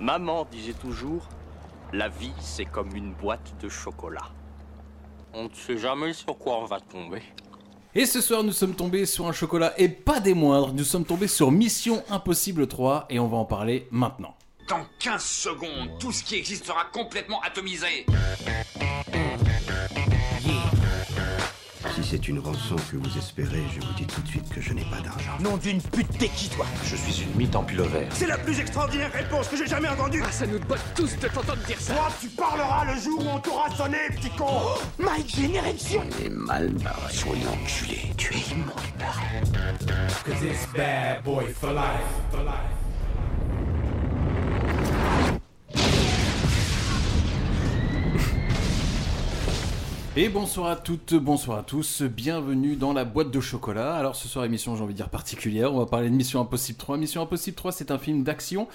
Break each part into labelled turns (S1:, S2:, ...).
S1: Maman disait toujours, la vie c'est comme une boîte de chocolat. On ne sait jamais sur quoi on va tomber.
S2: Et ce soir, nous sommes tombés sur un chocolat et pas des moindres. Nous sommes tombés sur Mission Impossible 3 et on va en parler maintenant.
S3: Dans 15 secondes, tout ce qui existe sera complètement atomisé.
S4: Si c'est une rançon que vous espérez, je vous dis tout de suite que je n'ai pas d'argent.
S5: Nom d'une pute, t'es qui toi
S6: Je suis une mythe en pilover.
S5: C'est la plus extraordinaire réponse que j'ai jamais entendue
S7: Ah, ça nous botte tous de t'entendre dire ça
S5: Toi, tu parleras le jour où on t'aura sonné, petit con oh,
S8: My Generation
S9: On est mal barré.
S10: Soyons enculé, tu es immonde Cause it's bad boy for life, for life.
S2: Et bonsoir à toutes, bonsoir à tous, bienvenue dans la boîte de chocolat. Alors ce soir émission j'ai envie de dire particulière, on va parler de Mission Impossible 3. Mission Impossible 3 c'est un film d'action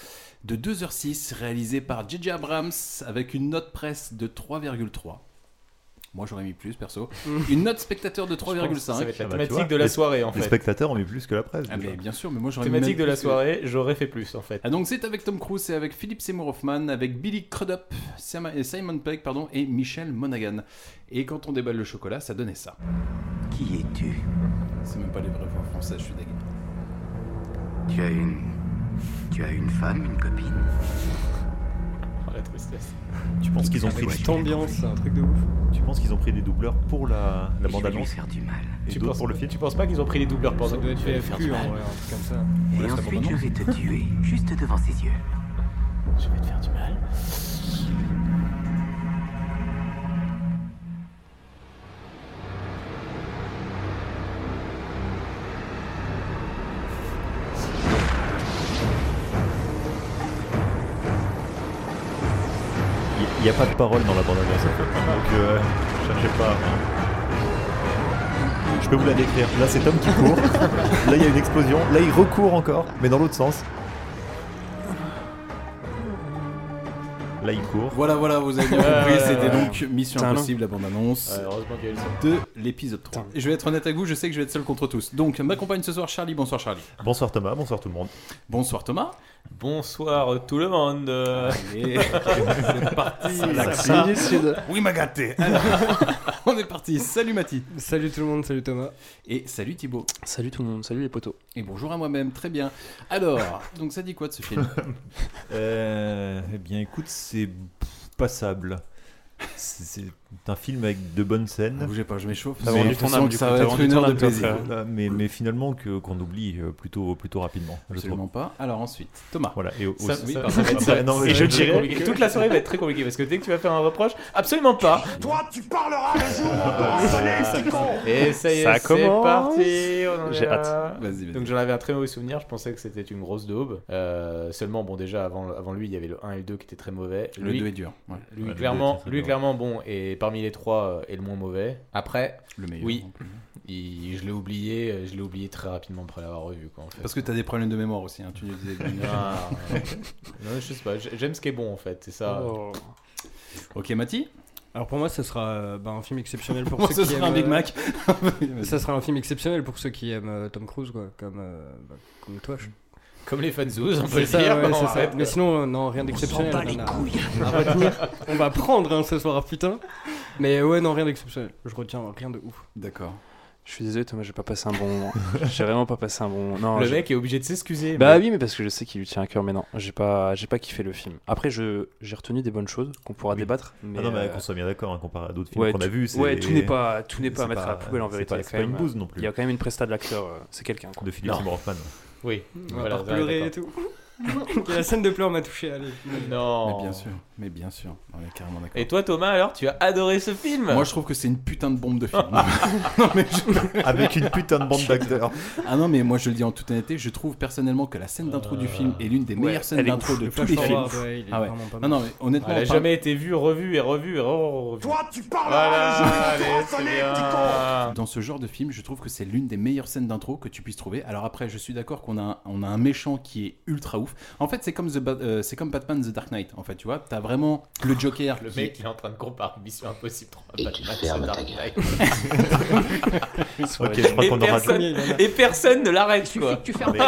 S2: de 2h06 réalisé par JJ Abrams avec une note presse de 3,3. Moi j'aurais mis plus perso. Une note spectateur de 3,5.
S11: Ça va
S12: Ah
S11: être la
S12: bah,
S11: thématique de la soirée en fait.
S12: Les spectateurs ont mis plus que la presse.
S2: Ah mais bien sûr, mais moi j'aurais
S11: Thématique
S2: mis
S11: de la
S2: plus que-
S11: soirée, j'aurais fait plus en fait.
S2: Ah, donc c'est avec Tom Cruise et avec Philip Seymour Hoffman, avec Billy Crudup, Sam- et Simon Pegg pardon, et Michel Monaghan. Et quand on déballe le chocolat, ça donnait ça.
S4: Qui es-tu
S2: C'est même pas les vraies voix françaises, je suis dégueu.
S4: Tu as une. Tu as une femme, une copine
S11: Oh, la tristesse.
S12: Tu penses qu'ils ont pris
S4: Cette
S12: ambiance, c'est un truc de ouf. Tu penses qu'ils ont pris des doubleurs pour
S4: Et
S12: la, la
S4: Je vais lui
S12: bande-annonce
S4: faire du mal.
S12: et
S11: Tu
S12: d'autres
S11: penses,
S12: pour le film
S11: tu penses pas qu'ils ont pris les doubleurs pour
S13: Ça doit être fait hein. FQ en
S4: mal.
S13: vrai, un truc comme ça.
S4: Et
S2: laisse la
S4: ensuite, je
S2: bande-annonce.
S4: vais te tuer, juste devant ses yeux.
S11: Je vais te faire du mal.
S12: Il n'y a pas de parole dans la bande-annonce en fait. Donc euh, cherchez pas. hein. Je peux vous la décrire. Là c'est Tom qui court. Là il y a une explosion. Là il recourt encore, mais dans l'autre sens. Là il court.
S2: Voilà, voilà, vous avez bien
S11: Ouais,
S2: compris,
S11: ouais,
S2: c'était
S11: ouais.
S2: donc Mission
S13: Tain.
S2: Impossible, la bande-annonce
S11: Ouais, heureusement qu'il y a eu le son.
S2: de l'épisode 3. Et je vais être honnête avec vous, je sais que je vais être seul contre tous. Donc m'accompagne ce soir Charlie, bonsoir Charlie.
S12: Bonsoir Thomas, bonsoir tout le monde.
S2: Bonsoir Thomas.
S11: Bonsoir tout le monde. euh,
S2: Et c'est parti.
S13: Ça. du sud.
S2: Oui, ma gâtée. Alors, on est parti. Salut Mati.
S13: Salut tout le monde, salut Thomas.
S2: Et salut Thibaut.
S14: Salut tout le monde, salut les potos.
S2: Et bonjour à moi-même, très bien. Alors, donc ça dit quoi de ce film
S12: Euh, eh bien, écoute, c'est passable. C'est c'est un film avec de bonnes
S2: Ne
S12: scènes,
S2: bougez pas, je m'échauffe.
S12: T'as vendu
S2: J'ai
S12: ton
S2: l'impression
S12: âme,
S2: que
S12: du
S2: ça
S12: coup,
S2: va
S12: t'as
S2: être
S12: vendu
S2: une
S12: ton
S2: heure de
S12: âme, toi,
S2: plaisir.
S12: frère. Là, mais, mais finalement que qu'on oublie euh, plutôt plutôt rapidement. je trouve.
S2: Absolument pas. Alors ensuite, Thomas.
S12: Voilà. Et au-
S11: ça-
S12: aussi-
S11: ça-
S12: Après,
S11: ça va être ça.
S12: non, mais
S11: Et
S12: je
S11: je dirais
S12: dirais.
S11: compliqué. Toute la soirée va être très compliquée parce que dès que tu vas faire un reproche, absolument pas.
S5: Toi, tu parleras le jour où on t'aura sonné, petit con
S11: Et ça y
S12: Ça
S11: est, c'est
S12: commence.
S11: parti. on en est
S12: J'ai
S11: là.
S2: Vas-y, vas-y.
S11: Donc j'en avais un très mauvais souvenir, je pensais que c'était une grosse daube. Euh, seulement, bon, déjà avant, avant lui, il y avait le 1 et le 2 qui étaient très mauvais.
S2: Le
S11: Lui-
S2: 2 est dur. ouais.
S11: Lui,
S12: Ouais, le deux
S11: clairement,
S12: était très
S11: lui
S12: bon.
S11: clairement bon, et parmi les trois euh, est le moins mauvais. Après,
S2: Le meilleur.
S11: Oui.
S2: en plus.
S11: il- je l'ai oublié, euh, je l'ai oublié très rapidement après l'avoir revu. Quoi, en fait.
S2: Parce que t'as des problèmes de mémoire aussi, hein, tu nous disais.
S11: Ah, ouais. non, je sais pas, j- j'aime ce qui est bon en fait, c'est ça.
S2: ok, Mati
S13: Alors pour moi, ce sera euh, bah, un film exceptionnel pour
S2: Bon,
S13: ceux
S2: ce
S13: qui
S2: sera
S13: aiment,
S2: un Big
S13: euh,
S2: Mac. Ah
S13: Ça sera un film exceptionnel pour ceux qui aiment euh, Tom Cruise, quoi, comme, euh, bah, comme toi. Je...
S11: Comme les fanzoos, on peut
S13: C'est
S11: le
S13: ça,
S11: dire.
S13: ouais,
S11: en
S13: c'est ça.
S11: fait.
S13: Mais sinon, euh, non, rien d'exceptionnel. on, a- à retenir. On va prendre hein, ce soir, putain. Mais ouais, non, rien d'exceptionnel. Je retiens rien de ouf.
S2: D'accord.
S14: Je suis désolé Thomas, j'ai pas passé un bon moment. J'ai vraiment pas passé un bon moment. Non,
S11: le
S14: j'ai-
S11: mec est obligé de s'excuser.
S14: Bah
S11: mais-
S14: oui, mais parce que je sais qu'il lui tient à cœur, mais non, j'ai pas, j'ai pas kiffé le film. Après, je, j'ai retenu des bonnes choses qu'on pourra
S12: Oui.
S14: débattre. Mais
S12: Ah non, mais
S14: euh,
S12: qu'on soit bien d'accord, hein, comparé à d'autres films
S14: ouais,
S12: qu'on a
S14: tout-
S12: vus, c'est-
S14: ouais, tout n'est pas, tout n'est pas à
S12: c'est
S14: mettre à la poubelle en
S12: c'est
S14: vérité.
S12: pas-
S14: il y a
S12: c'est
S14: quand
S12: pas une
S14: même- euh,
S12: bouse non plus.
S14: Il y a quand même une presta de l'acteur, euh, c'est quelqu'un. quoi.
S12: De Philippe
S11: Non.
S12: Seymour Hoffman.
S11: Oui,
S13: On va
S11: Voilà,
S13: pas
S11: ouais,
S13: pleurer et tout. Ok, la scène de pleurs m'a touché. Allez.
S11: non.
S2: Mais bien sûr, mais bien sûr. On est carrément d'accord.
S11: Oh. Et toi, Thomas, alors, tu as adoré ce film Ah,
S2: Moi, je trouve que c'est une putain de bombe de film. Ah non, mais je-
S12: Avec une putain de bande d'acteurs.
S2: Ah non, mais moi, je le dis en toute honnêteté, je trouve personnellement que la scène d'intro du film est l'une des
S14: Ouais,
S2: meilleures scènes
S14: elle est
S2: d'intro
S14: ouf.
S2: de
S14: Le
S2: tous les
S14: flash
S2: films.
S14: forward.
S13: ouais, il est
S2: Ah ouais.
S13: vraiment pas mal.
S2: Non, non, mais honnêtement,
S11: Elle a
S2: on parle-
S11: jamais été vue, revue et revue et revue.
S5: Toi, tu parleras
S11: voilà,
S5: le jour où on
S11: allez,
S5: t'aura
S11: c'est
S5: sonné,
S11: bien.
S5: petit con
S11: hein.
S2: Dans ce genre de film, je trouve que c'est l'une des meilleures scènes d'intro que tu puisses trouver. Alors après, je suis d'accord qu'on a, un- on a un méchant qui est ultra ouf. ouf. En fait, c'est comme, The Ba- euh, c'est comme Batman The Dark Knight, en fait, tu vois. T'as vraiment le Joker.
S11: Le
S2: qui-
S11: mec, il est en train de comparer Mission Impossible 3 à
S2: Et
S11: Batman
S2: tu fermes
S11: The
S2: ta
S11: Dark
S2: gueule.
S11: Knight.
S12: Ok, je crois
S11: Et
S12: qu'on aura le-
S11: personne- Et personne ne l'arrête, quoi.
S12: Mais-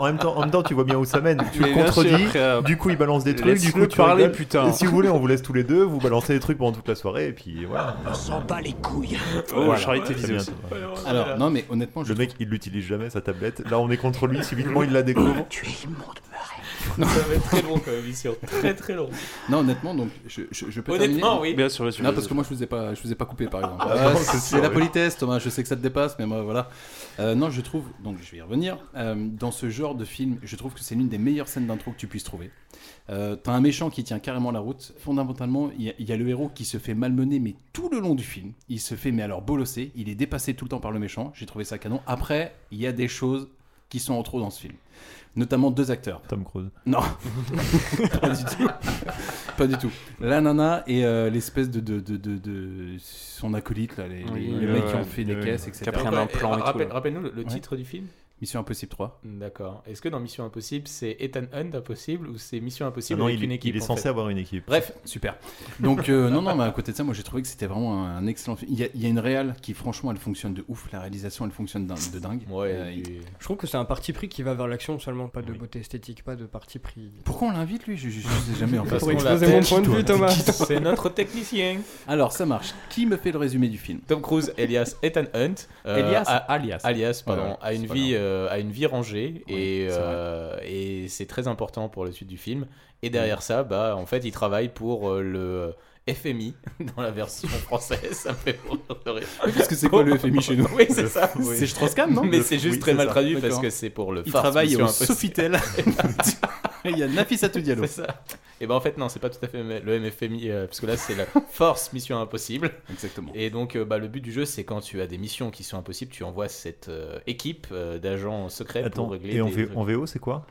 S12: en, même temps, en même temps, tu vois bien où ça mène. Tu
S11: Mais
S12: le
S11: bien
S12: contredis,
S11: sûr, après, euh,
S12: du coup il balance des trucs, du
S11: laisse-le
S12: coup tu
S11: parler,
S12: rigoles.
S11: putain.
S12: Et si vous voulez, on vous laisse tous les deux, vous balancez des trucs pendant toute la soirée, et puis voilà.
S2: On s'en bat les couilles.
S12: Voilà.
S2: Oh, charité
S12: Très
S2: visée
S12: bien.
S2: aussi. Alors, non, mais honnêtement,
S12: le mec, il l'utilise jamais sa tablette. Là, on est contre lui. Subitement, il la découvre.
S2: Tu es immonde,
S11: Ça va être très long comme mission. Très très long.
S2: Non, honnêtement, donc je, je, je peux
S11: Honnêtement,
S2: terminer
S11: oui. Bien sûr, bien sûr,
S2: Non,
S11: vas-y.
S2: parce que moi, je vous ai pas, je vous ai pas coupé, par exemple.
S11: Ah,
S2: Euh,
S11: non,
S2: c'est
S11: c'est sûr,
S2: la
S11: oui.
S2: politesse, Thomas. Je sais que ça te dépasse, mais moi, voilà. Euh, non, je trouve. Donc, je vais y revenir. Euh, dans ce genre de film, je trouve que c'est l'une des meilleures scènes d'intro que tu puisses trouver. Euh, T'as un méchant qui tient carrément la route. Fondamentalement, il y, a- il y a le héros qui se fait malmener, mais tout le long du film, il se fait mais alors bolosser. Il est dépassé tout le temps par le méchant. J'ai trouvé ça canon. Après, il y a des choses qui sont en trop dans ce film. Notamment deux acteurs.
S12: Tom Cruise.
S2: Non. pas du tout. Pas du tout. La nana et euh, l'espèce de, de, de, de, de- son acolyte, là, les,
S11: Oui,
S2: les-
S11: oui,
S2: les
S11: oui,
S2: mecs
S11: oui,
S2: qui ont
S11: oui.
S2: fait
S11: Oui,
S2: des
S11: oui.
S2: caisses, etc.
S11: Qui a pris un plan plan et tout, là. Rappelle-nous le- le titre du film Hmm,
S2: Mission Impossible 3.
S11: D'accord. Est-ce que dans Mission Impossible, c'est Ethan Hunt impossible ou c'est Mission Impossible
S12: Ah non,
S11: avec
S12: il-
S11: une équipe
S12: il est
S11: en
S12: censé
S11: fait
S12: avoir une équipe.
S11: Bref,
S2: super. Donc, euh, non, non, mais à côté de ça, moi j'ai trouvé que c'était vraiment un excellent film. Il y, a, il y a une réale qui, franchement, elle fonctionne de ouf. La réalisation, elle fonctionne d'un- de dingue. Euh, il-
S13: Je trouve que c'est un parti pris qui va vers l'action seulement, pas de beauté esthétique, pas de parti pris.
S2: Pourquoi on l'invite lui Je ne sais jamais en fait.
S13: Pour exposer mon point de vue, Thomas.
S11: technicien.
S2: Alors ça marche. Qui me fait le résumé du film Ah,
S11: Tom Cruise, alias Ethan Hunt, euh,
S2: Elias
S11: a-
S2: Alias.
S11: alias, pardon,
S2: Ouais,
S11: a une
S2: c'est pas
S11: vie,
S2: grave.
S11: euh, a une vie rangée et
S2: c'est vrai.
S11: euh, et c'est très important pour le suite du film.
S2: Mm.
S11: Et derrière ça, bah en fait, il travaille pour euh, le FMI dans la version française. ça me fait mourir de rire.
S2: Parce que c'est quoi le FMI chez nous
S11: Oui, c'est ça.
S2: Oui. C'est Strauss-Kahn, non
S11: Mais c'est juste
S2: Oui,
S11: très
S2: c'est
S11: mal
S2: ça.
S11: traduit parce
S2: D'accord.
S11: que c'est pour le.
S2: Il
S11: Farce
S2: travaille
S11: Mission
S2: au
S11: Impossible.
S2: Sofitel. Il y a Nafissatou Diallo.
S11: C'est ça. Et ben en fait non, c'est pas tout à fait le MFMI euh, parce que là c'est la force mission impossible.
S2: Exactement.
S11: Et donc euh, bah, le but du jeu c'est quand tu as des missions qui sont impossibles, tu envoies cette euh, équipe euh, d'agents secrets
S12: Attends,
S11: pour régler
S12: et en,
S11: des
S12: V-
S11: trucs.
S12: en VO, c'est quoi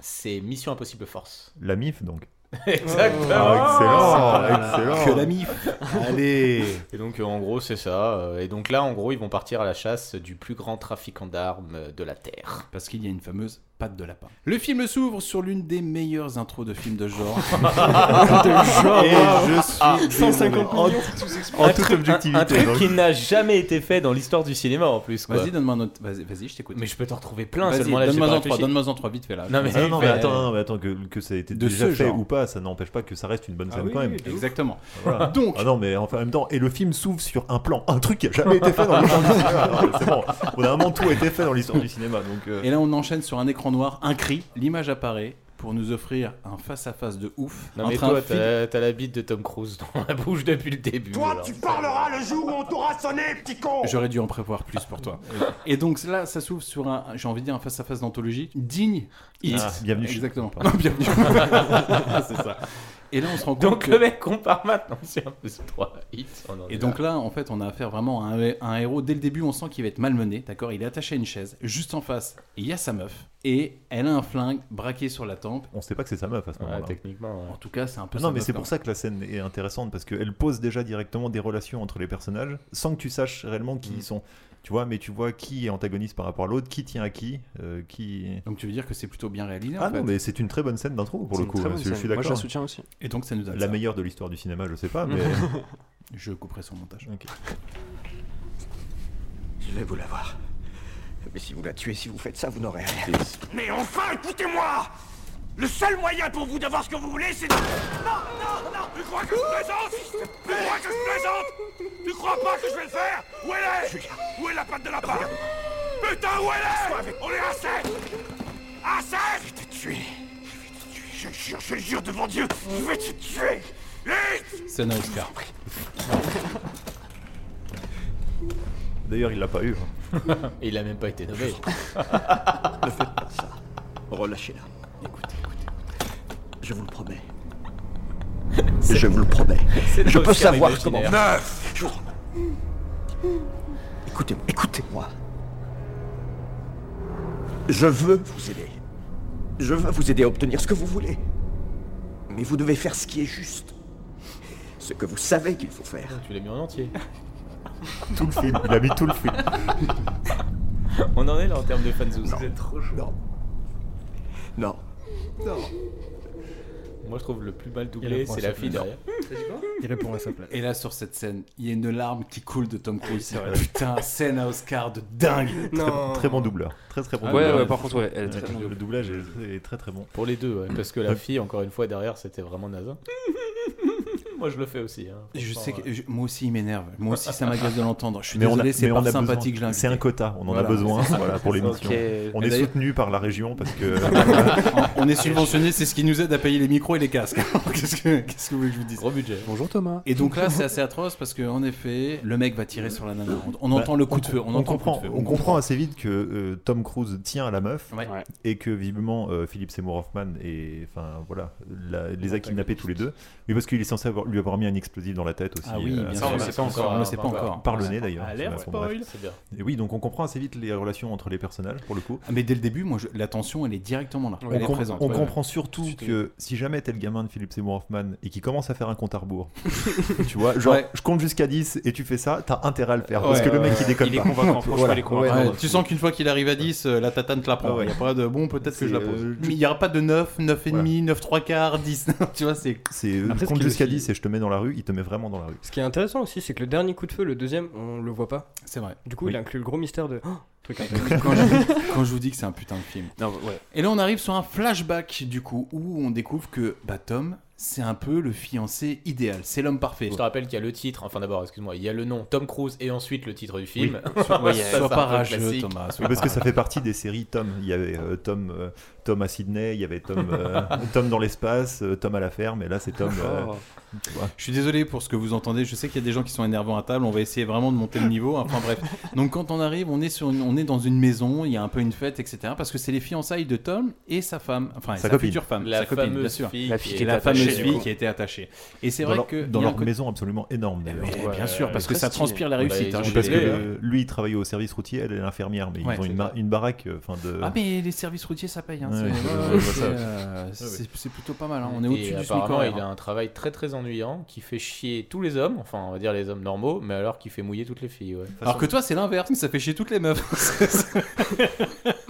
S11: C'est Mission Impossible Force.
S12: La MIF, donc.
S2: Ah,
S11: Exactement.
S12: Ah, excellent, excellent. Allez.
S11: Et donc euh, en gros c'est ça. euh, Et donc là en gros ils vont partir à la chasse du plus grand trafiquant d'armes euh, de la terre.
S2: Parce qu'il y a une fameuse patte de lapin. Le film s'ouvre sur l'une des meilleures intros de films de genre.
S11: De genre.
S2: Et je suis
S11: Ah,
S2: désolé.
S11: 150
S2: En-
S11: millions, tout s'explique. Un truc- un- un truc
S2: donc.
S11: qui n'a jamais été fait dans l'histoire du cinéma en plus. quoi.
S2: Vas-y, donne-moi un autre. Vas-y, vas-y, je t'écoute.
S11: Mais je peux t'en retrouver plein,
S2: Vas-y,
S11: seulement là, j'ai
S2: Donne-moi
S11: pas
S2: en trois,
S11: réfléchi.
S2: donne-moi en trois vite fait là.
S11: Non, mais-
S12: Ah non, non, mais
S11: fait-
S12: attends, non, non, mais attends que, que ça a été
S2: De
S12: déjà
S2: ce
S12: fait
S2: genre.
S12: ou pas, ça n'empêche pas que ça reste une bonne
S2: Ah
S12: scène
S2: oui,
S12: quand même.
S2: oui, de ouf. Exactement.
S12: Voilà.
S2: Donc-
S12: Ah non, mais enfin, en même temps, et le film s'ouvre sur un plan, un truc qui a jamais été fait dans l'histoire du cinéma. Voilà, C'est bon, on a vraiment tout été fait dans l'histoire du cinéma. Donc, euh,
S2: Et là, on enchaîne sur un écran noir, un cri, l'image apparaît pour nous offrir un face-à-face de ouf.
S11: Non mais
S2: entre un
S11: toi,
S2: film-
S11: t'as t'as la bite de Tom Cruise dans la bouche depuis le début.
S5: Toi,
S11: alors.
S5: tu parleras le jour où on t'aura sonné, petit con
S2: J'aurais dû en prévoir plus pour toi. Et donc là, ça s'ouvre sur un, j'ai envie de dire, un face-à-face d'anthologie digne. Hit.
S11: Ah, bienvenue chez-
S2: Exactement.
S11: Pardon.
S2: bienvenue. C'est ça. Et là, on se rend compte.
S11: Donc
S2: que-
S11: le mec compare maintenant, c'est un peu ce 3 hits. on en est
S2: Et donc là, en fait, on a affaire vraiment à un, un héros. Dès le début, on sent qu'il va être malmené, d'accord Il est attaché à une chaise. Juste en face, il y a sa meuf. Et elle a un flingue braqué sur la tempe.
S12: on sait pas que c'est sa meuf à ce
S11: Ouais,
S12: moment-là.
S11: techniquement, ouais.
S2: En tout cas, c'est un peu
S12: Ah
S2: sa
S12: non, mais
S2: meuf,
S12: c'est
S2: quand
S12: pour ça que la scène est intéressante parce qu'elle pose déjà directement des relations entre les personnages sans que tu saches réellement
S2: Mm.
S12: qui ils sont. Tu vois, mais tu vois qui est antagoniste par rapport à l'autre, qui tient à qui, euh, qui.
S2: Donc tu veux dire que c'est plutôt bien réalisé
S12: Ah
S2: en
S12: non,
S2: fait.
S12: mais c'est une très bonne scène d'intro pour
S2: C'est
S12: le
S2: une
S12: coup.
S2: très
S12: hein,
S2: bonne
S12: je, je suis
S2: scène. Moi,
S12: d'accord.
S2: je la soutiens aussi. Et donc, ça nous donne
S12: La
S2: ça.
S12: meilleure de l'histoire du cinéma, je sais pas, mais. euh,
S2: Je couperai son montage.
S6: Je vais vous la voir. Mais si vous la tuez, si vous faites ça, vous n'aurez rien.
S5: Mais enfin, écoutez-moi Le seul moyen pour vous d'avoir ce que vous voulez, c'est de... Non, non, non Tu crois que je plaisante Tu crois que je plaisante Tu crois pas que je vais le faire Où elle est Où est la patte de lapin Putain, où elle est On est à 7 À 7 Je vais te tuer Je vais te tuer, je jure, je jure devant Dieu Je vais te tuer Vite
S2: Scène à Oscar.
S12: D'ailleurs, il l'a pas eu. hein.
S11: Et il a même pas été nommé.
S6: Ne faites pas ça. Relâchez-la. Écoutez, écoutez. Je vous le promets. Je vous le promets.
S5: C'est
S6: Je
S5: le
S6: peux
S5: Oscar
S6: savoir comment.
S5: imaginaire. Neuf.
S6: Je vous- Écoutez-moi, écoutez-moi. Je veux vous aider. Je veux vous aider à obtenir ce que vous voulez. Mais vous devez faire ce qui est juste. Ce que vous savez qu'il faut faire.
S11: Tu l'as mis en entier.
S12: tout le film, il a mis tout le film.
S11: On en est là en termes de fanzouz. C'est trop chaud.
S6: Non. Non.
S11: Moi, je trouve le plus mal
S2: Il
S11: doublé,
S2: répond à
S11: c'est la
S2: sa
S11: fille
S2: place.
S11: derrière.
S13: Il répond à sa place.
S2: Et là, sur cette scène, il y a une larme qui coule de Tom Cruise. Putain, scène à Oscar de dingue.
S12: Très, très bon doubleur. Très très bon
S11: Ah,
S12: doubleur.
S11: ouais, ouais, par contre, ouais, elle est très
S12: le,
S11: bon
S12: le doublage est, est très très bon.
S11: Pour les deux, ouais, parce que la fille, encore une fois, derrière, c'était vraiment naze. hein. Moi, je le fais aussi. hein.
S2: Et Je sais
S11: Franchement,
S2: que je- moi aussi il m'énerve. Moi aussi ça m'agace de l'entendre. Je suis
S12: Mais on a-
S2: désolé, c'est
S12: mais on
S2: pas
S12: a besoin.
S2: sympathique. je l'ai
S12: C'est un
S2: invité.
S12: quota, on en
S2: Voilà.
S12: a besoin
S11: Ah,
S2: C'est ça.
S12: voilà, pour l'émission.
S2: Ok.
S12: On
S2: Et
S12: est
S2: d'ailleurs- Ah,
S12: soutenu par la région parce que.
S2: on est subventionné, c'est ce qui nous aide à payer les micros et les casques. Alors, Qu'est-ce que, qu'est-ce que vous voulez que je vous dise
S11: Gros budget.
S2: Bonjour Thomas. Et donc là, c'est assez atroce parce que en effet, le mec va tirer sur la nana. On, on entend le coup de feu. On, entend le coup de
S12: comprend,
S2: feu.
S12: Bah, on comprend assez vite que euh, Tom Cruise tient à la meuf et que visiblement euh, Philippe Seymour Hoffman et enfin voilà la- les a kidnappés tous les deux. Mais parce qu'il est censé avoir- lui avoir mis un explosif dans la tête aussi.
S2: Ah oui,
S12: euh,
S2: bien
S12: à
S2: sûr.
S12: ce
S2: On le
S12: moment-là.
S2: sait pas encore, on le sait pas encore.
S12: Par le
S2: Ouais.
S12: nez d'ailleurs.
S11: Ah,
S2: Alerte,
S12: Enfin, bref.
S2: spoil. C'est bien.
S12: Et oui, donc on comprend assez vite les relations entre les personnages pour le coup.
S2: Ah, Mais dès le début, moi, je- la tension, elle est directement là.
S12: On,
S2: elle est
S12: com-
S2: présente.
S12: on
S2: Ouais.
S12: comprend surtout que si jamais t'es le gamin de Philippe Seymour Hoffman et qu'il commence à faire un compte à rebours, tu vois, genre
S2: Ouais.
S12: je compte jusqu'à 10 et tu fais ça, t'as intérêt à le faire
S2: Ouais,
S12: parce que le
S2: ouais,
S12: mec il
S2: ouais.
S12: déconne pas. Voilà. Ouais,
S2: Ouais, tu sens qu'une fois qu'il arrive à 10, euh, la tatane te la prend.
S12: Ah ouais.
S2: Il y a pas de bon, peut-être que je la
S12: C'est,
S2: pose.
S12: euh,
S2: Mais il n'y aura pas de 9, 9,5, 9, 3 quarts, 10. tu vois, c'est.
S12: C'est euh,
S13: Après, ce
S12: compte
S13: qui est
S12: jusqu'à
S13: aussi-
S12: 10 et je te mets dans la rue, il te met vraiment dans la rue.
S13: Ce qui est intéressant aussi, c'est que le dernier coup de feu, le deuxième, on le voit pas.
S2: C'est vrai.
S13: Du coup,
S2: Oui.
S13: il inclut le gros mystère de.
S12: Ah,
S13: Oh, truc
S2: quand, je, vous- quand je vous dis que c'est un putain de film. Et là, on arrive sur un flashback, du coup, où on découvre que bah, Tom, c'est un peu le fiancé idéal. C'est l'homme parfait.
S11: Je te rappelle qu'il y a le titre, enfin d'abord, excuse-moi, il y a le nom Tom Cruise et ensuite le titre du film.
S12: Oui.
S11: Ça,
S12: Oui,
S11: c'est un
S12: sois
S11: peu
S12: pas
S2: rageux,
S11: classique.
S2: Thomas,
S12: Oui, parce que ça fait partie des séries Tom. Il y avait euh, Tom, euh, Tom à Sydney, il y avait Tom, euh, Tom dans l'espace, euh, Tom à la ferme, et là c'est Tom. euh,
S2: Oh.
S12: tu vois.
S2: Je suis désolé pour ce que vous entendez. Je sais qu'il y a des gens qui sont énervants à table. On va essayer vraiment de monter le niveau. Enfin bref. Donc quand on arrive, on est sur, une- on est dans une maison. Il y a un peu une fête, etc. Parce que c'est les fiançailles de Tom et sa femme, enfin et
S12: Sa
S2: sa,
S12: copine.
S2: future femme,
S11: La
S2: sa copine, bien
S11: fameuse
S2: sûr.
S11: fille La qui fille qui est
S2: la
S11: attachée,
S2: fameuse
S11: du
S2: fille
S11: coup.
S2: qui a été attachée. Et c'est
S12: Dans
S2: vrai
S12: leur-
S2: que
S12: dans
S2: il y a
S12: leur
S2: un côté-
S12: maison absolument énorme d'ailleurs.
S2: Eh ben, bien sûr, parce que ça transpire la
S12: Bah,
S2: réussite.
S12: ils
S2: hein,
S12: ont-
S2: je suis
S12: parce que
S2: désolé, hein.
S12: euh, lui il travaillait au service routier, elle est l'infirmière, mais
S2: Ouais,
S12: ils ont
S2: c'est
S12: une,
S2: ça.
S12: ma- une baraque. euh, Enfin de.
S2: Ah mais les services routiers ça paye. hein.
S12: Ouais,
S2: C'est-
S12: ouais,
S2: ouais,
S12: je
S2: ouais,
S12: vois
S2: c'est
S12: ça.
S2: euh,
S12: Ouais,
S2: c'est-
S12: ouais.
S2: c'est plutôt pas mal. hein. On est
S11: Et
S2: au-dessus du SMIC hein.
S11: apparemment, il a un travail très très ennuyant qui fait chier tous les hommes, enfin on va dire les hommes normaux, mais alors qui fait mouiller toutes les filles. ouais.
S2: Alors que toi c'est l'inverse, ça fait chez toutes les meufs.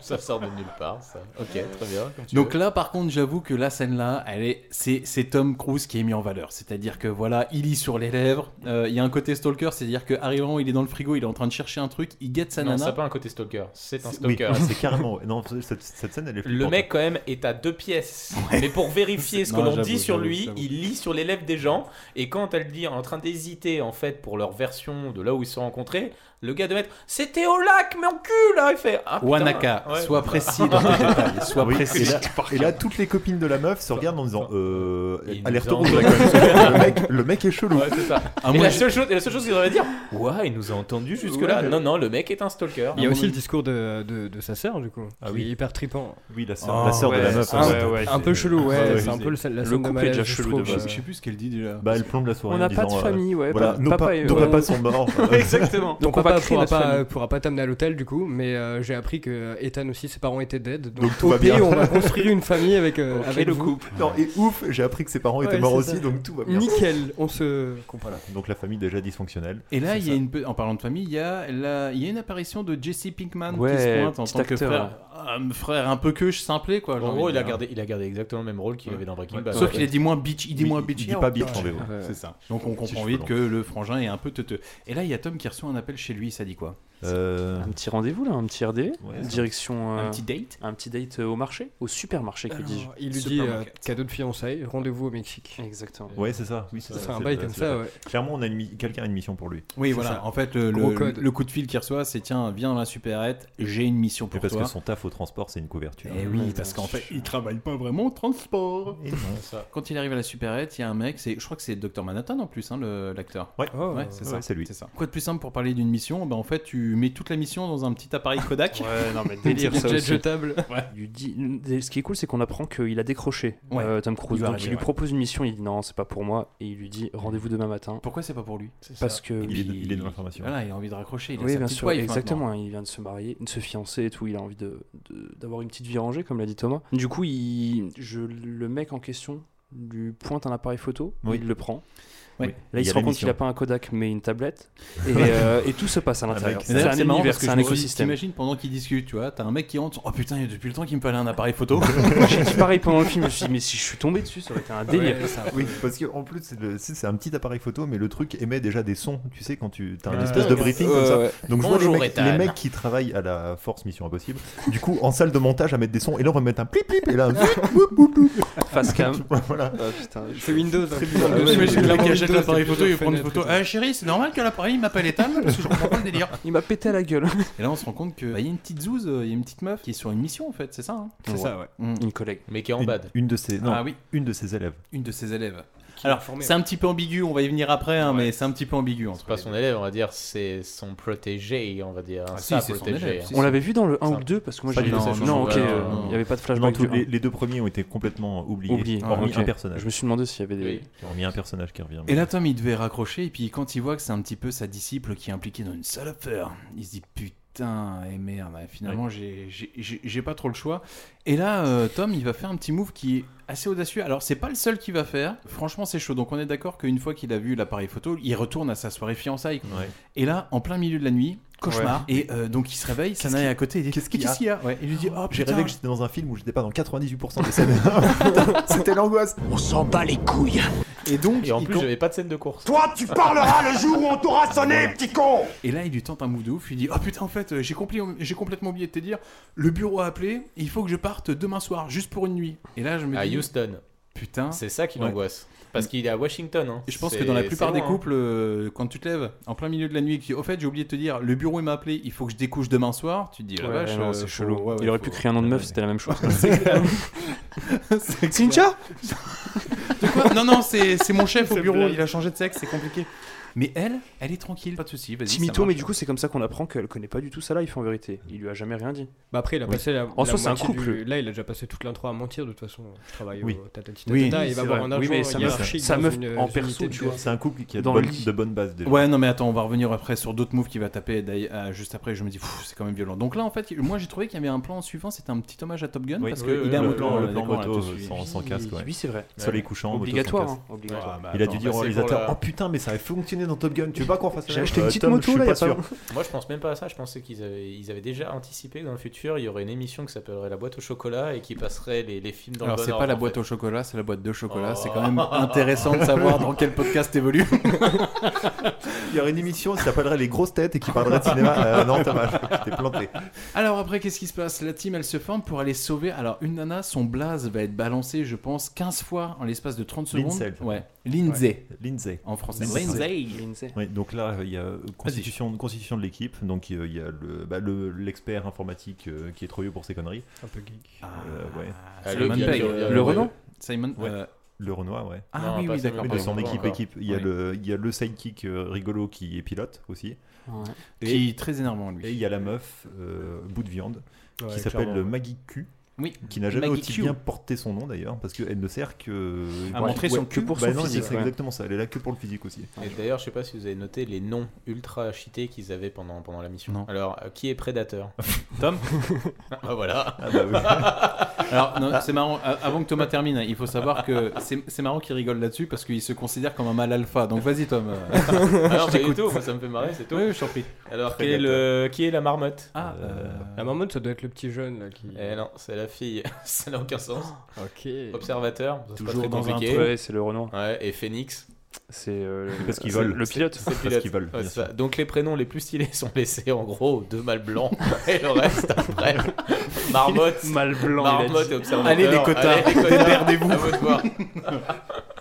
S11: ça sort de nulle part, ça. Ok, très bien. comme tu
S2: Donc
S11: veux.
S2: là, par contre, j'avoue que la scène-là, elle est, c'est, c'est Tom Cruise qui est mis en valeur. C'est-à-dire que voilà, il lit sur les lèvres. Euh, Il y a un côté stalker, c'est-à-dire que arrivant, il est dans le frigo, il est en train de chercher un truc, il guette sa
S11: Non,
S2: nana.
S11: ça n'a pas un côté stalker, c'est un
S12: Oui,
S11: stalker.
S12: c'est carrément. Non, cette, cette scène elle est.
S11: Le
S12: flippante.
S11: mec quand même est à deux pièces. Mais pour vérifier ce que
S12: Non,
S11: l'on
S12: j'avoue,
S11: dit sur
S12: j'avoue,
S11: lui,
S12: j'avoue.
S11: il lit sur les lèvres des gens. Et quand elle dit en train d'hésiter en fait pour leur version de là où ils se sont rencontrés, le gars de mettre c'était au lac mais en cul là il fait ah, putain,
S2: Wanaka,
S11: ouais.
S2: sois précis dans tes détails, sois
S12: Oui,
S2: précis.
S12: Et là, et là, toutes les copines de la meuf se regardent en disant euh,
S11: Il
S12: alerte
S11: nous
S12: rouge,
S11: entend.
S12: là, quand même, parce que le mec, le mec est chelou.
S11: Ouais, c'est ça.
S12: Ah,
S11: et
S12: moi,
S11: la
S12: j'ai-
S11: seule chose, et la seule chose qu'ils devraient dire, ouais, il nous a entendu jusque là.
S13: Ouais.
S11: Non, non, le mec est un stalker.
S13: Il y a aussi le discours de, de, de sa sœur, du coup. Ah oui. hyper tripant.
S12: Oui, la sœur- la sœur de la meuf,
S14: Ah,
S12: hein.
S13: Un,
S12: Ah, ouais, ouais,
S13: un peu
S12: c'est-
S13: chelou, ouais.
S12: Ah ouais,
S13: c'est un
S12: c'est-
S13: peu le, la
S12: le
S13: scène de
S12: couple est
S13: malaise,
S12: déjà
S13: je
S12: chelou
S13: trouve,
S12: de base.
S13: euh.
S12: Je sais plus
S2: ce qu'elle dit déjà.
S12: Bah, elle plombe la soirée.
S13: On n'a
S12: en
S13: pas de
S12: disant, euh,
S13: famille, ouais,
S12: voilà,
S13: pa-
S12: nos,
S13: papa
S12: pa-
S13: et-
S12: nos
S13: ouais.
S12: papas sont morts.
S13: Exactement. Donc, papa
S12: créer
S13: pourra
S12: notre
S13: pas,
S12: famille.
S13: pourra pas t'amener à l'hôtel, du coup. Mais euh, j'ai appris que Ethan aussi, ses parents étaient dead. Donc,
S12: tout va
S13: OP,
S12: bien.
S13: on va construire une famille avec, euh,
S12: Ok,
S13: avec
S12: le
S13: vous.
S12: couple. Non, et ouf, j'ai appris que ses parents étaient
S13: Ouais,
S12: morts
S13: c'est
S12: aussi,
S13: ça.
S12: donc tout va bien.
S13: Nickel, on se.
S12: Voilà, donc la famille déjà dysfonctionnelle.
S2: Et là, il y a une, pe- en parlant de famille, il y, a la- il y a une apparition de Jesse Pinkman qui
S11: Ouais,
S2: se pointe en
S11: petit
S2: tant que
S11: acteur,
S2: frère, un frère un peu que je simplé quoi. j'ai
S11: En
S2: envie
S11: gros,
S2: de
S11: il a,
S2: dire.
S11: gardé, il a gardé exactement le même rôle qu'il avait dans Breaking Bad.
S2: Sauf qu'il a dit moins bitch, il dit
S11: Oui,
S2: moins
S11: il
S2: bitch.
S11: dit
S13: hein.
S11: pas bitch
S2: en
S11: en VO. Ouais.
S2: C'est ça. Donc on
S11: Petit
S2: comprend
S11: cheveu
S2: vite
S11: long.
S2: que le frangin est un peu teuteux. Et là, il y a Tom qui reçoit un appel chez lui, ça dit quoi
S12: Euh,
S14: Un petit rendez-vous là, un petit RD,
S2: Ouais.
S14: direction.
S2: Un
S14: euh,
S2: petit date
S14: Un petit date euh, au marché, au supermarché, que dis-je.
S13: Alors, il lui dit euh, cadeau de fiançailles, rendez-vous au Mexique.
S14: Exactement.
S12: Ouais, c'est ça. Oui, c'est ça,
S13: un
S12: c'est-
S13: bail
S12: c'est
S13: comme
S12: la-
S13: ça, ouais.
S12: Clairement, on a une mi- quelqu'un a une mission pour lui.
S2: Oui,
S12: C'est
S2: voilà.
S12: ça.
S2: En fait, le,
S12: Gros
S2: le-
S12: code.
S2: le coup de fil qu'il reçoit, c'est tiens, viens dans la supérette, j'ai une mission
S12: Et
S2: pour
S12: parce
S2: toi.
S12: que son taf au transport, c'est une couverture.
S2: Eh oui, parce qu'en fait, il travaille pas vraiment au transport. Quand il arrive à la supérette, il y a un mec, c'est, je crois que c'est Dr Manhattan en plus, hein, le- l'acteur.
S12: Ouais,
S14: Oh,
S2: c'est
S12: ouais,
S2: ça.
S12: c'est lui.
S2: ça. Quoi de plus simple pour parler d'une mission ben, En fait, tu mets toute la mission dans un petit appareil Kodak.
S14: Ouais, non, mais délire, ça aussi.
S13: jetable.
S14: Il dit- Ce qui est cool, c'est qu'on apprend qu'il a décroché
S2: Ouais.
S14: euh, Tom Cruise.
S2: Il va
S14: Donc
S2: arriver,
S14: il lui
S2: ouais.
S14: propose une mission, il dit non, c'est pas pour moi, et il lui dit rendez-vous demain matin.
S2: Pourquoi c'est pas pour lui
S14: Parce que
S12: Il est-
S14: lui,
S12: il est dans l'information.
S14: Ah,
S2: Voilà, il a envie de raccrocher. Il a
S14: oui,
S2: sa
S14: bien
S2: petite
S14: sûr,
S2: wife hein,
S14: exactement. hein.
S2: maintenant.
S14: Il vient de se marier, de se fiancer et tout. Il a envie de- de- d'avoir une petite vie rangée, comme l'a dit Thomas. Du coup, il, je, le mec en question lui pointe un appareil photo,
S12: Oui.
S14: il le prend.
S12: Oui.
S14: Ouais. Là,
S12: Il
S14: il
S12: y a
S14: se rend compte
S12: l'émission.
S14: qu'il a pas un Kodak, mais une tablette. Et, euh, et tout se passe à l'intérieur.
S2: Et
S14: C'est
S2: d'ailleurs,
S14: un
S2: marrant
S14: univers,
S2: parce que
S14: c'est
S2: je
S14: un
S2: me suis dit,
S14: écosystème.
S2: T'imagines pendant qu'ils discutent, tu vois, t'as un mec qui rentre. Oh putain, il y a depuis le temps qu'il me fallait un appareil photo.
S14: J'ai dit pareil pendant le film, je me suis dit, mais si je suis tombé dessus, ça aurait été un délire.
S12: Oui, parce qu'en plus, c'est le- c'est c'est un petit appareil photo, mais le truc émet déjà des sons. Tu sais, quand tu as un
S14: Ah.
S12: espèce de briefing
S14: Ouais,
S12: comme ça.
S11: Euh,
S14: ouais.
S12: Donc, je vois les
S14: Bonjour,
S12: mecs,
S14: Ethan.
S12: les mecs qui travaillent à la force Mission Impossible, du coup, en salle de montage, à mettre des sons. Et là, on va mettre un plip plip. Et là, un plip, boum, boum, boum.
S14: Facecam.
S12: voilà.
S13: C'est Windows. hein.
S2: Ah T'imagines le mec qui achète
S13: Windows,
S2: l'appareil
S13: c'est
S2: photo, il
S13: plusieurs
S2: prend une
S13: fenêtres
S2: photo.
S13: et tout.
S2: Ah chérie, c'est normal que l'appareil il m'appelle Ethan parce que je comprends pas le délire.
S14: Il m'a pété à la gueule.
S2: Et là, on se rend compte que bah, il y a une petite zouze, euh, il y a une petite meuf qui est sur une mission en fait, c'est ça hein
S14: Ouais. Une collègue.
S11: Mais qui est en
S12: Une-
S11: bad.
S12: Une, de ses, non,
S2: Ah oui.
S12: une de ses élèves.
S2: Une de ses élèves.
S11: Qui
S2: Alors,
S11: l'a formée.
S2: c'est un petit peu ambigu, on va y venir après, hein, mais c'est un petit peu ambigu.
S11: C'est pas son élève, on va dire, c'est son protégé, on va dire.
S2: Ah,
S11: ça,
S2: si, c'est son élève,
S11: protégé.
S2: si,
S14: On l'avait vu dans le 1 ou le 2 parce que moi
S11: Pas
S14: j'ai
S11: du tout, ça change
S14: Non,
S11: pas.
S14: ok,
S11: Non,
S14: euh,
S11: non.
S14: il n'y avait pas de
S12: Non,
S14: flashback.
S12: tous
S14: du
S12: les,
S14: un.
S12: les deux premiers ont été complètement oubliés,
S14: Oubliés.
S12: hormis
S14: Ah, ok.
S12: un personnage.
S14: Je me suis demandé s'il y avait des-
S12: Oui, Hormis un personnage qui revient.
S2: Et là, Tom, il devait raccrocher, et puis quand il voit que c'est un petit peu sa disciple qui est impliquée dans une sale affaire, il se dit putain, et merde, finalement, j'ai- j'ai- j'ai j'ai pas trop le choix. Et là, euh, Tom, il va faire un petit move qui est assez audacieux. Alors, c'est pas le seul qu'il va faire. Franchement, c'est chaud. Donc, on est d'accord qu'une fois qu'il a vu l'appareil photo, il retourne à sa soirée fiançailles.
S12: Ouais.
S2: Et là, en plein milieu de la nuit, cauchemar.
S12: Ouais.
S2: Et euh, donc, il se réveille, Sana est à côté, il dit Qu'est-ce
S12: qu'il y a
S2: Ouais. Et il lui dit Oh,
S12: J'ai
S2: putain,
S12: rêvé que j'étais dans un film où j'étais pas dans 98% des scènes. C'était l'angoisse.
S6: On s'en bat les couilles.
S2: Et donc,
S11: Et en
S2: il
S11: plus,
S2: com-
S11: j'avais pas de scène de course.
S5: Toi, tu parleras le jour où on t'aura sonné, petit con
S2: Et là, il lui tente un move de ouf. Il dit Oh putain, en fait, euh, j'ai compli- j'ai complètement oublié de te dire. Le bureau a appelé. et il faut que je parte demain soir, juste pour une nuit. Et là, je me
S11: À
S2: dis
S11: Houston.
S2: Putain.
S11: C'est ça qui
S2: Hein Ouais.
S11: l'angoisse. Parce qu'il est à Washington. hein.
S2: Et je pense
S11: C'est-
S2: que dans la
S11: c'est
S2: plupart des
S11: loin, hein.
S2: couples, euh, quand tu te lèves en plein milieu de la nuit et que tu dis Au fait, j'ai oublié de te dire, le bureau il m'a appelé, il faut que je découche demain soir. Tu te dis La
S14: Ouais,
S2: vache,
S14: non,
S2: euh,
S14: c'est
S2: faut-
S14: chelou.
S2: ouais, ouais,
S14: il aurait
S2: faut-
S14: pu créer un nom de meuf, c'était la même chose.
S2: C'est clair. C'est Cynthia De quoi Non, non, c'est c'est mon chef au
S14: C'est
S2: bureau,
S14: blague.
S2: il a changé de sexe, c'est compliqué. Mais elle, elle est tranquille, pas de soucis, vas-y. ça
S14: Timito, mais
S2: marche.
S14: du coup, c'est comme ça qu'on apprend qu'elle connaît pas du tout sa life en vérité. Il lui a jamais rien dit.
S13: Bah après, il a
S14: Oui.
S13: passé la. la
S14: En soi, c'est un
S13: moitié
S14: couple.
S13: du- Là, il a déjà passé toute l'intro à mentir, de toute façon. Je travaille
S12: Oui.
S13: au tatati
S2: Oui,
S13: tatata,
S2: oui,
S13: il va
S2: c'est
S13: avoir
S2: vrai.
S13: un agent
S14: Oui, mais sa meuf-
S13: hiérarchique
S14: sa
S13: dans
S14: meuf
S13: une-
S14: en
S13: une
S14: perso,
S13: unité
S14: tu
S13: de-
S14: vois.
S12: C'est un couple qui a de
S14: Dans
S12: bonnes,
S14: le lit.
S12: de bonnes bases déjà.
S2: Ouais, non, mais attends, on va revenir après sur d'autres moves qu'il va taper d'ailleurs, euh, juste après. Je me dis, pfff, c'est quand même violent. Donc là, en fait, moi j'ai trouvé qu'il y avait un plan suivant, c'était un petit hommage à Top Gun.
S12: Oui,
S2: parce
S12: oui,
S2: qu'il
S12: oui,
S2: a un
S12: le
S2: mouvement,
S12: plan-
S2: euh,
S12: le plan
S2: d'accord,
S12: moto,
S2: là-dessus.
S12: sans- sans casque, ouais.
S14: Oui, c'est vrai.
S12: Soleil couchant, moto sans
S14: Obligatoire.
S12: casque.
S14: hein, obligatoire.
S11: Ah, bah,
S12: il a
S11: attends,
S12: dû
S11: bah,
S12: dire au
S11: c'est pour
S12: réalisateur
S11: la-
S12: Oh putain, mais ça avait fonctionné dans Top Gun, tu veux pas qu'on fasse ça
S14: J'ai acheté
S12: Euh,
S14: une petite
S12: Tom, je
S14: moto
S12: suis
S14: là, il y a
S12: pas
S14: pas
S12: sûr.
S11: Moi, je pense même pas à ça. Je pensais qu'ils avaient, ils avaient déjà anticipé que dans le futur, il y aurait une émission qui s'appellerait La boîte au chocolat et qui passerait les, les films dans
S2: Alors,
S11: le bon
S2: c'est
S11: ordre,
S2: pas la
S11: en
S2: boîte
S11: fait.
S2: au chocolat, c'est la boîte de chocolat.
S11: Oh.
S2: C'est quand même intéressant de savoir dans quel podcast évolue.
S12: Il y aurait une émission qui s'appellerait Les grosses têtes et qui parlerait de cinéma. Euh, non, Thomas, je t'ai planté.
S2: Alors après, qu'est-ce qui se passe La team, elle se forme pour aller sauver. Alors une nana, son blaze va être balancé, je pense, 15 fois en l'espace de 30 secondes.
S12: Lindsay.
S2: Ouais. Lindsay.
S12: Lindsay.
S2: En français.
S14: Lindsay.
S12: Oui, donc là, il y a constitution, constitution de l'équipe. Donc euh, il y a le- bah, le- l'expert informatique euh, qui est trop vieux pour ses conneries.
S13: Un peu geek.
S12: Euh, ouais.
S11: Ah, le Simon gars Pegg. qui revient-
S2: euh, Le
S11: Ouais.
S2: Renault Simon.
S12: Ouais.
S2: euh,
S12: Le Renoir, ouais.
S2: Ah
S11: Non,
S2: oui,
S11: pas
S2: oui,
S11: Simon
S2: d'accord.
S12: Oui, de
S11: Pegg,
S12: son
S11: pas
S12: équipe,
S11: encore.
S12: équipe. Il y, a
S2: Ouais.
S12: le, il y a le sidekick euh, rigolo qui est pilote aussi.
S14: Ouais.
S2: Qui est très énervant, lui.
S12: Et il y a la meuf, euh, bout de viande,
S13: Ouais,
S12: qui s'appelle
S13: clairement, ouais.
S12: Maggie Q.
S2: Oui.
S12: Qui n'a jamais
S2: Maggie
S12: aussi
S2: Q.
S12: bien porté son nom d'ailleurs, parce qu'elle ne sert que.
S2: À montrer son cul pour
S12: Bah
S2: son
S12: non,
S2: physique,
S12: C'est
S2: ouais.
S12: exactement ça, elle est là que pour le physique aussi.
S11: Et d'ailleurs, je sais pas si vous avez noté les noms ultra cheatés qu'ils avaient pendant, pendant la mission.
S2: Non.
S11: Alors, euh, qui est prédateur
S2: Tom
S11: Bah voilà.
S12: Ah bah
S2: Alors, non, c'est marrant, a- avant que Thomas termine, il faut savoir que c'est c'est marrant qu'il rigole là-dessus parce qu'il se considère comme un mâle alpha. Donc vas-y, Tom. euh,
S11: Alors,
S2: je
S11: pas du
S2: t'écoute.
S11: tout, moi ça me fait marrer, c'est tout.
S2: Oui, je t'en prie.
S11: Alors, quel est le... qui est la marmotte
S2: Ah,
S13: La maman, ça doit être le petit jeune là qui.
S11: Eh non, c'est la fille, ça n'a aucun sens.
S13: Ok.
S11: euh, Ah. Observateur, ça, c'est pas
S2: Toujours
S11: très
S2: dans un
S11: compliqué.
S14: Ouais, c'est le Renoir.
S11: Ouais, et Phoenix,
S14: C'est euh,
S12: Parce qu'ils
S14: c'est
S12: volent.
S14: Le pilote.
S11: c'est le
S12: Parce
S11: pilote.
S12: qu'ils veulent.
S11: Ouais,
S12: bien
S11: c'est
S12: sûr.
S11: ça. Donc les prénoms les plus stylés sont laissés en gros aux deux mâles blancs et le reste après. Marmotte,
S14: Mal blanc. il a dit.
S11: marmotte et observateur.
S2: Allez, les quotas,
S11: allez, les quotas,
S2: démerdez-vous.
S11: à vous de voir.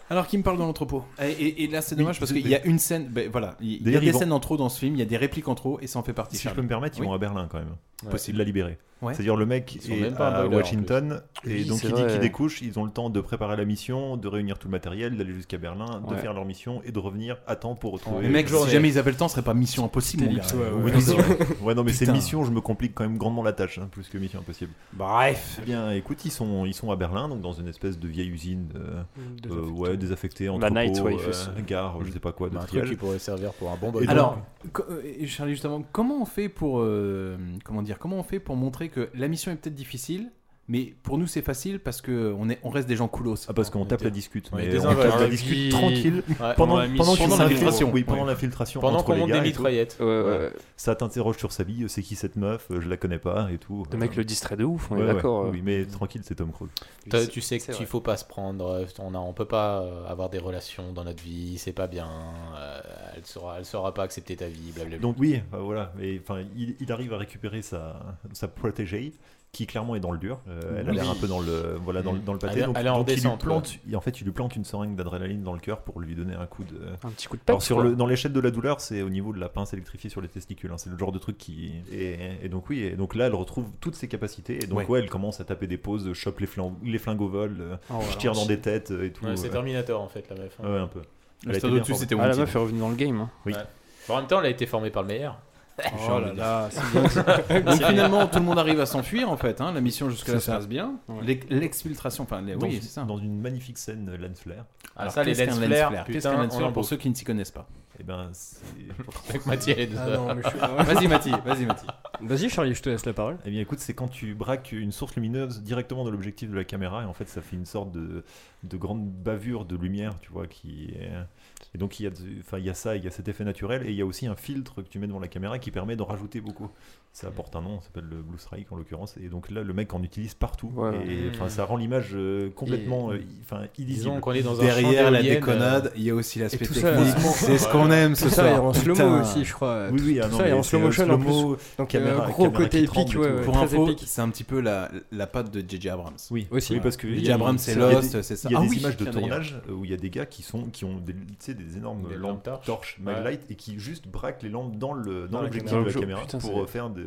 S2: Alors, qui me parle dans l'entrepôt et, et- et là, c'est dommage parce qu'il y a une scène. ben, voilà, il il y a
S12: D'ailleurs,
S2: des
S12: ils vont-
S2: scènes en trop dans ce film, il y a des répliques en trop et ça en fait partie.
S12: Si je
S2: Charles.
S12: peux me permettre, ils
S2: Oui.
S12: vont à Berlin quand même.
S2: Possible.
S12: Possible de la libérer.
S2: Ouais.
S12: C'est-à-dire le mec
S11: sont même
S12: est
S11: pas un
S12: à
S11: boiler, en
S12: Washington et
S14: Oui,
S12: donc
S14: c'est
S12: il dit
S14: vrai.
S12: qu'il découche, ils ont le temps de préparer la mission, de réunir tout le matériel, d'aller jusqu'à Berlin, de
S14: Ouais.
S12: faire leur mission et de revenir à temps pour retrouver.
S2: Mais mec,
S11: journée.
S2: si jamais ils avaient le temps, ce serait pas Mission Impossible. mon gars.
S12: Oui, non, c'est vrai. ouais, non, mais
S2: Putain.
S12: c'est mission, je me complique quand même grandement la tâche, hein, plus que mission impossible.
S2: Bref.
S12: Eh bien, écoute, ils sont, ils sont à Berlin, donc dans une espèce de vieille usine, euh, euh, ouais, désaffectée, entrepôt,
S14: night, ouais, il
S12: euh,
S14: fait ça.
S12: gare, je sais pas quoi, de
S11: Bah, Un truc
S12: triage.
S11: qui pourrait servir pour un bon
S12: Et
S11: bonheur.
S12: donc-
S2: Alors, co- euh, Charlie, justement, comment on fait pour euh, comment dire, comment on fait pour montrer que la mission est peut-être difficile, Mais pour nous, c'est facile parce que on est, on reste des gens coolos.
S12: Ah, parce qu'on tape la discute.
S2: Ouais,
S12: mais
S2: des
S12: on tape
S2: invalides.
S12: la discute tranquille
S2: Ouais,
S12: pendant,
S2: on a mis
S12: pendant,
S2: sur
S12: qu'il
S2: la
S12: s'infiltre-
S2: filtration.
S12: Oui, pendant
S2: Ouais.
S12: l'infiltration.
S11: Pendant
S12: entre
S11: qu'on
S12: les
S11: monte
S12: gars
S11: des
S12: et tout.
S11: mitraillettes. Ouais,
S12: Voilà.
S11: ouais.
S12: Ça t'interroge sur sa vie. euh, C'est qui cette meuf euh, Je la connais pas et tout.
S14: Le mec le distrait de ouf, on est
S12: Ouais, ouais.
S14: d'accord, euh.
S12: Oui, mais tranquille, c'est Tom Cruise.
S11: T'as- Tu sais
S14: C'est
S11: qu'il
S14: vrai.
S11: faut pas se prendre, euh, on a, on peut pas euh, avoir des relations dans notre vie, c'est pas bien, euh, elle sera, elle saura pas accepter ta vie, blablabla.
S12: Donc oui, enfin, voilà, mais enfin, il, il arrive à récupérer sa, sa protégée qui clairement est dans le dur. Euh, elle a
S11: Oui.
S12: l'air un peu dans le voilà dans, le- dans le
S11: Elle
S12: pâté.
S11: est-
S12: donc,
S11: elle est en
S12: donc il lui
S11: descente,
S12: plante-
S11: quoi.
S12: il- en fait, il lui plante une seringue d'adrénaline dans le cœur pour lui donner un coup de
S14: euh. Un petit coup de
S12: Alors
S14: peps,
S12: sur
S14: quoi.
S12: le dans l'échelle de la douleur, c'est au niveau de la pince électrifiée sur les testicules. hein. c'est le genre de truc qui et, et donc oui, et donc là elle retrouve toutes ses capacités et donc
S11: Ouais.
S12: ouais, elle commence à taper des pauses, chope les flingues, les flingues au vol, euh,
S11: Oh, voilà.
S12: je tire dans des têtes euh, et tout.
S11: Ouais, c'est
S12: euh.
S11: Terminator, en fait, la meuf, hein.
S12: Ouais, un peu. Elle a
S11: Astro
S12: été bien
S11: Dotus,
S12: formée.
S11: c'était
S14: Ah, la meuf est revenue dans le game. hein.
S11: Ouais. Bon, en même temps, elle a été formée par le meilleur. J'ai envie de dire.
S2: Donc finalement, tout le monde arrive à s'enfuir en fait. hein. La mission jusque-là
S12: C'est
S2: se
S12: ça.
S2: passe bien.
S12: Ouais.
S2: L'ex- L'exfiltration, enfin, les-
S12: dans,
S2: oui,
S12: une-
S2: c'est ça.
S12: dans une magnifique scène euh, lens flare.
S11: Ah, ça, les
S2: qu'est-ce
S11: lens
S2: qu'un
S11: flare,
S2: Qu'est-ce qu'un
S11: putain,
S2: lens
S11: on
S2: flare
S11: en
S2: pour
S11: bouffe.
S2: ceux qui ne s'y connaissent pas
S12: Eh ben, c'est-
S11: Avec Mathis, elle est dedans. Ah non, mais je suis-
S2: Vas-y, Mathis, vas-y, Mathis.
S12: Vas-y Charlie, je te laisse la parole. Eh bien écoute, c'est quand tu braques une source lumineuse directement dans l'objectif de la caméra et en fait ça fait une sorte de, de grande bavure de lumière, tu vois, qui est... Et donc il y, a de- enfin, il y a ça, il y a cet effet naturel et il y a aussi un filtre que tu mets devant la caméra qui permet d'en rajouter beaucoup. Ça apporte un nom, ça s'appelle le Blue Strike en l'occurrence. Et donc là, le mec en utilise partout.
S11: Ouais.
S12: Et enfin, ça rend l'image euh, complètement euh, i- enfin, illisible.
S11: Disons qu'on est dans un champ
S2: Derrière la
S11: d'éoliennes, euh,
S2: déconnade, il y a aussi
S13: Et
S2: l'aspect
S13: tout ça,
S2: technique.
S13: euh,
S2: C'est ce qu'on aime ce
S13: tout ça
S2: soir.
S13: est en slow-mo
S2: Putain.
S13: aussi, je crois.
S12: Oui, oui, ah
S13: Tout
S12: non,
S13: ça est
S12: mais
S13: en
S12: c'est,
S13: slow
S12: euh,
S13: motion en
S12: slow-mo,
S13: plus. Donc,
S12: caméra-
S13: euh, gros
S12: caméra
S13: côté
S12: qui tremble
S13: épique,
S12: et
S13: ouais,
S12: tout.
S13: ouais,
S2: Pour
S13: très
S2: info,
S13: épique.
S2: c'est un petit peu la, la patte de JJ Abrams.
S12: Oui,
S2: Ouais.
S12: oui, parce que il y
S2: JJ
S12: a-
S2: Abrams, c'est
S12: il y a des-
S2: Lost, c'est ça.
S12: Il y a
S2: Ah
S12: des
S2: oui,
S12: images de
S2: tiens, d'ailleurs.
S12: tournage euh, où il y a des gars qui sont qui ont des, tu sais, des énormes
S11: Des lampes
S12: lampes
S11: torches.
S12: torches,
S11: Ouais.
S12: maglite et qui juste braquent les lampes dans le
S11: Dans
S12: dans
S11: la
S12: l'objectif de
S11: caméra.
S12: la
S11: Dans le
S12: caméra
S11: jeu. Putain,
S12: pour euh,
S11: c'est-
S12: faire des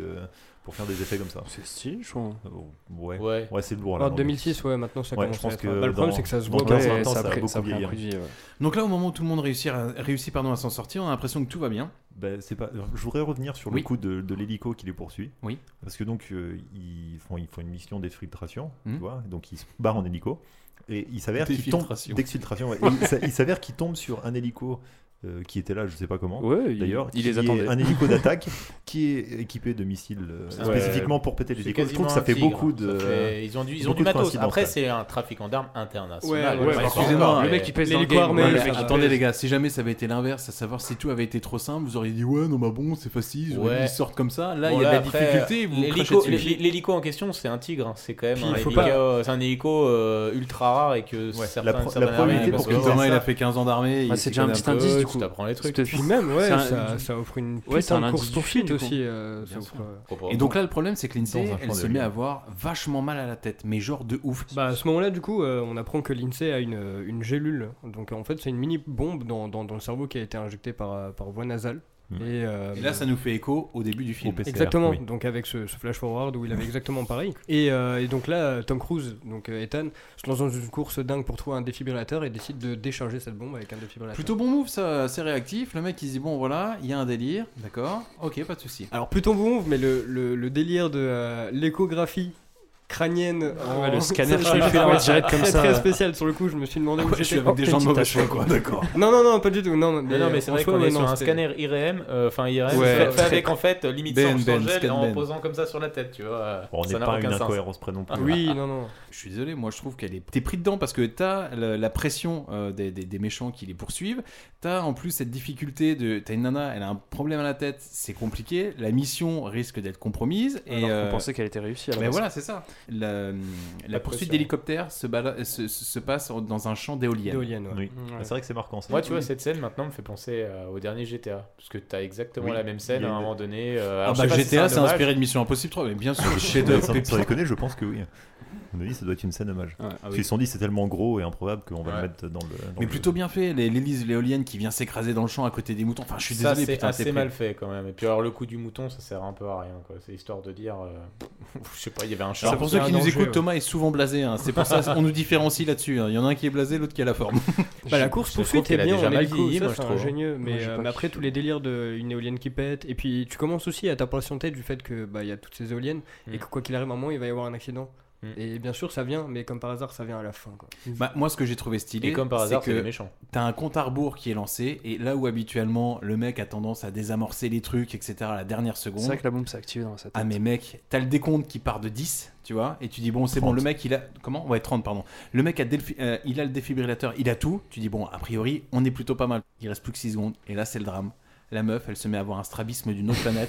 S12: pour faire des effets comme ça. Euh,
S14: C'est stylé, je
S12: hein.
S14: trouve.
S12: Ouais.
S11: Ouais. Oh,
S12: Ouais, c'est lourd.
S13: Alors, 2006, ouais, maintenant, ça commence
S12: je pense
S13: à être-
S12: que
S13: Bah, le problème,
S12: dans-
S13: c'est que ça se
S12: dans
S13: voit
S12: 15,
S13: pas.
S12: 20 ans,
S13: Ça
S12: ça,
S13: a
S12: a
S13: pris-
S12: beaucoup
S13: ça a pris un
S12: vieilli.
S13: coup de vie, ouais.
S2: Donc là, au moment où tout le monde réussit à, réussit, pardon, à s'en sortir, on a l'impression que tout va bien.
S12: Ben, c'est pas... Je voudrais revenir sur le
S2: Oui.
S12: coup de, de l'hélico qui les poursuit.
S2: Oui.
S12: Parce que donc, euh, ils, font, ils font une mission d'exfiltration,
S2: Mhm.
S11: Hmm.
S12: tu vois. Donc, ils se barrent en hélico. Et il s'avère qu'ils tombent...
S2: D'exfiltration.
S12: D'exfiltration, ouais. Et il s'a- il s'avère qu'ils tombent sur un hélico euh, qui était là, je sais pas comment.
S14: Ouais, il-
S12: D'ailleurs,
S14: il
S12: qui
S14: les
S12: est
S14: attendait. Ah,
S12: Un hélico d'attaque qui est équipé de missiles euh,
S11: Ouais.
S12: spécifiquement pour péter les
S11: C'est
S12: hélicos. Je trouve que ça
S11: quasiment un
S12: fait
S11: tigre. hein.
S12: beaucoup de...
S11: Ça fait- Ils ont du, ils ont
S12: beaucoup
S11: du
S12: de
S11: matos.
S12: coïncidences,
S11: Après,
S12: ouais.
S11: c'est un trafiquant d'armes international.
S2: Ouais, ouais,
S11: Bah,
S2: excusez-moi,
S11: mais-
S2: l'hélico armé, ça va. Attendez les gars, si jamais ça avait été l'inverse, à savoir si tout avait été trop simple, vous auriez dit ouais non bah bon c'est facile, ils-
S11: Ouais.
S2: ils sortent comme ça. Là
S11: Bon,
S2: il y a de la
S11: après,
S2: difficulté, vous
S11: l'hélico-
S2: crachez dessus.
S11: l'hé- L'hélico en question, c'est un tigre. hein. C'est quand même
S2: Puis,
S11: un
S2: il faut
S11: hélico,
S2: pas-
S11: euh, c'est un hélico euh, ultra rare et que
S2: Ouais,
S11: certains,
S2: pro-
S11: certaines armées, parce que-
S2: Thomas il a fait 15 ans d'armée,
S11: Ah,
S2: il
S11: c'est
S2: s'y
S11: déjà un
S2: connaît
S11: petit
S2: peu,
S11: indice, du
S2: tu
S11: coup.
S2: t'apprends les
S11: C'est
S2: trucs.
S11: peut-être-
S13: Puis même, ouais,
S11: C'est un-
S13: ça, ça offre une
S11: Ouais, c'est
S13: putain
S11: un
S13: de
S11: indice
S13: course
S11: du
S13: poursuite
S11: film, du coup.
S13: aussi. euh, ça
S11: Bien
S13: offre,
S11: sûr.
S13: euh,
S2: Et donc là le problème c'est que Lindsay
S13: Dans un
S2: elle
S13: champ
S2: se
S13: de
S2: met à
S13: ligne.
S2: avoir vachement mal à la tête, mais genre de ouf.
S13: Bah, à ce moment-là, du coup, euh, on apprend que l'INSEE a une, euh, une gélule. Donc, euh, en fait, c'est une mini bombe dans, dans- dans le cerveau qui a été injectée par, euh, par voie nasale.
S12: Mmh.
S2: Mm.
S13: Et, euh,
S2: Et là ça nous fait écho au début du film.
S13: Exactement, donc avec ce, ce flash forward où il avait exactement pareil. Et, euh, et donc là, euh, Tom Cruise, donc euh, Ethan, se lance dans une course dingue pour trouver un défibrillateur et décide de décharger cette bombe avec un défibrillateur.
S2: Plutôt bon move ça, c'est réactif, le mec il se dit bon voilà, il y a un délire, d'accord, ok pas de souci.
S13: Alors plutôt bon move, mais le, le- le délire de euh, l'échographie crânienne en-
S14: Ah ouais, le scanner,
S13: c'est
S14: je l'ai fait en direct comme
S13: très,
S14: ça.
S13: très spécial sur le coup je me suis demandé où
S14: Ah ouais, je
S13: j'étais.
S14: suis avec des gens de mauvais choix, quoi, d'accord.
S13: non non non pas du tout non
S11: Mais non, mais c'est
S13: en
S11: vrai
S13: soi,
S11: qu'on
S13: ouais,
S11: est sur
S13: non,
S11: un
S13: c'était-
S11: scanner IRM, euh, enfin IRM,
S13: Ouais,
S11: fait- fait
S13: très-
S11: avec en fait euh, limite
S13: Ben,
S11: sans, sans
S13: Ben,
S11: gel et
S13: scan
S11: en
S13: Ben.
S11: posant comme ça sur la tête, tu vois. euh,
S12: Bon, on
S11: ça
S12: n'est
S11: n'a
S12: pas à
S11: aucun
S12: une
S11: sens.
S12: incohérence près non plus.
S13: Oui, non, non.
S2: Je suis désolé, moi je trouve qu'elle est. T'es pris dedans parce que t'as la, la pression euh, des, des- des méchants qui les poursuivent. T'as en plus cette difficulté de. T'as une nana, elle a un problème à la tête, c'est compliqué. La mission risque d'être compromise. Et euh,
S14: Alors qu'on pensait qu'elle était réussie à la
S2: Mais
S14: base.
S2: voilà, c'est ça. La, la poursuite
S14: pression.
S2: d'hélicoptère se, bala- se- se- se passe en- dans un champ d'éoliennes.
S12: Oui. Ah, C'est vrai que c'est marquant. ça.
S11: Moi, tu vois, cette scène maintenant me fait penser euh, au dernier GTA. Parce que t'as exactement
S12: Oui,
S11: la même scène
S12: il y
S11: à
S12: a
S11: un
S12: une-
S11: moment donné. euh,
S2: Ah
S11: alors, je
S2: bah
S11: sais pas si
S2: GTA,
S11: c'est
S2: c'est
S11: un hommage.
S2: inspiré de Mission Impossible 3, mais bien sûr, le chef
S12: Ouais,
S2: d'œuvre.
S12: sans,
S2: pépite.
S12: sans déconner, je pense que oui. À mon avis, ça doit être une scène hommage.
S2: ah
S12: Parce
S2: oui.
S12: qu'ils se sont dit, c'est tellement gros et improbable qu'on va
S2: Ouais.
S12: le mettre dans le. dans
S2: Mais
S12: le-
S2: plutôt bien fait, les- l'hélice l'éolienne qui vient s'écraser dans le champ à côté des moutons. Enfin, je suis
S11: Ça,
S2: désolé,
S11: c'est
S2: putain, t'es
S11: assez
S2: pris.
S11: mal fait quand même. Et puis, alors, le coup du mouton, ça sert un peu à rien. quoi. C'est histoire de dire. euh, Je sais pas, il y avait un chat.
S2: C'est pour ceux qui nous écoutent, Thomas est souvent blasé. hein. C'est pour ça qu'on nous différencie là-dessus. hein. Il y en a un qui est blasé, l'autre qui a la forme.
S13: Bah, la course poursuite est bien, on a vieilli, moi je trouve. ingénieux,
S11: Moi,
S13: mais,
S11: j'ai
S13: euh,
S11: pas
S13: mais après tous les délires d'une éolienne qui pète, et puis tu commences aussi à t'impatienter du fait que bah il y a toutes ces éoliennes
S11: Mm.
S13: et que quoi qu'il arrive, à un moment il va y avoir un accident.
S2: Mm.
S13: Et bien sûr, ça vient, mais comme par hasard, ça vient à la fin. Quoi.
S2: Bah, moi, ce que j'ai trouvé stylé,
S11: Et comme par hasard, c'est les méchants.
S2: T'as un compte à rebours qui est lancé, et là où habituellement le mec a tendance à désamorcer les trucs, etc., à la dernière seconde.
S14: C'est vrai que la bombe s'est activée dans sa tête.
S2: Ah, mais mec, t'as le décompte qui part de 10, tu vois, et tu dis, bon, c'est bon, le mec, il a. Comment Ouais, 30, pardon. Le mec, a défi- euh, il a le défibrillateur, il a tout. Tu dis, bon, a priori, on est plutôt pas mal. Il reste plus que 6 secondes, et là, c'est le drame. La meuf, elle se met à avoir un strabisme d'une autre planète,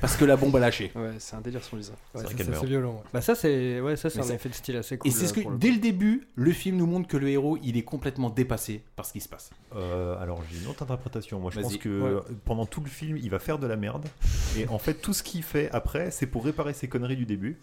S2: parce que la bombe a lâché.
S14: Ouais, c'est un délire sur bizarre.
S13: Ouais, ça, ça, c'est violent. ouais. Bah, ça, c'est ouais, ça, c'est
S2: Mais
S13: un
S2: ça-
S13: effet de style assez
S2: Et
S13: cool.
S2: c'est ce
S13: euh,
S2: que,
S13: pour le
S2: dès le début, le film nous montre que le héros, il est complètement dépassé par ce qui se passe.
S12: Euh, alors j'ai une autre interprétation. Moi je
S2: Vas-y.
S12: pense que
S2: Ouais.
S12: pendant tout le film il va faire de la merde et en fait tout ce qu'il fait après c'est pour réparer ses conneries du début.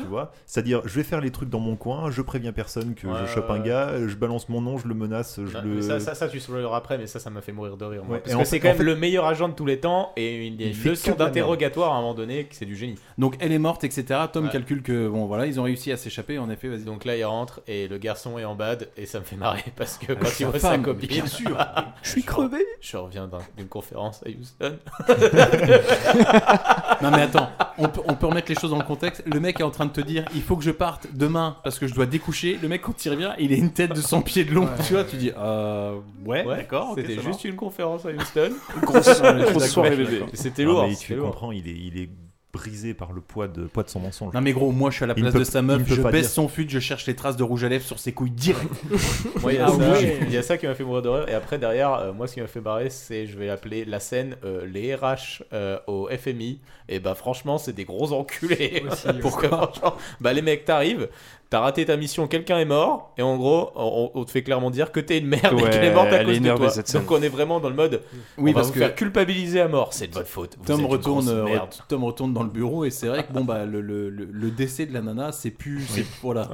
S12: tu vois C'est-à-dire je vais faire les trucs dans mon coin, je préviens personne que
S11: Ouais,
S12: je chope
S11: ouais,
S12: un
S11: ouais.
S12: gars, je balance mon nom, je le menace, je
S11: Non, mais
S12: le.
S11: ça, ça, ça, tu spoileras après, mais ça, ça m'a fait mourir de rire. moi.
S12: Ouais,
S11: Parce
S12: et
S11: que
S12: en
S11: c'est
S12: fait-
S11: quand
S12: en
S11: même
S12: fait-
S11: le meilleur agent de tous les temps et il y
S12: Il
S11: a une
S12: fait
S11: leçon
S12: que de la
S11: d'interrogatoire à un moment donné, que c'est du génie.
S2: Donc elle est morte, etc. Tom
S11: Ouais.
S2: calcule que bon voilà, ils ont réussi à s'échapper. En effet, vas-y.
S11: Donc là, il rentre et le garçon est en bad et ça me fait marrer parce que
S12: Ah,
S2: Avec
S11: quand il
S2: sa
S11: voit sa
S2: femme,
S11: copine.
S2: bien sûr.
S11: Je suis crevé Je reviens d'un- d'une conférence à Houston.
S2: non mais attends, on peut, on peut remettre les choses dans le contexte. Le mec est en train de te dire, il faut que je parte demain parce que je dois découcher. Le mec quand il revient, il a une tête de 100 pieds de long.
S11: Ouais.
S2: Tu vois, tu dis euh, ouais,
S11: Ouais, C'était juste une conférence à Houston. C'était
S12: Non,
S11: lourd.
S12: mais
S11: c'était
S12: tu
S11: lourd.
S12: comprends, il est, il est brisé par le poids de, poids de son mensonge.
S2: Non mais gros, moi je suis à la
S12: Il
S2: place
S12: ne
S2: de
S12: peut-
S2: sa
S12: il
S2: meuf,
S12: ne peut
S2: je
S12: pas
S2: baisse
S12: dire.
S2: son fut, je cherche les traces de rouge à lèvres sur ses couilles direct.
S11: Moi, il y, a
S2: Ah
S11: ça,
S2: ouais.
S11: il y a ça qui m'a fait mourir de rire. Et après, derrière, euh, moi, ce qui m'a fait barrer, c'est je vais appeler la scène euh, les RH euh, au FMI. Et bah, franchement, c'est des gros enculés. Parce
S13: Aussi,
S11: que,
S13: Pourquoi
S11: franchement, Bah, les mecs, t'arrives, t'as raté ta mission, quelqu'un est mort. Et en gros, on, on te fait clairement dire que t'es une merde et
S14: Ouais,
S11: qu'elle est morte à
S14: elle est
S11: cause de
S14: énervée,
S11: toi.
S14: cette scène.
S11: Donc, on est vraiment dans le mode.
S2: Oui,
S11: on va
S2: parce
S11: vous
S2: que-
S11: faire culpabiliser à mort. C'est de votre faute. Vous
S2: Tom
S11: êtes une
S2: retourne,
S11: grosse
S2: euh,
S11: merde.
S2: Tom retourne dans le bureau et c'est vrai que bon bah le, le- le- le décès de la nana c'est plus c'est- voilà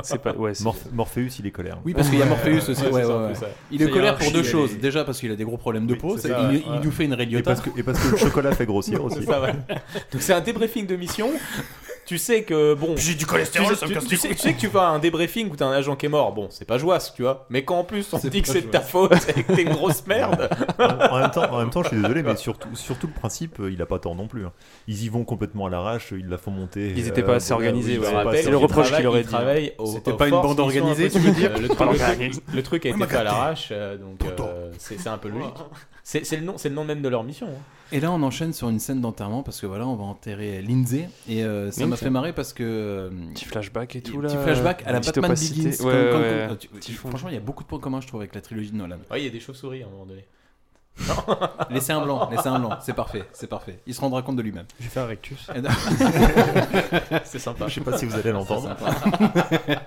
S12: Morph- Morpheus, il est colère.
S2: Oui, parce qu'il y a
S12: Ouais,
S2: Morpheus aussi.
S12: ouais,
S2: ouais,
S12: c'est ça,
S2: ouais,
S12: c'est
S2: ouais.
S12: ça.
S2: Il est
S12: C'est
S2: colère pour
S12: hiérarchie,
S2: deux
S12: elle est-
S2: choses. Déjà parce qu'il a des gros problèmes de peau.
S12: c'est
S2: ça,
S12: ça,
S2: il,
S12: ouais,
S2: il
S12: ouais.
S2: nous fait une régliotte.
S12: Et parce que- et parce que le chocolat fait grossir aussi.
S11: C'est ça, ouais. Donc c'est un débriefing de mission. Tu sais que bon.
S5: J'ai du cholestérol,
S11: tu sais-
S5: ça me
S11: tu,
S5: casse
S11: tu
S5: les
S11: sais,
S5: couilles.
S11: tu sais que tu vas à un débriefing où t'as un agent qui est mort. Bon, c'est pas joasse, tu vois. Mais quand en plus on te dit que c'est de ta faute et que t'es une grosse merde.
S12: en, en même temps, en même temps, je suis désolé, mais surtout, surtout le principe, euh, il a pas tort non plus. hein. Ils y vont complètement à l'arrache, ils la font monter. euh,
S14: Ils étaient pas assez organisés, ouais. C'est le reproche qu'il aurait dit. C'était pas une bande organisée,
S11: tu
S14: tu veux dire
S11: Le
S14: Pardon.
S11: truc, le truc a
S14: Ouais,
S11: été
S14: m'a
S11: fait à
S14: capté.
S11: l'arrache, euh, donc euh, c'est c'est un peu logique.
S14: Oh.
S11: C'est c'est le nom, c'est le nom même de leur mission. hein.
S2: Et là, on enchaîne sur une scène d'enterrement parce que voilà, on va enterrer Lindsay. Et euh, ça m'a
S14: Lindsay.
S2: fait marrer parce que. euh,
S14: Petit flashback et tout,
S2: Petit
S14: là.
S2: flashback à la
S14: Petite
S2: Batman
S14: opacité.
S2: Begins.
S14: Ouais,
S2: comme- comme-
S14: ouais.
S2: comme- tu-
S14: Petit fond.
S2: franchement, il y a beaucoup de points communs, je trouve, avec la trilogie de Nolan.
S11: Ouais, il y a des chauves-souris à un moment donné.
S2: Laissez un blanc, laissez un blanc, c'est parfait, c'est parfait. Il se rendra compte de lui-même.
S13: J'ai fait un rectus.
S2: Et non-
S14: Ah,
S11: C'est sympa.
S12: Je sais pas si vous allez l'entendre.
S2: C'est sympa.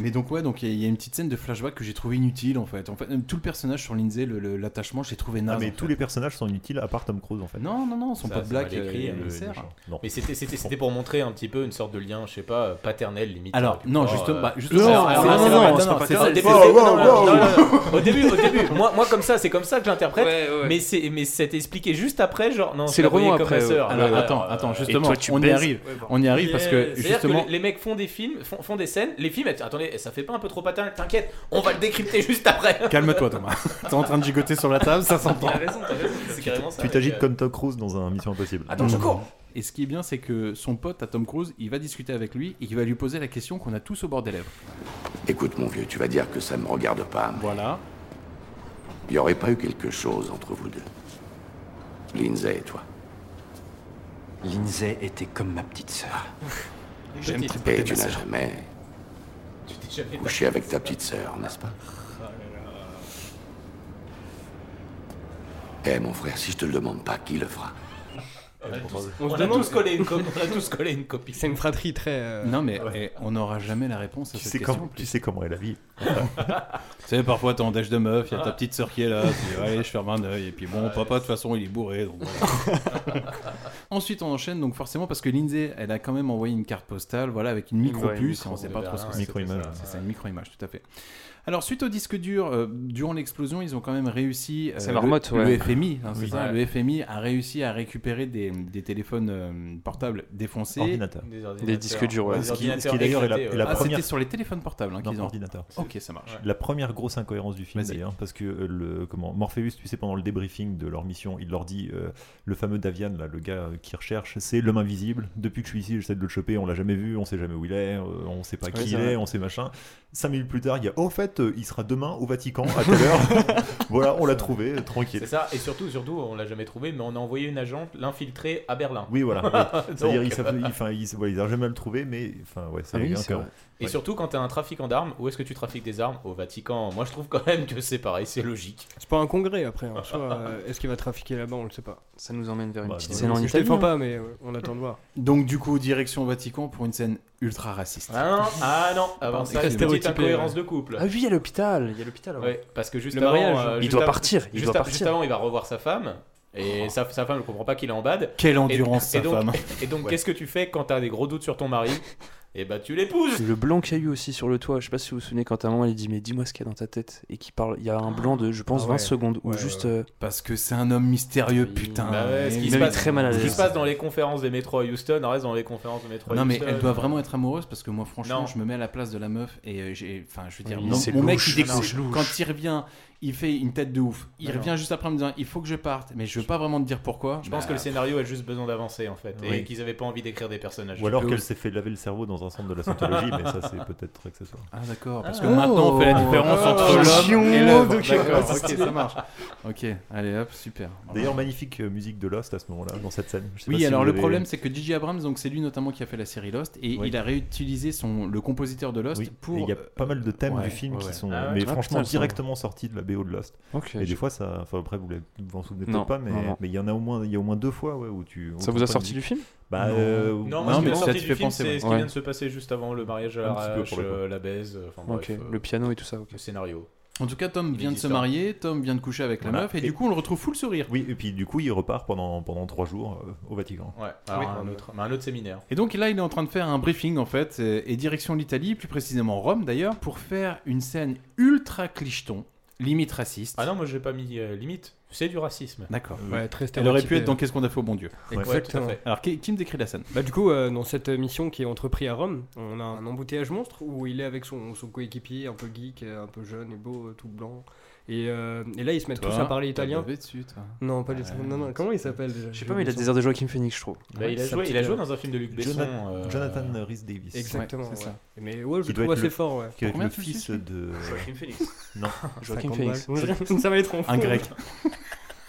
S2: Mais donc ouais, donc il y, a- il y a une petite scène de flashback que j'ai trouvé inutile en fait. En fait, même tout le personnage sur Lindsay, le- le- l'attachement, j'ai trouvé naze.
S12: Ah, mais
S2: en
S12: tous
S2: fait.
S12: les personnages sont inutiles à part Tom Cruise en fait.
S2: Non, non, non, son
S11: Ça,
S2: pote
S11: ça
S2: Black,
S11: va l'écrire,
S2: euh, il
S11: le-
S2: le
S11: le
S2: sert.
S11: machin. Mais c'était c'était- c'était pour montrer un petit peu une sorte de lien, je sais pas, euh, paternel limite.
S2: Alors,
S11: Tu
S2: non,
S11: vois,
S2: justement,
S11: euh,
S2: bah, justement, Non, alors, alors, non,
S11: c'est
S2: non,
S11: normal,
S2: non,
S11: c'est
S2: non,
S11: pas
S2: c'est
S11: paternel.
S2: ça,
S11: Au début,
S2: c'est-
S11: au début,
S2: Wow,
S11: non, non,
S2: wow,
S11: non,
S2: wow.
S11: non, Au début, au début, moi, moi comme ça, c'est comme ça que j'interprète. Mais c'est mais c'est expliqué juste après, genre non. je
S2: C'est
S11: la
S2: le roman
S11: voyais comme
S2: après,
S11: ma sœur.
S2: ouais. Alors,
S11: Ouais,
S2: attends,
S11: euh,
S2: attends, justement, Et toi, tu on y baises. arrive. On y arrive Ah parce que,
S11: C'est-à-dire
S2: justement-
S11: les- les mecs font des films, font, font des scènes, les films, elles- attendez, ça fait pas un peu trop paternel T'inquiète, on va le décrypter juste après.
S2: Calme-toi Thomas, t'es en train de gigoter sur la table, ça s'entend.
S11: T'as raison, t'as raison, c'est carrément ça.
S12: Tu t'agites comme Tom Cruise dans un Mission Impossible.
S2: Et ce qui est bien, c'est que son pote à Tom Cruise, il va discuter avec lui et il va lui poser la question qu'on a tous au bord des lèvres.
S8: Écoute, mon vieux, tu vas dire que ça ne me regarde pas.
S2: Voilà.
S8: Il n'y aurait pas eu quelque chose entre vous deux. Lindsay et toi.
S9: Lindsay était comme ma petite sœur.
S8: J'aime Et tu n'as jamais couché avec ta petite sœur, n'est-ce pas Eh mon frère, si je te le demande pas, qui le fera
S11: On,
S13: se
S11: a
S13: demande-
S11: tous collé une copie. On a tous collé une copie.
S13: C'est une fratrie très. euh,
S2: Non mais eh, on n'aura jamais la réponse à
S12: Tu
S2: cette
S12: sais,
S2: question.
S12: comment, tu sais comment est la vie.
S2: Tu sais, parfois t'es en déj de meuf, il y a ta petite sœur qui est là, tu dis allez, je ferme un œil, et puis bon, papa, de toute façon, il est bourré. donc voilà. Ensuite, on enchaîne, donc forcément, parce que Lindsay, elle a quand même envoyé une carte postale, voilà, avec une
S12: Ouais, une
S2: micro-puce,
S12: micro-
S2: on sait pas
S12: de
S2: trop ce
S12: Berlin,
S2: que c'est.
S12: micro-image.
S2: C'est ça, une micro-image, tout à fait. Alors, suite au disque dur, euh, durant l'explosion, ils ont quand même réussi. euh,
S14: C'est marmotte,
S2: le,
S14: ouais.
S2: le FMI, hein, c'est
S14: Oui.
S2: ça.
S14: Ouais.
S2: Le FMI a réussi à récupérer des, des téléphones euh, portables défoncés.
S12: Ordinateurs.
S11: Des
S2: Des,
S11: ordinateurs.
S2: disques durs, ouais.
S12: Ce qui- ce qui d'ailleurs est la, est la
S2: Ah,
S12: première
S2: c'était sur les téléphones portables hein,
S12: Non,
S2: qu'ils ont.
S12: ordinateur.
S2: Ok, ça marche.
S12: La première grosse incohérence du film
S2: Vas-y.
S12: d'ailleurs, parce que euh, le comment Morpheus, tu sais, pendant le débriefing de leur mission, il leur dit euh, le fameux Davian, là, le gars euh, qui recherche, c'est l'homme invisible. Depuis que je suis ici, j'essaie de le choper, on l'a jamais vu, on sait jamais où il est, euh, on sait pas
S14: Ouais,
S12: qui
S14: c'est
S12: il
S14: vrai.
S12: est, on sait machin. Cinq minutes plus tard, il y a au fait, euh, il sera demain au Vatican à telle heure. voilà, on l'a trouvé, euh, tranquille.
S11: C'est ça, et surtout, surtout, on l'a jamais trouvé, mais on a envoyé une agente l'infiltrer à Berlin.
S12: Oui, voilà. oui. C'est-à-dire,
S11: Donc,
S12: ils savent- ils- enfin, ils- voilà, ils n'arrivent jamais à le trouver, mais enfin, ouais, c'est
S14: Ah oui,
S12: incohérent.
S14: c'est vrai.
S11: Et surtout, quand t'as un trafiquant d'armes, où est-ce que tu trafiques des armes Au Vatican. Moi, je trouve quand même que c'est pareil, c'est logique.
S13: C'est pas un congrès après.
S2: Ah.
S13: hein. Soit, euh, est-ce qu'il va trafiquer là-bas On le sait pas.
S14: Ça nous emmène vers une
S13: Bah,
S14: petite
S13: voilà.
S14: scène en
S13: Je
S14: Italie,
S13: défends
S14: hein.
S13: pas, mais euh, on attend de voir.
S2: Donc, du coup, direction Vatican pour une scène ultra raciste.
S11: Ah non, ah non, avant
S2: Pardon,
S11: ça, une petite
S2: stéréotypé,
S11: incohérence
S2: ouais.
S11: de couple.
S14: Ah oui, il y a l'hôpital, il y a l'hôpital.
S11: Ouais, parce que juste
S14: Ah Le
S11: avant,
S14: mariage.
S11: euh,
S14: Il
S11: juste
S14: doit
S11: av-
S14: partir, il
S11: juste
S14: doit
S11: av-
S14: partir.
S11: Juste avant, il va revoir sa femme. Et sa, sa femme ne comprend pas qu'il est en bad.
S2: Quelle
S11: Et-
S2: endurance,
S11: et
S2: sa
S11: donc-
S2: femme.
S11: Et donc, qu'est-ce que tu fais quand t'as des gros doutes sur ton mari Eh bah, tu l'épouses
S14: Le blanc qu'il y a eu aussi sur le toit, je sais pas si vous vous souvenez quand à un moment elle dit mais dis-moi ce qu'il y a dans ta tête et qui parle, il y a un blanc de je pense
S2: Ah ouais.
S14: 20 secondes ou
S2: Ouais,
S14: juste
S2: ouais.
S14: euh,
S2: Parce que c'est un homme mystérieux, putain.
S11: Bah ouais, ce qui,
S2: Ah, Il
S11: se
S2: m'a mis
S11: passe,
S2: très mal à
S11: ce qui
S2: l'aise.
S11: se passe dans les conférences des métros à Houston reste dans les conférences de métro à
S2: Non mais
S11: Houston.
S2: elle doit vraiment être amoureuse parce que moi franchement
S11: Non.
S2: je me mets à la place de la meuf et euh, j'ai enfin je veux dire
S14: Oui,
S2: mon,
S14: c'est
S2: mon mec
S14: louche.
S2: il découche
S14: Non, non.
S2: quand il revient il fait une tête de ouf il
S11: Non,
S2: revient
S11: non.
S2: juste après en me disant il faut que je parte mais je veux pas vraiment te dire pourquoi Bah,
S11: Je pense que le scénario a juste besoin d'avancer en fait, et
S12: Oui.
S11: qu'ils avaient pas envie d'écrire des personnages.
S12: Ou alors qu'elle s'est fait laver le cerveau dans un centre de la scientologie, mais ça c'est peut-être accessoire.
S2: Ah d'accord, parce que maintenant on fait la
S12: Oh.
S2: différence
S13: Ah.
S2: entre
S12: Oh.
S2: l'homme et l'œuvre.
S12: Donc,
S2: D'accord,
S12: ouais,
S2: ok,
S12: c'est
S2: ça marche. Ok, allez hop, super.
S12: D'ailleurs, magnifique euh, musique de Lost à ce moment-là, dans cette scène. Je sais pas
S2: Oui,
S12: si
S2: alors
S12: vous
S2: le
S12: avez-
S2: problème c'est que DJ Abrams, donc c'est lui notamment qui a fait la série Lost, et
S12: Oui.
S2: il a réutilisé son, le compositeur de Lost
S12: Oui,
S2: pour.
S12: et il y a pas mal de thèmes
S2: Ouais,
S12: du film
S2: ouais,
S12: qui
S2: ouais.
S12: sont,
S2: Ah ouais.
S12: mais
S2: Ah,
S12: franchement,
S2: putain, ça-
S12: directement sortis de la BO de Lost.
S14: Ok,
S12: et
S14: je-
S12: des fois, ça, enfin après, vous l'avez- vous vous en souvenez
S14: Non,
S12: peut-être pas, mais
S14: non, non.
S12: mais il y en a au moins, il y a au moins deux fois, ouais, où tu. où
S14: Ça
S12: t'entends
S14: vous a
S12: pas
S14: sorti
S12: de
S14: du
S12: musique.
S14: film
S12: Bah,
S14: Non.
S12: euh,
S11: Non,
S12: bah,
S11: moi, ce qui
S12: mais
S11: m'a
S12: ça-
S11: sorti
S2: te
S11: du
S2: fait
S11: film,
S2: penser,
S11: c'est
S2: ouais.
S11: ce qui
S2: Ouais.
S11: vient de se passer juste avant le mariage à la
S12: Un petit peu,
S11: rage,
S12: pour le coup.
S11: euh, la baise, euh, enfin
S14: Ok,
S11: bref, euh,
S14: le piano et tout ça. ok.
S11: le scénario.
S2: En tout cas, Tom
S11: Il
S2: vient de
S11: dit
S2: se
S11: ça.
S2: marier, Tom vient de coucher avec la
S12: Voilà.
S2: meuf, et, du coup on le retrouve full sourire.
S12: Oui, et puis du coup, il repart pendant pendant trois jours euh, au Vatican.
S11: Ouais, alors
S2: Oui.
S11: un, autre, mais un autre séminaire.
S2: Et donc là, il est en train de faire un briefing en fait, euh, et direction l'Italie, plus précisément Rome d'ailleurs, pour faire une scène ultra clicheton, limite raciste.
S11: Ah non, moi j'ai pas mis euh, limite, c'est du racisme.
S2: D'accord.
S13: Ouais, très
S2: Elle aurait pu
S13: stéréotypé.
S2: être dans Qu'est-ce qu'on a fait au bon Dieu.
S11: Ouais. Exactement. Ouais, tout à fait.
S2: Alors, qui, qui me décrit la scène
S13: Bah, du coup, euh, dans cette mission qui est entreprise à Rome, on a un embouteillage monstre où il est avec son, son coéquipier, un peu geek, euh, un peu jeune et beau, euh, tout blanc. Et, euh, et là, ils se mettent
S2: Toi,
S13: tous à parler
S2: t'as
S13: italien.
S2: levé dessus, toi.
S13: Non, pas du
S2: Ouais.
S13: tout. Non, non, comment il s'appelle déjà
S14: Je sais pas, mais il a des airs de Joaquin Phoenix, je trouve.
S11: Bah, il, a
S13: Ouais,
S11: joué,
S13: ça
S11: il a
S13: me
S11: joué
S13: dit
S11: dans un film de Luc Besson.
S12: Jonathan,
S11: euh,
S12: Jonathan Rhys Davis.
S13: Exactement.
S2: Ouais, c'est
S13: ouais.
S2: ça.
S13: Mais ouais, je
S12: Qui
S13: le
S12: doit
S13: trouve
S12: être
S13: assez
S12: le-
S13: fort. Ouais.
S12: Qui est
S2: Combien
S12: le
S2: tu le
S12: fils
S2: suis
S12: de.
S8: Joachim Phoenix.
S12: Non,
S14: Joaquin
S13: 50
S14: Phoenix.
S13: balles. Ça va être en fond.
S2: Un grec.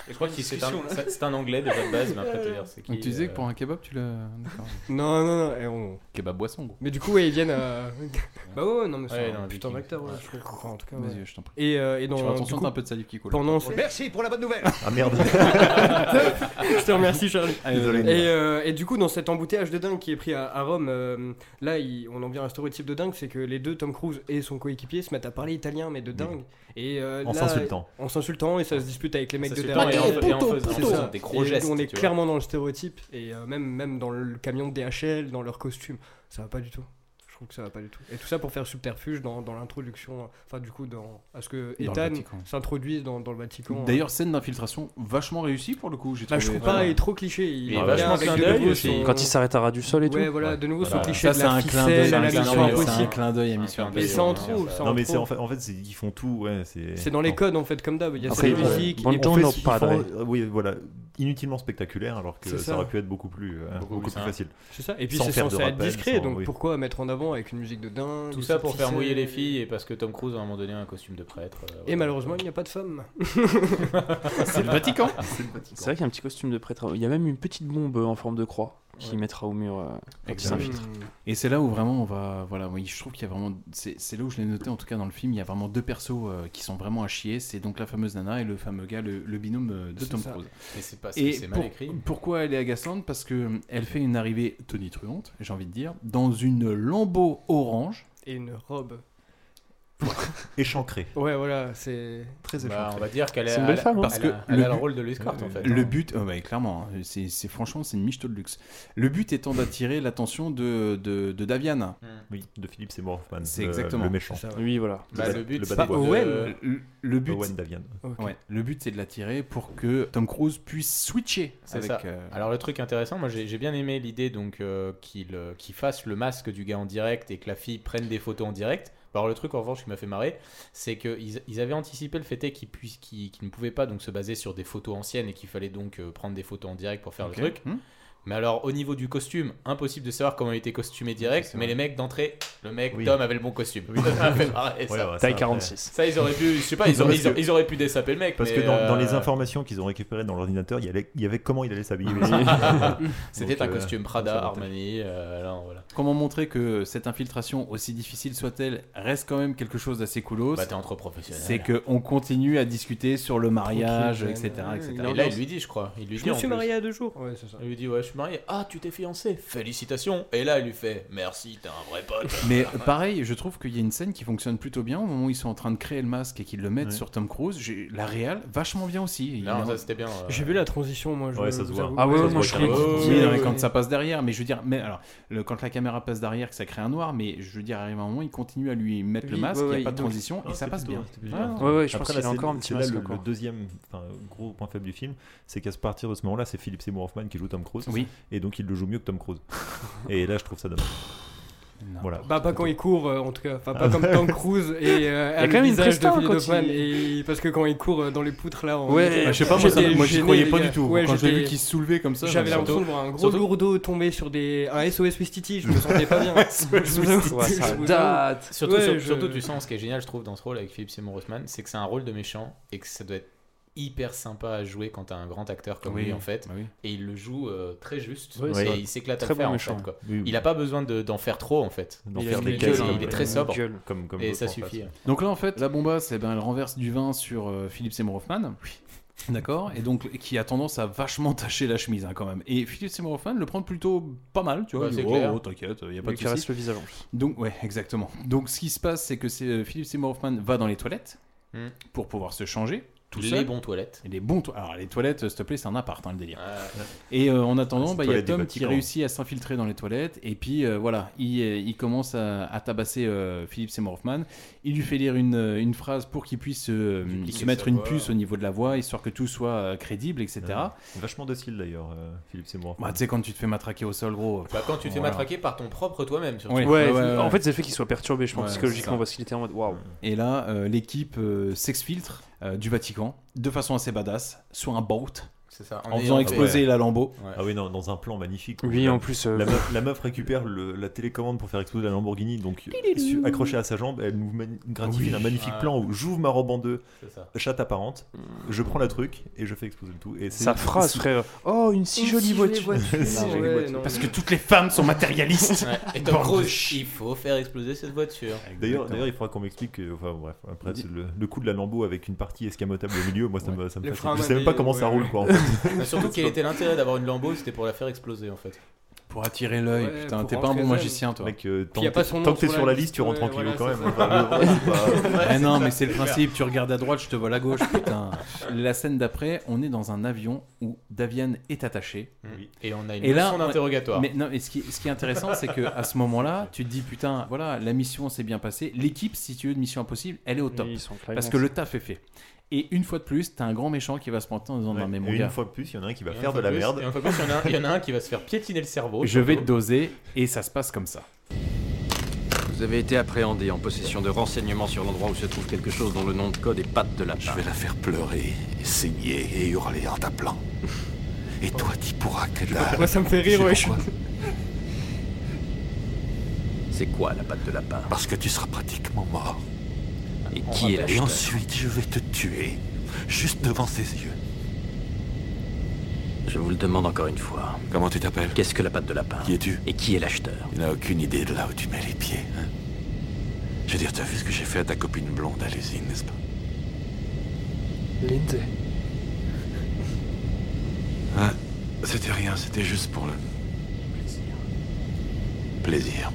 S11: Je crois que c'est un, c'est- c'est un anglais de la base, mais après, t'as l'air, c'est qui
S2: Donc, tu disais
S11: euh,
S2: que pour un kebab, tu l'as. D'accord.
S13: Non, non, non. et on-
S2: kebab boisson, gros.
S13: Mais du coup, ouais, ils viennent à. bah ouais, ouais, non, mais c'est
S11: Ouais,
S13: un
S11: non,
S13: putain
S11: Viking.
S13: d'acteur, ouais, je trouve. Enfin, en tout cas, Ah ouais.
S2: Vas-y, je t'en prie.
S13: Et, euh, et dans.
S2: Tu fais attention,
S13: du coup,
S2: t'as un peu de salive qui coule.
S13: Pendant ce-
S10: Merci pour la bonne nouvelle
S12: Ah merde.
S13: Je te remercie, Charlie.
S2: Allez,
S12: Désolé.
S2: vas-y.
S13: Et, euh, et du coup, dans cet embouteillage de dingue qui est pris à, à Rome, euh, là, il- on en vient à un stéréotype de dingue, c'est que les deux, Tom Cruise et son coéquipier, se mettent à parler italien, mais de dingue. Et, euh,
S12: En
S13: là,
S12: s'insultant.
S13: En s'insultant, et ça se dispute avec les mecs de
S11: s'insultant et en-
S13: derrière.
S11: et en Puto, faisant- puto. faisant des gros
S13: Et
S11: gestes,
S13: On est
S11: tu vois.
S13: clairement dans le stéréotype, et euh, même, même dans le camion de DHL, dans leur costume, ça va pas du tout. Je trouve que ça va pas du tout. Et tout ça pour faire subterfuge dans, dans l'introduction, enfin du coup, dans, à ce que
S2: Dans le
S13: Ethan
S2: Vatican.
S13: s'introduise dans, dans le Vatican.
S2: D'ailleurs, scène d'infiltration vachement réussie pour le coup. J'ai
S13: Bah, je
S2: trouvé
S13: trouve pas,
S2: vraiment-
S13: il est trop cliché. Il
S11: Mais
S13: est
S11: vachement
S13: avec
S11: clin
S13: de
S11: d'œil
S13: nouveau
S11: aussi.
S13: son-
S14: Quand il s'arrête à ras du sol et tout.
S13: Ouais, voilà, de nouveau son
S12: Voilà.
S13: cliché
S2: euh, Ça,
S13: de
S2: c'est
S13: la
S2: un clin d'œil.
S13: ficelle
S2: c'est
S13: à
S2: un
S13: la
S2: clin
S13: mission
S2: d'œil, C'est un
S13: impossible.
S2: clin d'œil à Mission
S11: Mais
S13: Mais
S2: Impossible.
S13: c'est en
S11: Ouais,
S13: trop, c'est en
S12: Non, mais c'est en
S13: trop.
S12: fait, en fait, c'est- ils font tout. Ouais, c'est.
S13: C'est dans les codes en fait, comme d'hab. Il y a
S14: Après,
S13: cette
S14: il-
S13: musique,
S14: Bonne
S13: il est
S14: journée,
S13: fait-
S14: au
S12: Ils font-
S14: padre.
S12: euh, oui, voilà, inutilement spectaculaire, alors que
S13: C'est
S12: ça.
S13: ça.
S12: aurait pu être beaucoup plus, euh, beaucoup plus facile.
S13: C'est ça. Et puis
S12: sans
S13: c'est
S12: faire de
S13: censé être
S12: rappel,
S13: discret,
S12: sans-
S13: donc
S12: oui.
S13: pourquoi mettre en avant avec une musique de dingue
S11: Tout ça pour faire
S13: ficelle.
S11: mouiller les filles et parce que Tom Cruise à un moment donné a un costume de prêtre. euh,
S13: Et
S11: voilà.
S13: malheureusement, il n'y a pas de femme.
S2: C'est le Vatican.
S14: C'est vrai qu'il y a un petit costume de prêtre. Il y a même une petite bombe euh, en forme de croix qui
S11: Ouais.
S14: mettra au mur euh, quand il
S2: Ah,
S13: Hmm.
S11: Exact.
S14: s'infiltre.
S2: Et c'est là où vraiment on va. Voilà, oui, je trouve qu'il y a vraiment. C'est c'est là où je l'ai noté en tout cas dans le film. Il y a vraiment deux persos euh, qui sont vraiment à chier. C'est donc la fameuse nana et le fameux gars, le, le binôme euh, de
S13: C'est
S2: Tom
S13: ça.
S2: Cruise.
S11: Mais c'est parce que
S2: Et
S11: c'est
S2: pour-
S11: mal écrit.
S2: pourquoi elle est agaçante Parce que hum, elle fait une arrivée tonitruante, j'ai envie de dire, dans une lambeau orange.
S13: Et une robe.
S12: échancrée.
S13: Ouais, voilà, c'est
S12: très
S11: Bah, on va dire qu'elle
S2: C'est
S11: est.
S2: une belle femme, hein.
S11: Parce que
S2: le
S11: elle a le
S2: but-
S11: rôle de l'escorte en fait.
S2: Le
S11: hein.
S2: but, oh, ouais, clairement, hein, c'est c'est- franchement, c'est une michto de luxe. Le but étant d'attirer l'attention de, de, de Davian.
S12: Oui, de Philippe Seymour Hoffman.
S2: C'est
S12: le-
S2: exactement
S12: le méchant.
S2: Ça, ouais. Oui, voilà.
S12: Bah, le but, c'est de-
S2: Le, le but,
S12: Owen Davian.
S13: Ok.
S2: Ouais, le but, c'est de l'attirer pour que Tom Cruise puisse switcher.
S11: C'est
S2: avec,
S11: ça.
S2: euh,
S11: Alors le truc intéressant, moi j'ai j'ai bien aimé l'idée donc euh, qu'il euh, qu'il fasse le masque du gars en direct et que la fille prenne des photos en direct. Alors le truc en revanche qui m'a fait marrer, c'est qu'ils ils avaient anticipé le fait est qu'ils puissent- qu'ils- qu'ils ne pouvaient pas donc se baser sur des photos anciennes et qu'il fallait donc euh, prendre des photos en direct pour faire
S2: Ok.
S11: le truc.
S2: Hmm.
S11: Mais alors au niveau du costume, impossible de savoir comment il était costumé direct. mais les mecs d'entrée, le mec
S12: Oui.
S11: Tom avait le bon costume.
S12: Oui.
S11: Ça m'a fait marrer,
S12: Ouais,
S11: ça.
S12: ouais, Taille ça, 46.
S11: Ça ils auraient pu, je sais pas, ils,
S12: Non,
S11: auraient-
S12: parce
S11: ils auraient-
S12: que-
S11: ils auraient pu dessaper le mec.
S12: Parce
S11: mais,
S12: que dans, dans les
S11: euh,
S12: informations qu'ils ont récupérées dans l'ordinateur, il y allait- il y avait comment il allait s'habiller.
S11: C'était
S12: Donc,
S11: un
S12: euh,
S11: costume
S12: ça
S11: Prada,
S12: va.
S11: Armani. euh, alors, voilà.
S2: Comment montrer que cette infiltration, aussi difficile soit-elle, reste quand même quelque chose d'assez coolos
S11: Bah, t'es entre professionnels.
S2: C'est qu'on continue à discuter sur le mariage, etc.
S11: Tranquille,
S2: etc.
S11: Et là, il lui dit, je crois. Il lui
S13: Je
S11: dit,
S13: me
S11: en
S13: suis
S11: plus.
S13: marié à deux jours. Ouais, c'est ça.
S11: Il lui dit, ouais, je suis marié. Ah, tu t'es fiancé. Félicitations. Et là, il lui fait, merci, t'es un vrai pote.
S2: Mais euh, pareil, je trouve qu'il y a une scène qui fonctionne plutôt bien au moment où ils sont en train de créer le masque et qu'ils le mettent
S11: Ouais.
S2: sur Tom Cruise. J'ai- La réal, vachement bien aussi. Il
S11: Non,
S2: est-
S11: ça c'était bien.
S13: J'ai vu la transition, moi. Je vous avoue.
S2: Ah ouais, moi je
S11: carrément.
S2: trouve-
S11: Ouais,
S2: Oui, non,
S11: ouais,
S2: mais quand
S11: ouais.
S2: ça passe derrière, mais je veux dire, mais alors, le- quand la caméra passe derrière, que ça crée un noir, mais je veux dire, arrive un moment, il continue à lui mettre le
S14: Oui,
S2: masque,
S14: ouais,
S2: il n'y
S14: ouais,
S2: a pas de
S14: donc-
S2: transition
S14: Non,
S2: et ça
S14: c'est
S2: passe
S14: plutôt-
S2: bien. Ah.
S14: c'était plutôt bien.
S2: ouais,
S14: ouais, je pense
S12: Après, là,
S14: qu'il a
S12: c'est-
S14: encore un petit
S12: c'est là
S14: masque
S12: le-
S14: encore.
S12: Le deuxième enfin, gros point faible du film, c'est qu'à ce partir de ce moment-là, c'est Philip Seymour Hoffman qui joue Tom Cruise.
S2: Oui.
S12: Et donc il le joue mieux que Tom Cruise. et là, je trouve ça dommage. Voilà.
S13: Bah, pas quand il court, euh, en tout cas. Enfin, pas comme Tom Cruise et euh,
S14: Ah. Il y a
S13: a
S14: quand même
S13: le
S14: une
S13: visage de
S14: presta,
S13: Philippe
S14: quand
S13: Hoffman,
S14: il-
S13: et- Parce que quand il court euh, dans les poutres, là. en-
S2: Ouais, bah, je sais pas, moi, ça-
S13: j'étais
S2: moi, j'y
S13: gêné,
S2: croyais
S13: les
S2: pas du
S13: gars.
S2: tout.
S13: Ouais,
S2: Quand j'ai
S13: j'étais-
S2: vu qu'il se soulevait comme ça,
S13: J'avais
S2: je me suis-
S13: l'impression de voir un gros
S2: Surtout-
S13: lourdeau tomber sur des... un SOS Wistiti. Je me sentais pas bien. Je vous avoue, je vous avoue.
S11: Surtout,
S13: Ouais,
S11: sur-
S13: je-
S11: surtout, tu sens ce qui est génial, je trouve, dans ce rôle avec Philippe Seymour Hoffman, c'est que c'est un rôle de méchant et que ça doit être hyper sympa à jouer quand t'as un grand acteur comme
S2: Oui,
S11: lui en fait
S2: bah oui.
S11: et il le joue euh, très juste
S14: Oui,
S11: et
S14: c'est-
S11: il s'éclate à
S14: très
S11: le
S14: bon
S11: faire en
S14: méchant.
S11: fait, quoi.
S14: Oui, oui.
S11: il a pas besoin de- d'en faire trop en fait
S14: D'en
S11: Il
S14: faire
S11: est-
S14: des
S11: il
S14: caisses,
S11: est-
S14: hein.
S11: il est très sobre
S14: Gueule. Comme- comme
S11: et
S14: d'autres
S11: ça
S14: en face.
S11: suffit
S2: Donc là, en fait, la bombasse, eh ben, elle renverse du vin sur euh, Philippe Seymour Hoffman. D'accord Et donc, qui a tendance à vachement tacher la chemise hein, quand même. Et Philippe Seymour Hoffman le prend plutôt pas mal, tu vois.
S11: Bah,
S2: Il
S11: c'est
S2: dit, oh,
S11: clair.
S2: oh, t'inquiète, il n'y a pas
S14: Lui
S2: de
S14: qui
S2: souci.
S14: reste le visage en plus.
S2: Donc, ouais, exactement. Donc, ce qui se passe, c'est que c'est, euh, Philippe Seymour Hoffman va dans les toilettes
S11: Hmm.
S2: pour pouvoir se changer. Tout
S11: Les
S2: seul.
S11: bons toilettes.
S2: Et Les bons to- Alors, les toilettes, euh, s'il te plaît, c'est un appart, hein, le délire. Et euh, en attendant,
S12: C'est
S2: bah, il y a
S12: toilette du
S2: Tom qui
S12: Vatican.
S2: réussit à s'infiltrer dans les toilettes. Et puis euh, voilà, il, euh, il commence à, à tabasser euh, Philippe Seymour Hoffman. Il lui fait lire une, euh, une phrase pour qu'il puisse euh, se
S12: Dupliquer
S2: mettre
S12: sa
S2: une
S12: voix.
S2: puce au niveau de la voix, histoire que tout soit euh, crédible, etc.
S12: Ah Vachement docile d'ailleurs, euh, Philippe Seymour Hoffman.
S2: Bah, tu sais, quand tu te fais matraquer au sol, gros.
S11: Bah, quand tu te fais
S2: voilà.
S11: matraquer par ton propre toi-même surtout.
S2: Ouais,
S14: Ouais,
S2: ouais, ouais,
S14: en
S2: ouais.
S14: fait, c'est le fait qu'il soit perturbé, je pense,
S2: Ouais, c'est
S14: psychologiquement,
S2: ça.
S14: parce qu'il était en mode waouh.
S2: Et là, euh, l'équipe euh, s'exfiltre euh, du Vatican de façon assez badass, sur un boat.
S11: C'est ça,
S2: En,
S11: en
S2: faisant
S11: ayant-
S2: exploser
S11: Ouais.
S2: la lambeau.
S12: Ah oui, non, dans un plan magnifique.
S14: Oui,
S12: La-
S14: en plus, euh,
S12: La, meuf, la meuf récupère le- la télécommande pour faire exploser la Lamborghini, donc euh, su- accrochée à sa jambe, elle nous man- gratifie
S14: Oui.
S12: d'un magnifique
S14: Ouais.
S12: plan où j'ouvre ma robe en deux,
S11: C'est ça.
S12: chatte apparente, je prends la truc et je fais exploser le tout. Et c'est-
S14: Sa phrase,
S12: c'est-
S14: frère. Oh, une si jolie voiture.
S12: Si jolie
S14: Ouais,
S12: voiture.
S14: non.
S2: Parce que toutes les femmes sont matérialistes.
S11: Ouais. Et
S2: Bande
S11: Tom
S2: de
S11: Cruise, il faut faire exploser cette voiture.
S12: D'ailleurs, d'ailleurs, il faudra qu'on m'explique. que- Enfin, bref, après, c'est le, le coup de la lambeau avec une partie escamotable au milieu, moi, ça me, ça me
S11: Le
S12: fascine.
S11: frein
S12: Je sais même
S11: manuel,
S12: pas comment ça
S11: ouais.
S12: roule, quoi. en
S11: Mais
S12: fait.
S11: Bah, surtout, quel était l'intérêt d'avoir une lambeau C'était pour la faire exploser en fait.
S2: Pour attirer l'œil,
S11: Ouais,
S2: putain,
S11: pour
S2: t'es pas un
S11: rentrer
S2: bon
S11: jeune.
S2: magicien, toi.
S12: Mec, euh, Puis tant y a que pas t'es- son nom tant que t'es sur la sur la liste, liste, tu rentres ouais, en kilo voilà, quand c'est même, ça. enfin, le- bah, c'est pas-
S2: Eh non, mais
S12: Ouais,
S2: c'est le
S12: c'est clair.
S2: principe, tu regardes à droite, je te vole à gauche, putain. La scène d'après, on est dans un avion où Davian est attaché.
S11: Oui. Et on a une
S2: Et là,
S11: leçon
S2: on-
S11: d'interrogatoire.
S2: Mais non, mais ce qui, ce qui est intéressant, c'est que à ce moment-là, tu te dis putain, voilà, la mission s'est bien passée. L'équipe, si tu veux, de Mission Impossible, elle est au top.
S14: ils sont clairement-
S2: Parce que le taf est fait. Et une fois de plus, t'as un grand méchant qui va se pointer en disant non mais mon
S12: et
S2: gars.
S12: une fois de plus, il y en a un qui va
S11: Et
S12: faire
S11: une
S12: de
S11: fois
S12: la
S11: plus,
S12: merde.
S11: Et une fois plus, il y en a un- il y, en a un qui va se faire piétiner le cerveau.
S2: Je vais te
S11: surtout.
S2: doser et ça se passe comme ça.
S15: Vous avez été appréhendé en possession de renseignements sur l'endroit où se trouve quelque chose dont le nom de code est patte de lapin. Je vais la faire pleurer.
S8: Saigner et hurler en t'appelant. Et toi, t'y pourras que dalle.
S13: Moi, ça me fait rire,
S8: Tu sais
S13: ouais. je-
S8: pourquoi
S15: C'est quoi la patte de lapin
S8: Parce que tu seras pratiquement mort.
S15: Et
S8: On
S15: qui est
S8: rappelle- Et
S15: la
S8: ensuite, je vais te tuer. Juste devant ses yeux.
S15: Je vous le demande encore une fois.
S8: Comment tu t'appelles
S15: Qu'est-ce que la patte de lapin
S8: Qui es-tu
S15: Et qui est l'acheteur
S8: Tu n'as aucune idée de là où tu mets les pieds. hein je veux dire, t'as vu ce que j'ai fait à ta copine blonde à l'usine, n'est-ce pas
S14: Lindsay.
S8: Hein C'était rien, c'était juste pour le. Plaisir.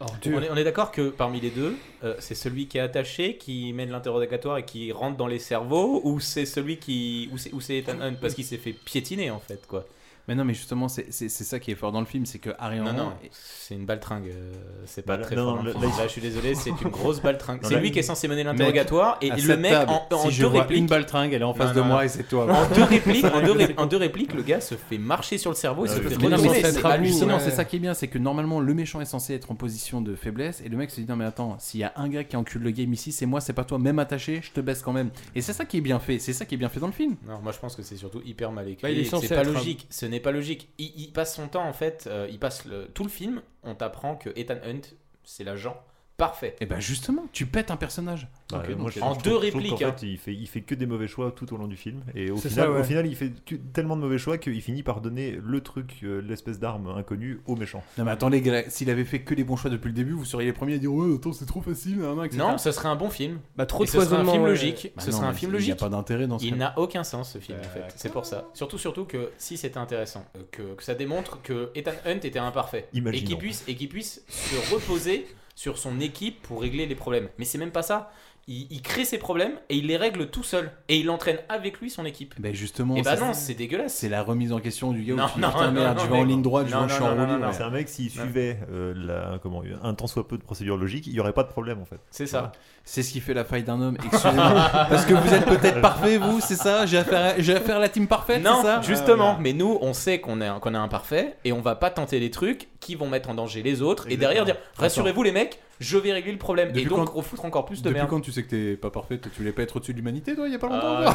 S11: Donc, on est, on est d'accord que parmi les deux, euh, c'est celui qui est attaché qui mène l'interrogatoire et qui rentre dans les cerveaux, ou c'est celui qui, ou c'est, ou c'est Ethan Hunt parce qu'il s'est fait piétiner en fait quoi.
S2: Mais non, mais justement, c'est c'est- c'est ça qui est fort dans le film, c'est que Harry
S11: Non,
S2: Enron-
S11: non, c'est une baltringue. euh, C'est pas
S2: Bah,
S11: très
S2: non,
S11: fort. dans le
S2: le-
S11: film.
S2: là, il-
S11: Là, je suis désolé, c'est une grosse baltringue.
S2: Non,
S11: C'est
S2: là,
S11: lui qui est censé mener
S2: mec,
S11: l'interrogatoire et
S2: à
S11: le
S2: cette
S11: mec
S2: table,
S11: en, en
S2: si je
S11: deux
S2: vois
S11: répliques.
S2: une baltringue, elle est en
S11: Non,
S2: face de
S11: non,
S2: moi
S11: non.
S2: et c'est toi.
S11: En deux répliques, en deux, ré- en deux répliques, le gars se fait marcher sur le cerveau et se fait
S2: Non, mais
S11: réanimer.
S2: c'est
S11: C'est
S2: hallucinant,
S11: hallucinant.
S2: c'est ça qui est bien, c'est que normalement le méchant est censé être en position de faiblesse et le mec se dit non mais attends, s'il y a un gars qui encule le game ici, c'est moi, c'est pas toi, même attaché, je te baisse quand même. Et c'est ça qui est bien fait, c'est ça qui est bien fait dans le film.
S11: Non, moi je pense que c'est surtout hyper mal écrit.
S2: Bah, il est
S11: et que
S2: censé
S11: c'est pas
S2: être un-
S11: logique. Ce n'est pas logique. Il, il passe son temps en fait. euh, il passe le- tout le film. On t'apprend que Ethan Hunt, c'est l'agent parfait.
S2: Et ben justement, tu pètes un personnage.
S12: Bah,
S11: Ok,
S12: moi,
S11: donc,
S12: je-
S11: en
S12: je
S11: deux
S12: trouve- je trouve
S11: répliques,
S12: qu'en
S11: hein.
S12: fait, il, fait, il fait que des mauvais choix tout au long du film. Et au,
S11: C'est
S12: final,
S11: ça, ouais.
S12: au final, il fait tu- tellement de mauvais choix qu'il finit par donner le truc, euh, l'espèce d'arme inconnue, au méchant.
S2: Non mais attendez, gars, s'il avait fait que les bons choix depuis le début, vous seriez les premiers à dire ouais attends c'est trop facile, nan, nan, etc.
S11: Non, ce serait un bon film.
S2: Bah, trop
S11: Et
S2: de
S11: ce serait un
S2: foisonnement,
S11: film
S2: ouais.
S11: logique.
S2: Bah
S11: ce
S2: non,
S11: serait un
S2: mais
S11: film
S2: il y a
S11: logique.
S2: pas d'intérêt dans ce
S11: Il
S2: film.
S11: n'a aucun sens ce film en fait. C'est pour ça. Surtout surtout que si c'était intéressant, euh, que, que ça démontre que Ethan Hunt était imparfait
S2: Bah,
S12: Imaginons.
S11: et qu'il puisse et qu'il puisse se reposer sur son équipe pour régler les problèmes. Mais c'est même pas ça. Il, il crée ses problèmes et il les règle tout seul et il entraîne avec lui son équipe.
S2: Ben justement,
S11: Et bah
S2: ça,
S11: non, c'est dégueulasse.
S2: C'est la remise en question du gars
S11: Non,
S2: où tu dis
S11: non,
S2: putain
S11: non,
S2: merde,
S11: non,
S2: tu vas en
S11: mais-
S2: ligne droite, je
S11: non,
S2: vois, je
S11: non,
S2: suis en
S11: non,
S2: roue
S11: non,
S2: libre.
S11: non,
S12: C'est un mec, s'il
S11: Non.
S12: suivait euh, la, comment, un temps soit peu de procédure logique, il n'y aurait pas de problème en fait.
S11: C'est ça.
S2: C'est ce qui fait la faille d'un homme, excusez-moi. Parce que vous êtes peut-être parfait, vous, c'est ça J'ai affaire, à- j'ai affaire à la team parfaite,
S11: Non,
S2: c'est ça Ah,
S11: justement, mais nous, on sait qu'on est, qu'on est imparfait et on va pas tenter les trucs qui vont mettre en danger les autres et derrière dire rassurez-vous les mecs, je vais régler le problème et donc refoutre encore plus de
S2: Ah, Depuis
S11: merde.
S2: quand tu sais que t'es pas parfait Tu voulais pas être au-dessus de l'humanité, toi, il y a pas longtemps toi
S11: Ah,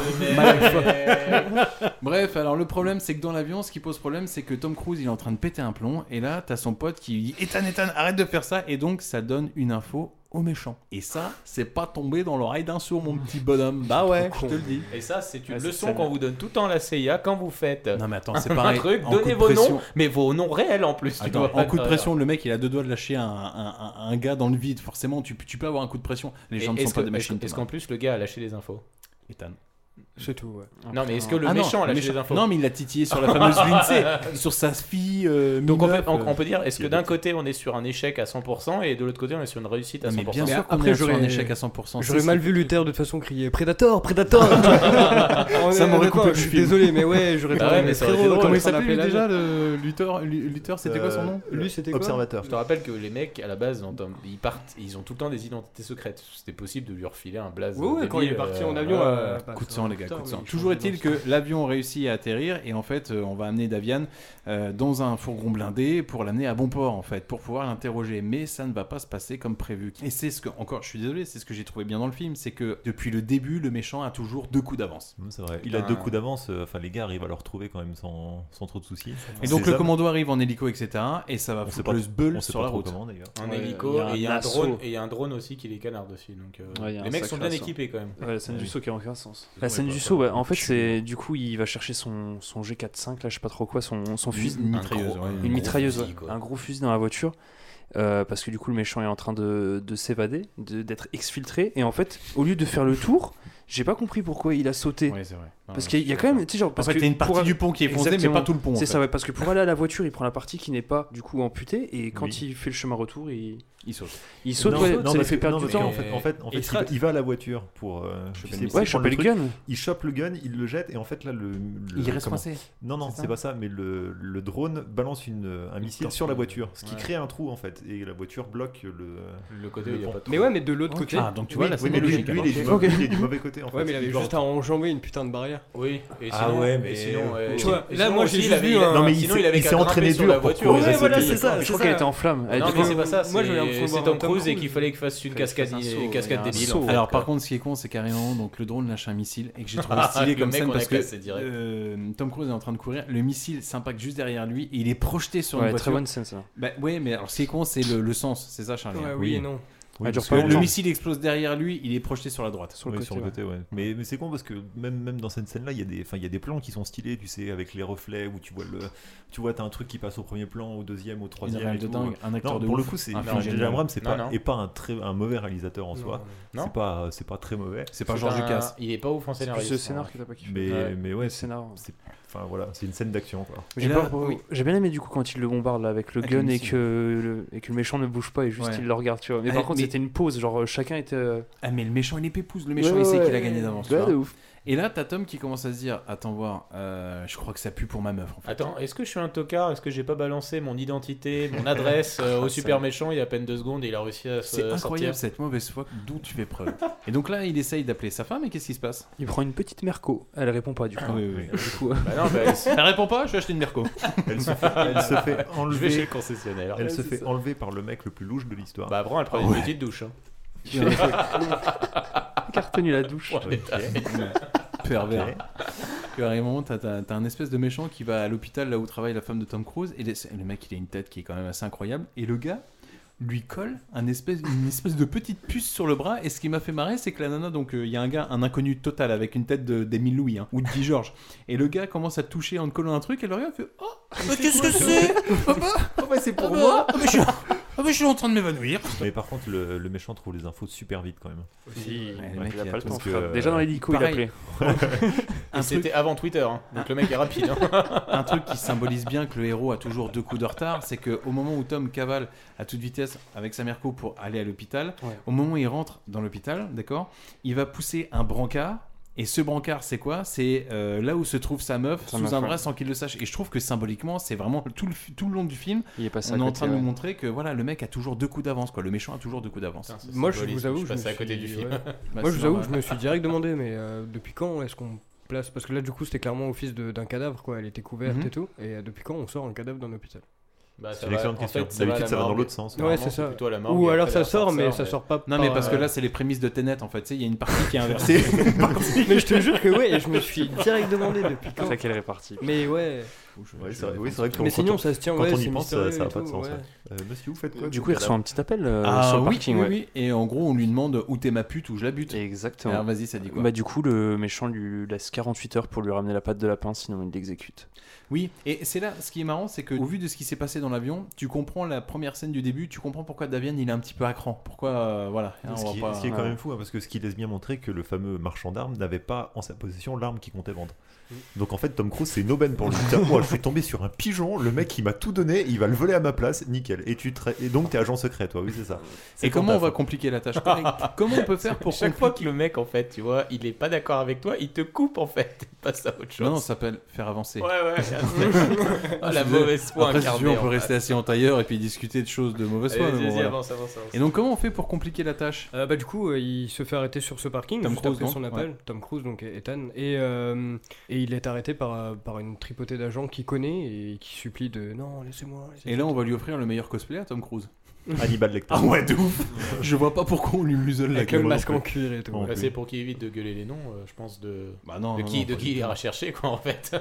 S11: le
S2: Malade foi. Bref, alors le problème, c'est que dans l'avion, ce qui pose problème, c'est que Tom Cruise, il est en train de péter un plomb, et là, t'as son pote qui dit Ethan, Ethan, arrête de faire ça, et donc ça donne une info au méchant. Et ça, c'est pas tombé dans l'oreille d'un sourd, mon petit bonhomme. Bah ouais, je te le dis.
S11: Et ça, c'est une
S2: Ah, c'est
S11: leçon
S2: ça.
S11: qu'on vous donne tout le temps à la CIA quand vous faites.
S2: Non, mais attends, c'est
S11: un
S2: pareil,
S11: truc,
S2: en coup
S11: donnez
S2: de
S11: vos
S2: pression.
S11: noms, mais vos noms réels en plus. tu
S2: Attends,
S11: dois
S2: en
S11: pas-
S2: coup de pression, le mec il a deux doigts de lâcher un, un- un- un gars dans le vide. Forcément, tu, tu peux avoir un coup de pression. Les gens
S11: Et
S2: ne sont
S11: est-ce
S2: pas
S11: que-
S2: des machines.
S11: Est-ce qu'en plus le gars a lâché les infos
S2: Ethan.
S13: C'est tout, ouais.
S11: Non, mais est-ce que le
S2: Ah non,
S11: méchant a
S2: le
S11: lâché
S2: méchant-
S11: les infos
S2: Non, mais il l'a titillé sur la fameuse Lindsay, sur sa fille. euh,
S11: Donc on peut,
S2: mineure,
S11: on-
S2: euh,
S11: on peut dire, est-ce
S2: qui
S11: que
S2: a
S11: d'un côté on est sur un échec à 100% et de l'autre côté on est sur une réussite à 100%
S2: Mais bien sûr qu'on
S13: Après,
S2: est sur
S13: j'aurais-
S2: un échec à 100%.
S13: J'aurais
S2: c'est-
S13: mal vu Luther de toute façon crier Predator, Predator On est-
S2: Ça m'aurait coupé
S13: honnêtement,
S2: le
S13: Je suis
S2: film.
S13: désolé, mais ouais, j'aurais
S2: Bah
S13: pas
S2: ouais, mais ça aurait été drôle. Comment il s'appelait
S13: l'appelait
S2: déjà le Luther Lu- Luther, c'était quoi son nom
S12: Euh,
S13: Lui, c'était quoi
S11: Je te rappelle que les mecs, à la base, dans Tom- ils partent, ils ont tout le temps des identités secrètes. C'était possible de lui refiler un blaze.
S13: Ouais, ouais, quand il est parti en avion, euh, bah,
S2: Coup de
S13: ça
S2: sang,
S13: va
S2: les
S13: plus
S2: gars,
S13: tard,
S2: coup de
S13: oui,
S2: sang.
S13: ils
S2: Toujours
S13: sont
S2: est-il que l'avion réussit à atterrir et en fait, euh, on va amener Davian euh, dans un fourgon blindé pour l'amener à bon port en fait, pour pouvoir l'interroger. Mais ça ne va pas se passer comme prévu. Et c'est ce que, encore, je suis désolé, c'est ce que j'ai trouvé bien dans le film, c'est que depuis le début, le méchant a toujours deux coups d'avance.
S12: Mmh, C'est vrai. Il a
S2: Putain.
S11: Ah.
S12: deux coups d'avance, euh, enfin les gars arrivent à le retrouver quand même sans, sans trop de soucis.
S2: Et donc
S12: C'est
S2: le
S12: ça.
S2: commando arrive en hélico, etc. Et ça va
S12: On sait
S2: foutre
S12: pas-
S2: le
S12: on
S2: sbeul
S12: sait
S2: sur
S12: pas
S2: la
S12: trop
S2: route.
S12: comment, d'ailleurs.
S11: En
S14: Ouais,
S11: hélico,
S14: il y a
S11: et il y
S14: un
S11: a un
S14: assaut.
S11: drone, et il y a un drone aussi qui les canarde aussi. Donc euh,
S14: Ouais, il y a un
S11: les mecs sont
S14: sacré
S11: bien
S14: assaut.
S11: équipés quand même.
S14: Ouais, la scène du saut qui a aucun sens. La
S11: Ouais,
S14: scène
S11: pas-
S14: du
S11: pas-
S14: saut, ouais. En fait, c'est du coup, il va chercher son, son G45, là, je sais pas trop quoi, son, son
S2: Une
S14: fusil.
S2: mitrailleuse,
S14: un
S2: ouais,
S14: gros-
S2: une
S14: une
S2: gros
S14: mitrailleuse,
S2: fusil,
S14: ouais.
S2: quoi.
S14: un gros fusil dans la voiture. euh, parce que du coup, le méchant est en train de, de s'évader, de- d'être exfiltré. Et en fait, au lieu de faire le tour, j'ai pas compris pourquoi il a sauté.
S2: Non,
S14: parce
S2: non,
S14: qu'il y a quand même, tu sais, genre,
S2: En
S14: parce
S2: fait,
S14: que
S2: il y a une
S14: pour
S2: partie
S14: a-
S2: du pont qui est foncé, mais
S14: Exactement.
S2: pas tout le pont, en
S14: C'est
S2: fait.
S14: ça, ouais, parce que pour aller à la voiture, il prend la partie qui n'est pas du coup amputée. Et quand il fait le chemin retour, il,
S2: il saute.
S14: Il saute,
S12: Non,
S14: ouais,
S12: non,
S14: ça lui
S12: parce
S14: fait
S12: que-
S14: perdre
S12: non,
S14: du
S12: parce qu'en
S14: temps.
S12: fait, en fait, en
S14: Et il
S12: fait,
S14: se
S12: il, va,
S14: rate.
S12: il va à la voiture pour. euh,
S14: le
S12: il
S14: missile.
S12: prend
S14: Ouais, choper le
S12: truc,
S14: gun.
S12: Il chope le gun, il le jette, et en fait, là, le. le-
S2: Il reste
S12: comment
S2: coincé.
S12: Non, non,
S2: C'est ça
S12: c'est pas ça, mais le, le drone balance une, euh, un missile sur la voiture, ce qui
S11: Ouais.
S12: crée un trou en fait, et la voiture bloque le.
S11: Le côté où il y a
S12: pont.
S11: pas de
S13: Mais ouais, mais de l'autre côté.
S12: Ah, donc tu vois, là, c'est lui, lui, il est du mauvais- il est du mauvais côté en fait.
S13: Ouais, mais il avait juste à enjamber une putain de barrière.
S11: Oui, et
S12: Ah
S11: sinon-
S12: ouais,
S11: et
S12: mais-
S11: sinon, euh,
S13: Tu vois,
S11: et
S13: là,
S11: sinon
S13: moi,
S11: aussi,
S13: j'ai
S11: il
S13: juste
S11: avait-
S13: vu un-
S11: Non, mais il
S12: il
S11: sinon,
S12: s'est-
S11: il avait
S12: il
S11: qu'à
S12: s'est
S11: grimper
S12: entraîné
S11: sur
S12: dur
S11: la
S12: pour
S11: voiture.
S12: courir
S11: Ouais,
S12: et
S11: voilà,
S12: sauter.
S11: c'est ça,
S12: Je
S11: c'est
S12: crois
S11: ça.
S12: qu'elle était en flammes. Elle
S11: Non,
S12: était
S11: mais
S12: en-
S11: c'est pas ça,
S12: Moi, je voulais
S11: c'est-
S12: revoir
S11: c'est
S12: un
S11: Tom
S12: Tom
S11: Cruise et
S12: Cruise.
S11: qu'il fallait qu'il fasse une
S12: Fallait qu'il
S11: cascade
S12: fasse un
S11: une
S12: saut,
S11: cascade
S12: ouais, un
S11: débile.
S12: saut,
S11: en fait,
S2: Alors par
S11: quoi.
S2: contre, ce qui est con, c'est carrément donc le drone lâche un missile et que j'ai trouvé stylé
S11: Le
S2: comme
S11: mec,
S2: scène
S11: on a
S2: parce que
S11: classé direct.
S2: euh, Tom Cruise est en train de courir, le missile s'impacte juste derrière lui et il est projeté sur
S14: Ouais,
S2: une voiture.
S14: très bonne scène, ça.
S2: Bah ouais, mais alors ce qui est con, c'est le, le sens, c'est ça, Charlie.
S13: Ouais, oui et non.
S14: Elle dure
S12: parce
S14: Ah, pas
S12: que
S14: longtemps.
S2: Le missile explose derrière lui, il est projeté sur la droite.
S12: Ouais, sur le côté, ouais. Mais, mais c'est con parce que même, même dans cette scène-là, il y, a des- enfin, il y a des plans qui sont stylés, tu sais, avec les reflets où tu vois le, tu vois, t'as un truc qui passe au premier plan, au deuxième, au troisième.
S2: réal
S12: et
S2: de
S12: tout.
S2: dingue, un acteur
S12: Non,
S2: de
S12: Pour
S2: ouf,
S12: le coup, c'est
S2: un
S12: enfin,
S2: film
S12: J.J.
S2: génial.
S12: Abrams, c'est
S11: Non,
S12: pas,
S11: non.
S12: et pas un très, un mauvais réalisateur en
S11: Non,
S12: soi.
S11: non.
S12: C'est pas, c'est pas très mauvais.
S11: C'est pas C'est George un- Lucas. il est pas ouf en
S12: C'est plus
S11: scénariste,
S12: le
S11: en vrai.
S12: Mais,
S14: Ouais.
S12: mais ouais, c'est, c'est- enfin voilà, c'est une scène d'action quoi.
S14: J'ai pas- j'ai bien aimé du coup quand il le bombarde là, avec le
S12: Avec le
S14: gun et
S12: missile.
S14: que, le, et que le méchant ne bouge pas et juste
S2: Ouais.
S14: il le regarde, tu vois. Mais
S2: Ah,
S14: par contre,
S2: mais-
S14: c'était une pause, genre euh, chacun était. euh,
S2: Ah mais le méchant il est pépouze, le méchant
S14: Ouais,
S2: il sait
S14: ouais,
S2: qu'il a
S14: ouais.
S2: gagné d'avance.
S14: Ouais,
S2: tu vois.
S14: de ouf.
S2: Et là t'as Tom qui commence à se dire, attends voir, euh, je crois que ça pue pour ma meuf. En fait.
S11: Attends, est-ce que je suis un tocard Est-ce que j'ai pas balancé mon identité, mon adresse euh,
S2: Ah,
S11: au
S2: ça-
S11: super méchant il y a à peine deux secondes et il a réussi à se
S2: C'est incroyable
S11: Euh, sortir.
S2: cette mauvaise foi d'où tu fais preuve. et donc là il essaye d'appeler sa femme et qu'est-ce qui se passe
S14: Il prend une petite Merco, elle répond pas du coup.
S2: oui, oui.
S14: Du coup, euh,
S11: Bah non, bah, elle s-
S2: Elle répond pas, je vais acheter une Merco.
S12: Elle se fait, elle se fait enlever.
S11: Je vais chez le concessionnaire.
S12: Elle
S11: Ouais,
S12: se
S11: c'est
S12: fait
S11: ça.
S12: enlever par le mec le plus louche de l'histoire.
S11: Bah, avant, elle prend
S12: Ah
S11: une
S12: ouais.
S11: petite douche. Hein.
S12: Il fait-
S14: Qui a retenu la douche.
S11: Ouais, t'as-
S2: Pervers. Carrément, t'as, t'as- t'as un espèce de méchant qui va à l'hôpital là où travaille la femme de Tom Cruise et le, le mec il a une tête qui est quand même assez incroyable et le gars lui colle un espèce, une espèce de petite puce sur le bras et ce qui m'a fait marrer c'est que la nana donc euh, il y a un gars un inconnu total avec une tête de, d'Emile Louis hein, ou de Guy Georges et le gars commence à toucher en te collant un truc et le regarde fait oh mais qu'est-ce que c'est papa bah, c'est pour moi mais je suis- ah, mais je suis en train de m'évanouir
S12: Mais par contre, le, le méchant trouve les infos super vite quand même.
S11: Aussi. Ouais,
S14: le mec, il a pas le
S12: Parce
S14: temps,
S12: que,
S14: frère.
S12: euh,
S14: Déjà dans l'hélico, il
S2: pareil.
S14: appelait.
S11: Et c'était avant Twitter, hein. donc le mec est rapide. hein.
S2: un truc qui symbolise bien que le héros a toujours deux coups de retard, c'est qu'au moment où Tom cavale à toute vitesse avec sa Merco pour aller à l'hôpital, au moment où il rentre dans l'hôpital, d'accord, il va pousser un brancard. Et ce brancard, c'est quoi C'est euh, là où se trouve sa meuf
S14: Sa
S2: sous
S14: meuf,
S2: un
S14: ouais.
S2: bras sans qu'il le sache. Et je trouve que symboliquement, c'est vraiment tout le, tout le long du film.
S14: Il est passé
S2: on
S14: à
S2: est en
S14: côté,
S2: train de
S14: ouais.
S2: nous montrer que voilà, le mec a toujours deux coups d'avance. quoi. Le méchant a toujours deux coups d'avance.
S11: Putain,
S13: Moi, je vous avoue,
S11: je
S13: me
S11: passais à
S13: suis-
S11: côté du film.
S13: ouais.
S11: Bah,
S13: Moi,
S11: c'est
S13: je vous avoue,
S11: normal.
S13: je me suis direct demandé, mais euh, depuis quand est-ce qu'on place Parce que là, du coup, c'était clairement au fils de- d'un cadavre, quoi. Elle était couverte
S2: Mhm.
S13: et tout. Et euh, depuis quand on sort un cadavre d'un hôpital
S11: Bah, ça
S12: C'est
S11: va-
S12: une excellente
S11: en
S12: question.
S11: fait, ça va à
S12: D'habitude,
S11: la
S12: ça va dans
S11: morgue.
S12: l'autre sens.
S13: Ouais, c'est
S11: Normalement,
S13: ça.
S11: c'est plutôt à la morgue,
S13: Ou
S11: et
S13: alors
S11: après,
S13: ça
S11: derrière, ça
S13: sort, mais
S11: ressort,
S13: ça
S11: mais-
S13: sort pas. euh,
S2: Non, mais
S14: euh,
S2: parce que là, c'est les prémices de Tenet en fait. Tu sais, Il y a une partie qui est inversée.
S13: mais je te jure que ouais, et je me suis direct demandé depuis quand.
S14: Ça qu'elle est répartie.
S13: Mais ouais.
S12: Ouais, c'est vrai- oui, c'est vrai que
S13: Mais
S12: quand
S13: sinon,
S12: on-
S13: ça se tient.
S12: Quand
S13: ouais,
S12: on y
S13: c'est
S12: pense, ça
S13: mystérieux
S12: n'a
S13: et
S12: pas de
S13: tout,
S12: sens.
S13: ouais.
S12: ouais. Euh, Monsieur, vous faites quoi
S14: Du coup, il reçoit un petit appel euh,
S2: Ah,
S14: sur le
S2: oui,
S14: parking.
S2: oui,
S14: ouais.
S2: oui. Et en gros, on lui demande où t'es ma pute ou je la bute.
S14: Exactement.
S2: Alors, Ah, vas-y, ça dit quoi
S14: Bah, du coup, le méchant lui laisse 48 heures pour lui ramener la patte de lapin, sinon il l'exécute.
S2: Oui, et c'est là, ce qui est marrant, c'est que au vu de ce qui s'est passé dans l'avion, tu comprends la première scène du début, tu comprends pourquoi Davian il est un petit peu à cran. Pourquoi, euh, voilà. hein,
S12: ce,
S2: on va
S12: qui,
S2: pas-
S12: ce qui est quand même fou, hein, parce que ce qui laisse bien montrer que le fameux marchand d'armes n'avait pas en sa possession l'arme qu'il comptait vendre. Donc en fait, Tom Cruise, c'est une aubaine pour lui. Putain, moi, je suis tombé sur un pigeon, le mec, il m'a tout donné, il va le voler à ma place, nickel. Et, tu te- et donc, t'es agent secret, toi, oui, c'est ça. C'est
S2: Et comment
S12: ton
S2: on va
S12: taf.
S2: compliquer la tâche Comment on peut faire pour
S11: Chaque fois que le mec, en fait, tu vois, il est pas d'accord avec toi, il te coupe, en fait. Il passe à autre chose.
S2: Non, non, ça s'appelle faire avancer.
S11: Ouais, ouais.
S2: Ah,
S11: la
S2: je suis désolé.
S11: mauvaise foi
S2: Après, si tu veux,
S11: incarnée.
S2: on peut rester assis en tailleur et puis discuter de choses de mauvaise
S11: Allez,
S2: foi. mais
S11: vas-y,
S2: bon,
S11: vas-y,
S2: voilà.
S11: avance, avance, avance.
S2: Et donc, comment on fait pour compliquer la tâche
S13: Euh, bah, du coup, euh, il se fait arrêter sur ce parking
S2: Tom
S13: juste
S2: Cruise,
S13: après
S2: non
S13: son appel.
S2: Ouais.
S13: Tom Cruise, donc et Ethan. Et, euh, et il est arrêté par, euh, par une tripotée d'agents qu'il connaît et qui supplie de non, laissez-moi. laissez-moi.
S2: Et là, on va lui offrir le meilleur cosplay à Tom Cruise.
S12: hein. Hannibal Lecter.
S2: Ah ouais, de ouf Je vois pas pourquoi on lui muselle la
S13: Avec le
S2: gueule.
S13: masque en cuir et tout.
S2: Non
S11: Bah,
S2: plus.
S11: c'est pour qu'il évite de gueuler les noms, euh, je pense, de,
S2: Bah non,
S11: de
S2: non,
S11: qui,
S2: non,
S11: de
S2: pas
S11: qui
S2: du
S11: il
S2: tout.
S11: ira chercher, quoi, en fait.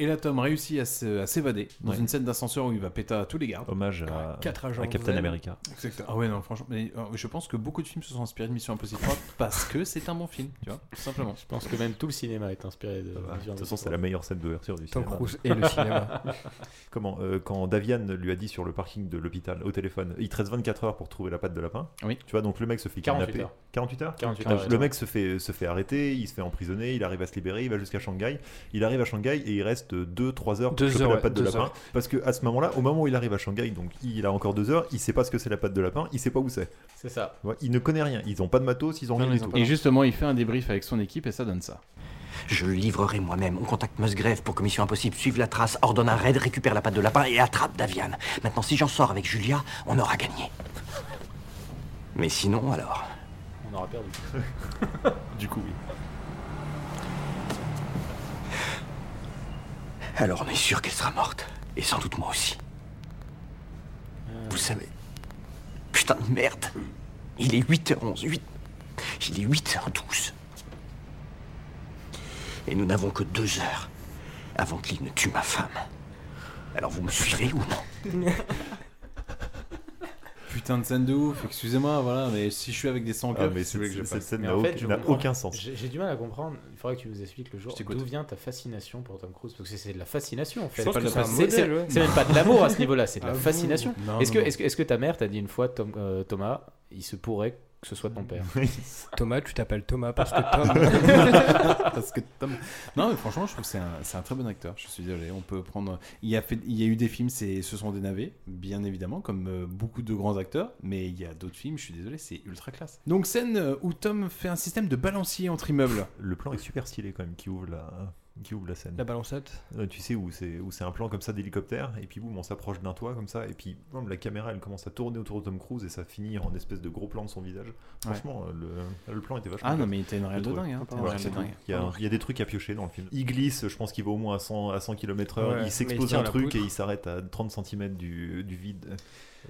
S2: Et là, Tom réussit à se- à s'évader dans
S12: Ouais.
S2: une scène d'ascenseur où il va péter à tous les gardes.
S12: Hommage à,
S13: Quatre agents
S12: à Captain
S13: zen.
S12: America.
S2: Exactement. Ah ouais, non, franchement, mais, euh, je pense que beaucoup de films se sont inspirés de Mission Impossible 3 parce que c'est un bon film, tu vois, tout simplement.
S11: Je pense que même tout le cinéma est inspiré de.
S12: De toute façon, c'est la meilleure scène de version du
S13: Tom
S12: cinéma.
S13: Cruise et le cinéma.
S12: Comment euh, Quand Davian lui a dit sur le parking de l'hôpital au téléphone, il te reste 24 heures pour trouver la patte de lapin.
S2: Oui.
S12: Tu vois, donc le mec se fait
S11: 48
S12: kidnapper.
S11: heures.
S12: 48 heures
S11: 48
S12: Ah,
S11: heures,
S12: Le
S11: ouais.
S12: mec se fait, se fait arrêter, il se fait emprisonner, il arrive à se libérer, il va jusqu'à Shanghai. Il arrive à Shanghai et il reste 2-3 heures pour
S14: Deux
S12: choper
S14: heures,
S12: la
S14: ouais,
S12: patte de
S14: deux
S12: lapin.
S14: heures.
S12: Parce que à ce moment-là, au moment où il arrive à Shanghai, donc il a encore 2 heures, il sait pas ce que c'est la patte de lapin, il sait pas où c'est.
S11: C'est ça.
S12: Tu vois, Il ne connaît rien, ils ont pas de matos, ils ont rien du tout.
S2: Et justement, il fait un débrief avec son équipe et ça donne ça.
S16: Je le livrerai moi-même. On contacte Musgrave pour Commission Impossible, suive la trace, ordonne un raid, récupère la patte de lapin et attrape Davian. Maintenant, si j'en sors avec Julia, on aura gagné. Mais sinon, alors
S11: On aura perdu.
S12: Du coup, oui.
S16: Alors, on est sûr qu'elle sera morte. Et sans doute moi aussi. Vous savez. Putain de merde. Il est 8h11. 8... Il est 8h12. Et nous n'avons que deux heures avant qu'il ne tue ma femme. Alors, vous me suivez ou non
S2: putain de scène de ouf, excusez-moi, voilà, mais si je suis avec des sang
S12: Ah, mais cette- cette scène n'a aucun-
S11: je
S12: n'a
S11: comprends-
S12: aucun sens.
S11: J'ai j'ai du mal à comprendre. Il faudrait que tu nous expliques le jour
S2: Je t'écoute.
S11: d'où vient ta fascination pour Tom Cruise. Parce que c'est de la fascination en fait.
S2: pense que
S11: C'est-
S2: c'est un
S11: c'est-
S2: modèle,
S11: c'est-
S2: ouais.
S11: C'est même pas de l'amour à ce niveau-là, c'est de la
S2: Ah bon
S11: fascination.
S2: Non,
S11: Est-ce que,
S2: non, non.
S11: est que, est-ce que ta mère t'a dit une fois, Tom- euh, Thomas, il se pourrait que ce soit ton père
S13: Thomas, tu t'appelles Thomas parce que Tom.
S2: Parce que Tom. Non, mais franchement, je trouve que c'est un, c'est un très bon acteur. Je suis désolé, on peut prendre. Il y a, fait, il y a eu des films, c'est Ce sont des navets, bien évidemment, comme euh, beaucoup de grands acteurs, mais il y a d'autres films, je suis désolé, c'est ultra classe. Donc, scène euh, où Tom fait un système de balancier entre immeubles.
S12: Le plan est super stylé quand même, qui ouvre la, qui ouvre la scène.
S13: La balancette
S12: Ouais, Euh, Tu sais, où c'est où c'est un plan comme ça d'hélicoptère, et puis boum, on s'approche d'un toit comme ça, et puis boum, la caméra elle commence à tourner autour de Tom Cruise, et ça finit en espèce de gros plan de son visage. Franchement, euh, le, le plan était vachement
S2: Ah non,
S12: classe.
S2: mais il était une réelle
S12: Je
S2: de
S12: trouve.
S2: dingue, hein, t'as une
S12: Voilà,
S2: réelle
S12: c'est
S2: de
S12: tout.
S2: dingue.
S12: Il y, a, il y a des trucs à piocher dans le film. Il glisse, je pense qu'il va au moins à 100, à 100 km/h,
S2: Ouais,
S12: il
S2: mais il
S12: s'expose
S2: tient
S12: un
S2: la
S12: truc
S2: poutre.
S12: et il s'arrête à 30 cm du, du vide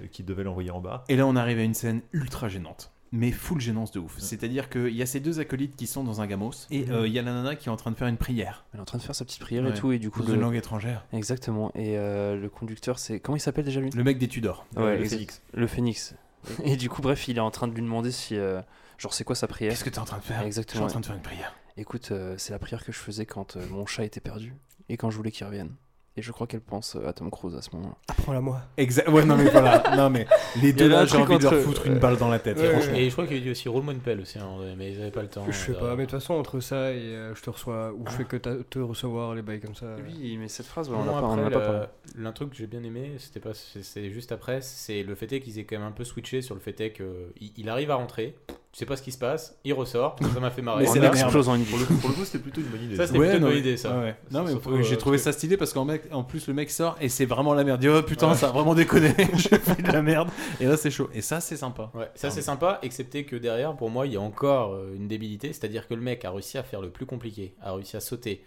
S12: euh, qui devait l'envoyer en bas.
S2: Et là, on arrive à une scène ultra gênante. Mais full gênance de ouf. C'est-à-dire qu'il y a ces deux acolytes qui sont dans un gamos et euh, il y a la nana qui est en train de faire une prière.
S14: Elle est en train de faire sa petite prière et
S2: Ouais.
S14: tout, et du coup.
S2: Dans une langue étrangère.
S14: Exactement. Et euh, le conducteur, c'est. Comment il s'appelle déjà lui
S2: Le mec des Tudors.
S14: Ouais,
S2: Euh, Le
S14: exact-
S2: phénix.
S14: Le phénix. Et du coup, bref, il est en train de lui demander si. euh, genre, c'est quoi sa prière
S2: Qu'est-ce que t'es en train de faire
S14: Exactement.
S2: Je suis en train de faire une prière.
S14: Écoute, euh, c'est la prière que je faisais quand euh, mon chat était perdu et quand je voulais qu'il revienne. Et je crois qu'elle pense euh, à Tom Cruise à ce moment-là.
S13: Apprends-la moi.
S2: Exact. Ouais, non, mais voilà. Non, mais les deux
S14: Il y en a
S2: là,
S14: un
S2: j'ai
S14: truc
S2: envie de leur
S14: entre-
S2: foutre une balle dans la tête. franchement.
S11: Et je crois qu'il a dit aussi roule-moi une pelle aussi, à un moment donné, mais ils n'avaient pas le temps.
S13: Je sais pas, mais de toute façon, entre ça et euh, je te reçois, ou je fais que ta- te recevoir, les bails comme ça.
S14: Oui, mais cette phrase,
S11: Non,
S14: on
S11: après, euh,
S14: n'a pas
S11: le-
S14: parlé.
S11: L'un truc que j'ai bien aimé, c'était pas, c'est- c'est juste après, c'est le fait est qu'ils aient quand même un peu switché sur le fait est que il, il arrive à rentrer, tu sais pas ce qui se passe, il ressort, ça m'a fait marrer.
S2: Mais c'est la merde.
S12: Pour le coup, pour le coup, c'était plutôt une bonne idée.
S11: Ça, c'était
S2: Ouais,
S11: plutôt
S2: non,
S11: une bonne
S2: mais-
S11: idée, ça.
S2: ouais, ouais. Non, mais
S11: Surtout,
S2: euh, j'ai
S11: euh,
S2: trouvé ça stylé parce qu'en mec- en plus, le mec sort et c'est vraiment la merde. Il dit, oh putain, ça a vraiment déconné. j'ai fait de la merde. Et là, c'est chaud. Et ça, c'est sympa.
S11: Ouais, ça c'est sympa, excepté que derrière, pour moi, il y a encore euh, une débilité, c'est-à-dire que le mec a réussi à faire le plus compliqué, a réussi à sauter,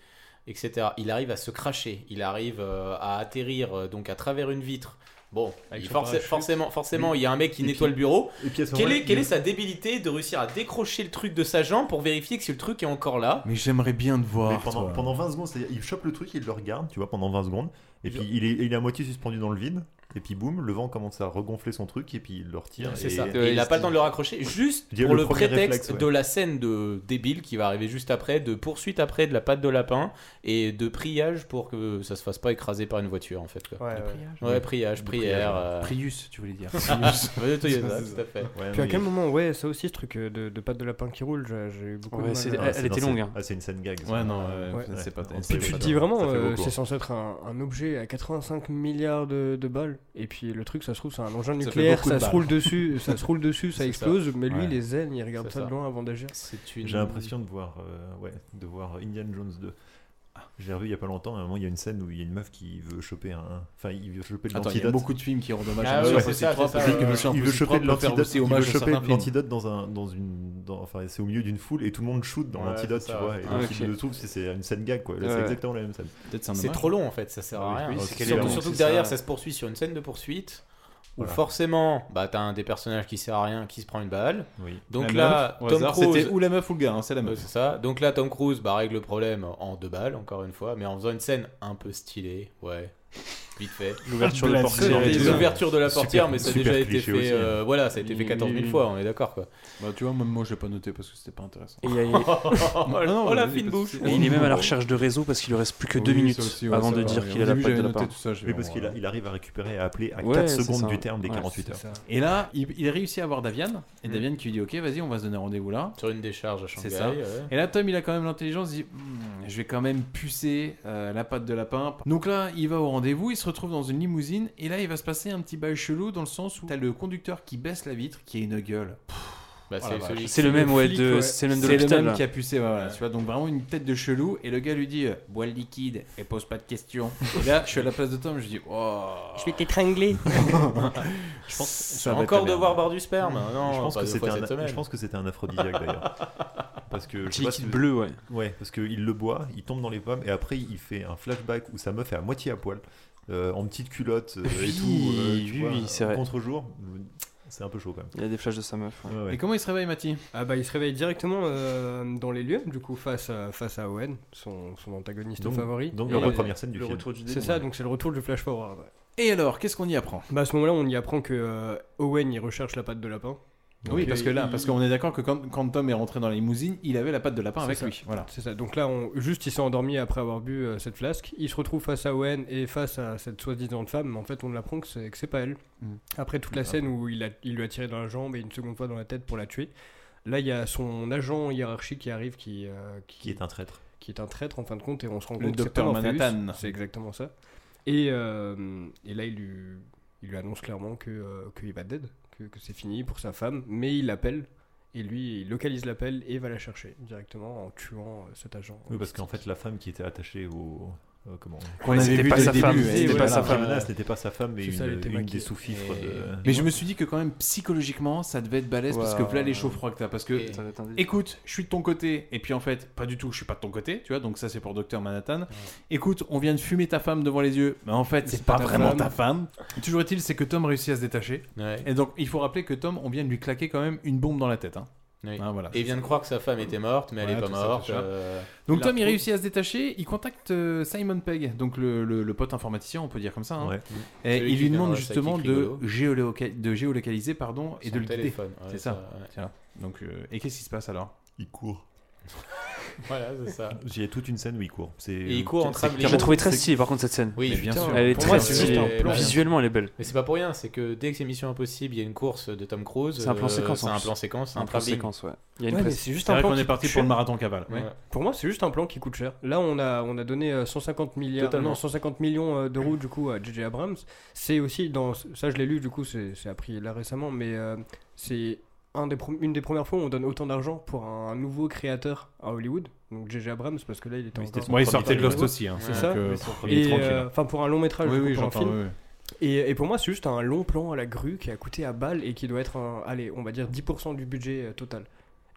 S11: etc. Il arrive à se cracher, il arrive euh, à atterrir euh, donc à travers une vitre. Bon,
S15: Avec
S11: il
S15: son
S11: forc-
S15: parachute.
S11: forcément, forcément,
S15: Oui.
S11: il y a un mec qui
S15: Et
S11: nettoie
S15: puis-
S11: le bureau.
S15: et puis à ce
S11: quelle
S15: moment-là,
S11: est, quelle
S15: il-
S11: est sa débilité de réussir à décrocher le truc de sa jambe pour vérifier que si le truc est encore là
S2: Mais j'aimerais bien te
S12: Mais
S2: voir.
S12: pendant,
S2: toi.
S12: pendant 20 secondes, c'est-à-dire, il chope le truc, il le regarde, tu vois, pendant 20 secondes, et puis il est, il est à moitié suspendu dans le vide, et puis boum, le vent commence à regonfler son truc, et puis il le retire.
S11: C'est
S12: et-
S11: ça. Et il n'a pas le temps de le raccrocher, juste
S12: Je dirais
S11: pour le,
S12: premier
S11: prétexte
S12: réflexe, ouais.
S11: de la scène de débile qui va arriver juste après, de poursuite après de la pâte de lapin et de priage pour que ça se fasse pas écraser par une voiture en fait. Quoi.
S13: Ouais, De ouais.
S11: priage.
S13: priage
S11: Ouais, priage,
S13: De
S11: prière.
S13: priage, ouais.
S11: euh,
S13: Prius, tu voulais dire.
S11: Prius. Ouais, tout, il y a ça, tout à fait.
S12: Ah
S13: Puis à quel moment, ouais, ça aussi, ce truc euh, de, de pâte de lapin qui roule, j'ai j'ai eu beaucoup de mal.
S12: Ah, c'est dans- Ah, c'est une scène gag. ça.
S2: Ouais, non, ouais,
S13: Ouais.
S2: c'est pas-
S12: on
S13: Puis
S12: sait
S13: tu te
S12: pas.
S13: dis vraiment,
S12: Ça fait
S13: euh,
S12: beaucoup. hein.
S13: c'est censé être un, un objet à 85 milliards de, de balles. Et puis le truc, ça se trouve, c'est un engin
S11: fait
S13: nucléaire,
S11: beaucoup
S13: ça,
S11: de
S13: se
S11: balles.
S13: roule dessus, ça se roule dessus, ça
S11: C'est
S13: explose. Mais lui,
S11: Ouais.
S13: il est zen, il regarde
S11: C'est
S13: ça de loin avant d'agir.
S11: C'est une-
S12: J'ai l'impression de voir, euh, ouais, de voir Indiana Jones 2. J'ai revu il y a pas longtemps, à un moment il y a une scène où il y a une meuf qui veut choper un. Enfin, il veut choper de
S2: Attends,
S12: l'antidote.
S2: il y a beaucoup de films qui rendent hommage
S12: Ah
S2: à
S12: ouais,
S2: Mission
S12: c'est
S2: Impossible
S12: ça, c'est
S2: trois,
S12: ça,
S2: parce que
S12: ouais.
S2: Mission
S12: euh, Il veut
S2: Impossible
S12: choper de
S2: trois peut faire
S12: l'antidote.
S2: aussi
S12: Il veut
S2: hommage à
S12: choper
S2: certains
S12: de
S2: films.
S12: l'antidote dans un, dans une, dans- enfin, c'est au milieu d'une foule et tout le monde shoot dans
S11: Ouais,
S12: l'antidote,
S11: c'est
S12: tu
S11: ça,
S12: vois.
S11: ouais.
S12: Et
S11: Ah,
S12: le
S11: ok.
S12: film de trouve, c'est- c'est une scène gag, quoi. Là, c'est
S11: Ouais.
S12: exactement la même scène.
S11: C'est trop long en fait, ça sert à
S12: Ah
S11: rien.
S12: oui, oui, c'est
S11: surtout,
S12: clairement,
S11: surtout que
S12: c'est ça.
S11: derrière, ça. se poursuit sur une scène de poursuite où
S12: Voilà.
S11: forcément, bah t'as un des personnages qui sert à rien, qui se prend une balle.
S12: Oui.
S11: Donc
S2: La
S11: là,
S2: meuf, au
S11: Tom
S2: hasard,
S11: Cruise.
S2: c'était ou la meuf ou le gars, hein, c'est la meuf.
S11: Ouais, c'est ça. Donc là, Tom Cruise bah, règle le problème en deux balles, encore une fois, mais en faisant une scène un peu stylée, ouais. Vite fait.
S14: L'ouverture de la portière.
S11: L'ouverture de la
S14: Super-
S11: portière, mais ça a
S14: super
S11: déjà été
S14: cliché
S11: fait.
S14: aussi, hein.
S11: euh, voilà, ça a été fait 14 000 fois, on est d'accord quoi.
S2: Bah, tu vois, même moi, je l'ai pas noté parce que c'était pas intéressant.
S14: Et il y a-
S11: Oh,
S2: Non, non,
S11: la
S2: vas-y,
S11: fine
S2: pas de
S11: bouche.
S2: soucis.
S14: Et il est même à la recherche de réseau parce qu'il lui reste plus que deux
S2: Oui, ça
S14: minutes
S2: aussi, ouais,
S14: avant
S2: ça
S14: de
S2: va,
S14: dire
S2: ouais.
S14: qu'il a
S2: Au
S14: la
S2: début,
S14: patte de
S2: j'avais
S14: la
S2: noté
S14: part.
S2: tout ça, j'ai
S12: Oui,
S2: vraiment,
S12: parce qu'il a- il arrive à récupérer, à appeler à
S14: Ouais,
S12: 4
S14: c'est
S12: secondes
S14: ça.
S12: du terme des
S14: Ouais,
S12: 48
S14: c'est
S12: heures.
S14: ça.
S2: Et là, il, il réussit à avoir Davian.
S12: Mm.
S2: Et Davian qui lui dit Ok, vas-y, on va se donner rendez-vous là.
S11: Sur une décharge à
S2: C'est
S11: Shanghai.
S2: ça.
S11: ouais.
S2: Et là, Tom, il a quand même l'intelligence il dit Hmm, Je vais quand même pucer euh, la patte de lapin. Donc là, il va au rendez-vous, il se retrouve dans une limousine. Et là, il va se passer un petit bail chelou dans le sens où t'as le conducteur qui baisse la vitre, qui a une gueule. Pff,
S11: Bah,
S2: oh
S11: c'est
S2: la vache.
S11: celui-
S14: C'est le même, ouais,
S2: flic,
S14: de- c'est le même de
S2: C'est le
S14: l'hôpital,
S2: même
S14: là.
S2: qui a pucé, ouais, voilà, tu vois. Donc vraiment une tête de chelou. Et le gars lui dit euh, Bois le liquide et pose pas de questions. et là, je suis à la place de Tom, je dis oh. Je
S13: vais t'étrangler.
S12: Je pense que ça va être
S11: Encore
S12: la merde.
S11: devoir boire du sperme. Non,
S12: je pense
S11: pas
S12: que
S11: deux
S12: c'était
S11: fois
S12: un,
S11: cette semaine.
S12: je pense que c'était un aphrodisiaque d'ailleurs. Parce que je
S14: Petit
S12: sais pas
S14: liquide
S12: si-
S14: bleu, ouais.
S12: Ouais, parce qu'il le boit, il tombe dans les pommes et après il fait un flashback où sa meuf est à moitié à poil, euh, en petite culotte euh, et
S14: Oui,
S12: tout, euh, tu
S14: oui,
S12: vois,
S14: oui, c'est vrai.
S12: contre-jour. C'est un peu chaud quand même.
S14: Il y a des flashs de sa meuf. ouais.
S12: Ouais, ouais.
S2: Et comment il se réveille, Mati
S13: Ah bah il se réveille directement euh, dans les lieux du coup face à, face à Owen, son, son antagoniste
S12: Donc-
S13: favori.
S12: donc
S13: Et
S12: dans la
S13: le-
S12: première scène du
S13: le
S12: film.
S13: retour du C'est ça, donc c'est le retour du flash forward. ouais.
S2: Et alors, qu'est-ce qu'on y apprend
S13: Bah à ce moment-là, on y apprend que euh, Owen il recherche la patte de lapin. Donc,
S2: oui, parce
S13: euh,
S2: que là,
S13: il-
S2: parce qu'on est d'accord que quand, quand Tom est rentré dans la limousine, il avait la patte de lapin
S13: C'est
S2: avec
S13: ça.
S2: lui. Voilà.
S13: C'est ça. Donc là, on... juste, il s'est endormi après avoir bu euh, cette flasque. Il se retrouve face à Owen et face à cette soi-disant femme, mais en fait, on l'apprend que c'est que c'est pas elle.
S2: Mm.
S13: Après toute la
S2: Ah.
S13: scène où il, a... il lui a tiré dans la jambe et une seconde fois dans la tête pour la tuer, là, il y a son agent hiérarchique qui arrive qui, euh, qui...
S12: Qui est un traître.
S13: qui est un traître en fin de compte, et on se rend
S2: Le
S13: compte que c'est pas
S2: docteur
S13: Morpheus,
S2: Manhattan.
S13: C'est exactement ça. Et, euh, et là, il lui, il lui annonce clairement que euh, qu'il va dead, que, que c'est fini pour sa femme, mais il l'appelle. Et lui, il localise l'appel et va la chercher directement en tuant euh, cet agent.
S12: Oui, parce qu'en fait, la femme qui était attachée au. euh, comment
S2: Qu'on Ouais, avait c'était vu pas dès le sa début, femme, ouais. c'était
S12: Voilà,
S2: pas sa
S12: la
S2: femme.
S12: menace n'était pas sa femme, mais
S13: C'est ça, elle
S12: une,
S13: était
S12: une
S13: maquillée.
S12: des sous-fifres.
S13: Et-
S12: de-
S2: Mais je me suis dit que quand même psychologiquement ça devait être balèze parce que
S14: Ouais.
S2: là les chauds froids que t'as parce que
S14: Ça doit être un dé-
S2: écoute je suis de ton côté et puis en fait pas du tout je suis pas de ton côté tu vois donc ça c'est pour docteur Manhattan écoute on vient de fumer ta femme devant les yeux mais en fait c'est pas,
S12: pas ta
S2: vraiment
S12: femme.
S2: ta femme toujours est-il c'est que Tom réussit à se détacher
S11: Ouais.
S2: et donc il faut rappeler que Tom on vient de lui claquer quand même une bombe dans la tête hein.
S11: Oui.
S2: Hein, voilà
S11: Et il vient de croire que sa femme était morte, mais elle
S2: Ouais,
S11: est pas
S2: tout ça, tout
S11: morte.
S2: ça.
S11: euh,
S2: Donc
S11: la
S2: Tom, il
S11: retrouve.
S2: réussit à se détacher, il contacte euh, Simon Pegg, donc le, le- le pote informaticien, on peut dire comme ça. hein.
S12: Ouais.
S2: Et
S11: Celui
S2: il
S11: qui
S2: lui
S11: vient dans
S2: demande
S11: la
S2: justement
S11: psychique
S2: de,
S11: rigolo.
S2: géoloca- de géolocaliser pardon, et
S11: Son
S2: de le guider.
S11: téléphone, ouais,
S2: c'est
S11: ça,
S2: ça.
S11: ouais.
S2: Tiens. Donc, euh, et qu'est-ce qui se passe alors
S12: Il court.
S11: Voilà, c'est ça.
S12: Il y a toute une scène où il court. C'est-
S11: Et il court
S12: c'est-
S11: en train de
S12: c'est-
S11: les-
S14: Je l'ai trouvé très
S12: c'est-
S14: stylée par contre cette scène.
S11: Oui,
S14: bien
S11: putain,
S14: sûr. Elle est
S11: pour
S14: très
S11: moi, c'est
S14: stylée.
S11: juste un plan.
S14: Visuellement, elle est belle.
S11: Mais c'est pas pour rien, c'est que dès que c'est Mission Impossible, il y a une course de Tom Cruise.
S14: C'est un plan
S11: euh,
S14: séquence,
S11: C'est
S14: en
S11: un
S14: plus.
S11: plan séquence, c'est
S14: Un
S11: un
S14: plan
S11: travelling.
S14: séquence, ouais.
S13: Il y a une
S2: Ouais, mais
S13: presse.
S2: c'est juste
S13: C'est
S2: un
S13: vrai
S2: plan
S13: qu'on
S2: qui
S13: est parti
S2: coûte
S13: pour
S2: cher.
S13: le
S2: marathon cavale.
S11: Ouais.
S13: Pour moi, c'est juste un plan qui coûte cher. Là, on a, on a donné euh, 150 milliards,
S11: Totalement.
S13: non, 150 millions euh, d'euros du coup à JJ Abrams. C'est aussi dans ça, je l'ai lu du coup, c'est c'est appris là récemment, mais euh, c'est un des prom- une des premières fois où on donne autant d'argent pour un nouveau créateur à Hollywood. Donc JJ Abrams parce que là, il était
S2: Oui, c'était
S13: encore-
S2: son Ouais, il premier sortait de Lost travail. aussi, hein.
S13: c'est
S2: Donc,
S13: ça.
S2: euh, son premier
S13: et
S2: tranquille.
S13: euh, enfin pour un long métrage,
S2: Oui,
S13: du coup,
S2: oui,
S13: pour un
S2: j'entends,
S13: film.
S2: oui, oui.
S13: Et, et pour moi, c'est juste un long plan à la grue qui a coûté à balle et qui doit être, un, allez, on va dire 10% du budget euh, total.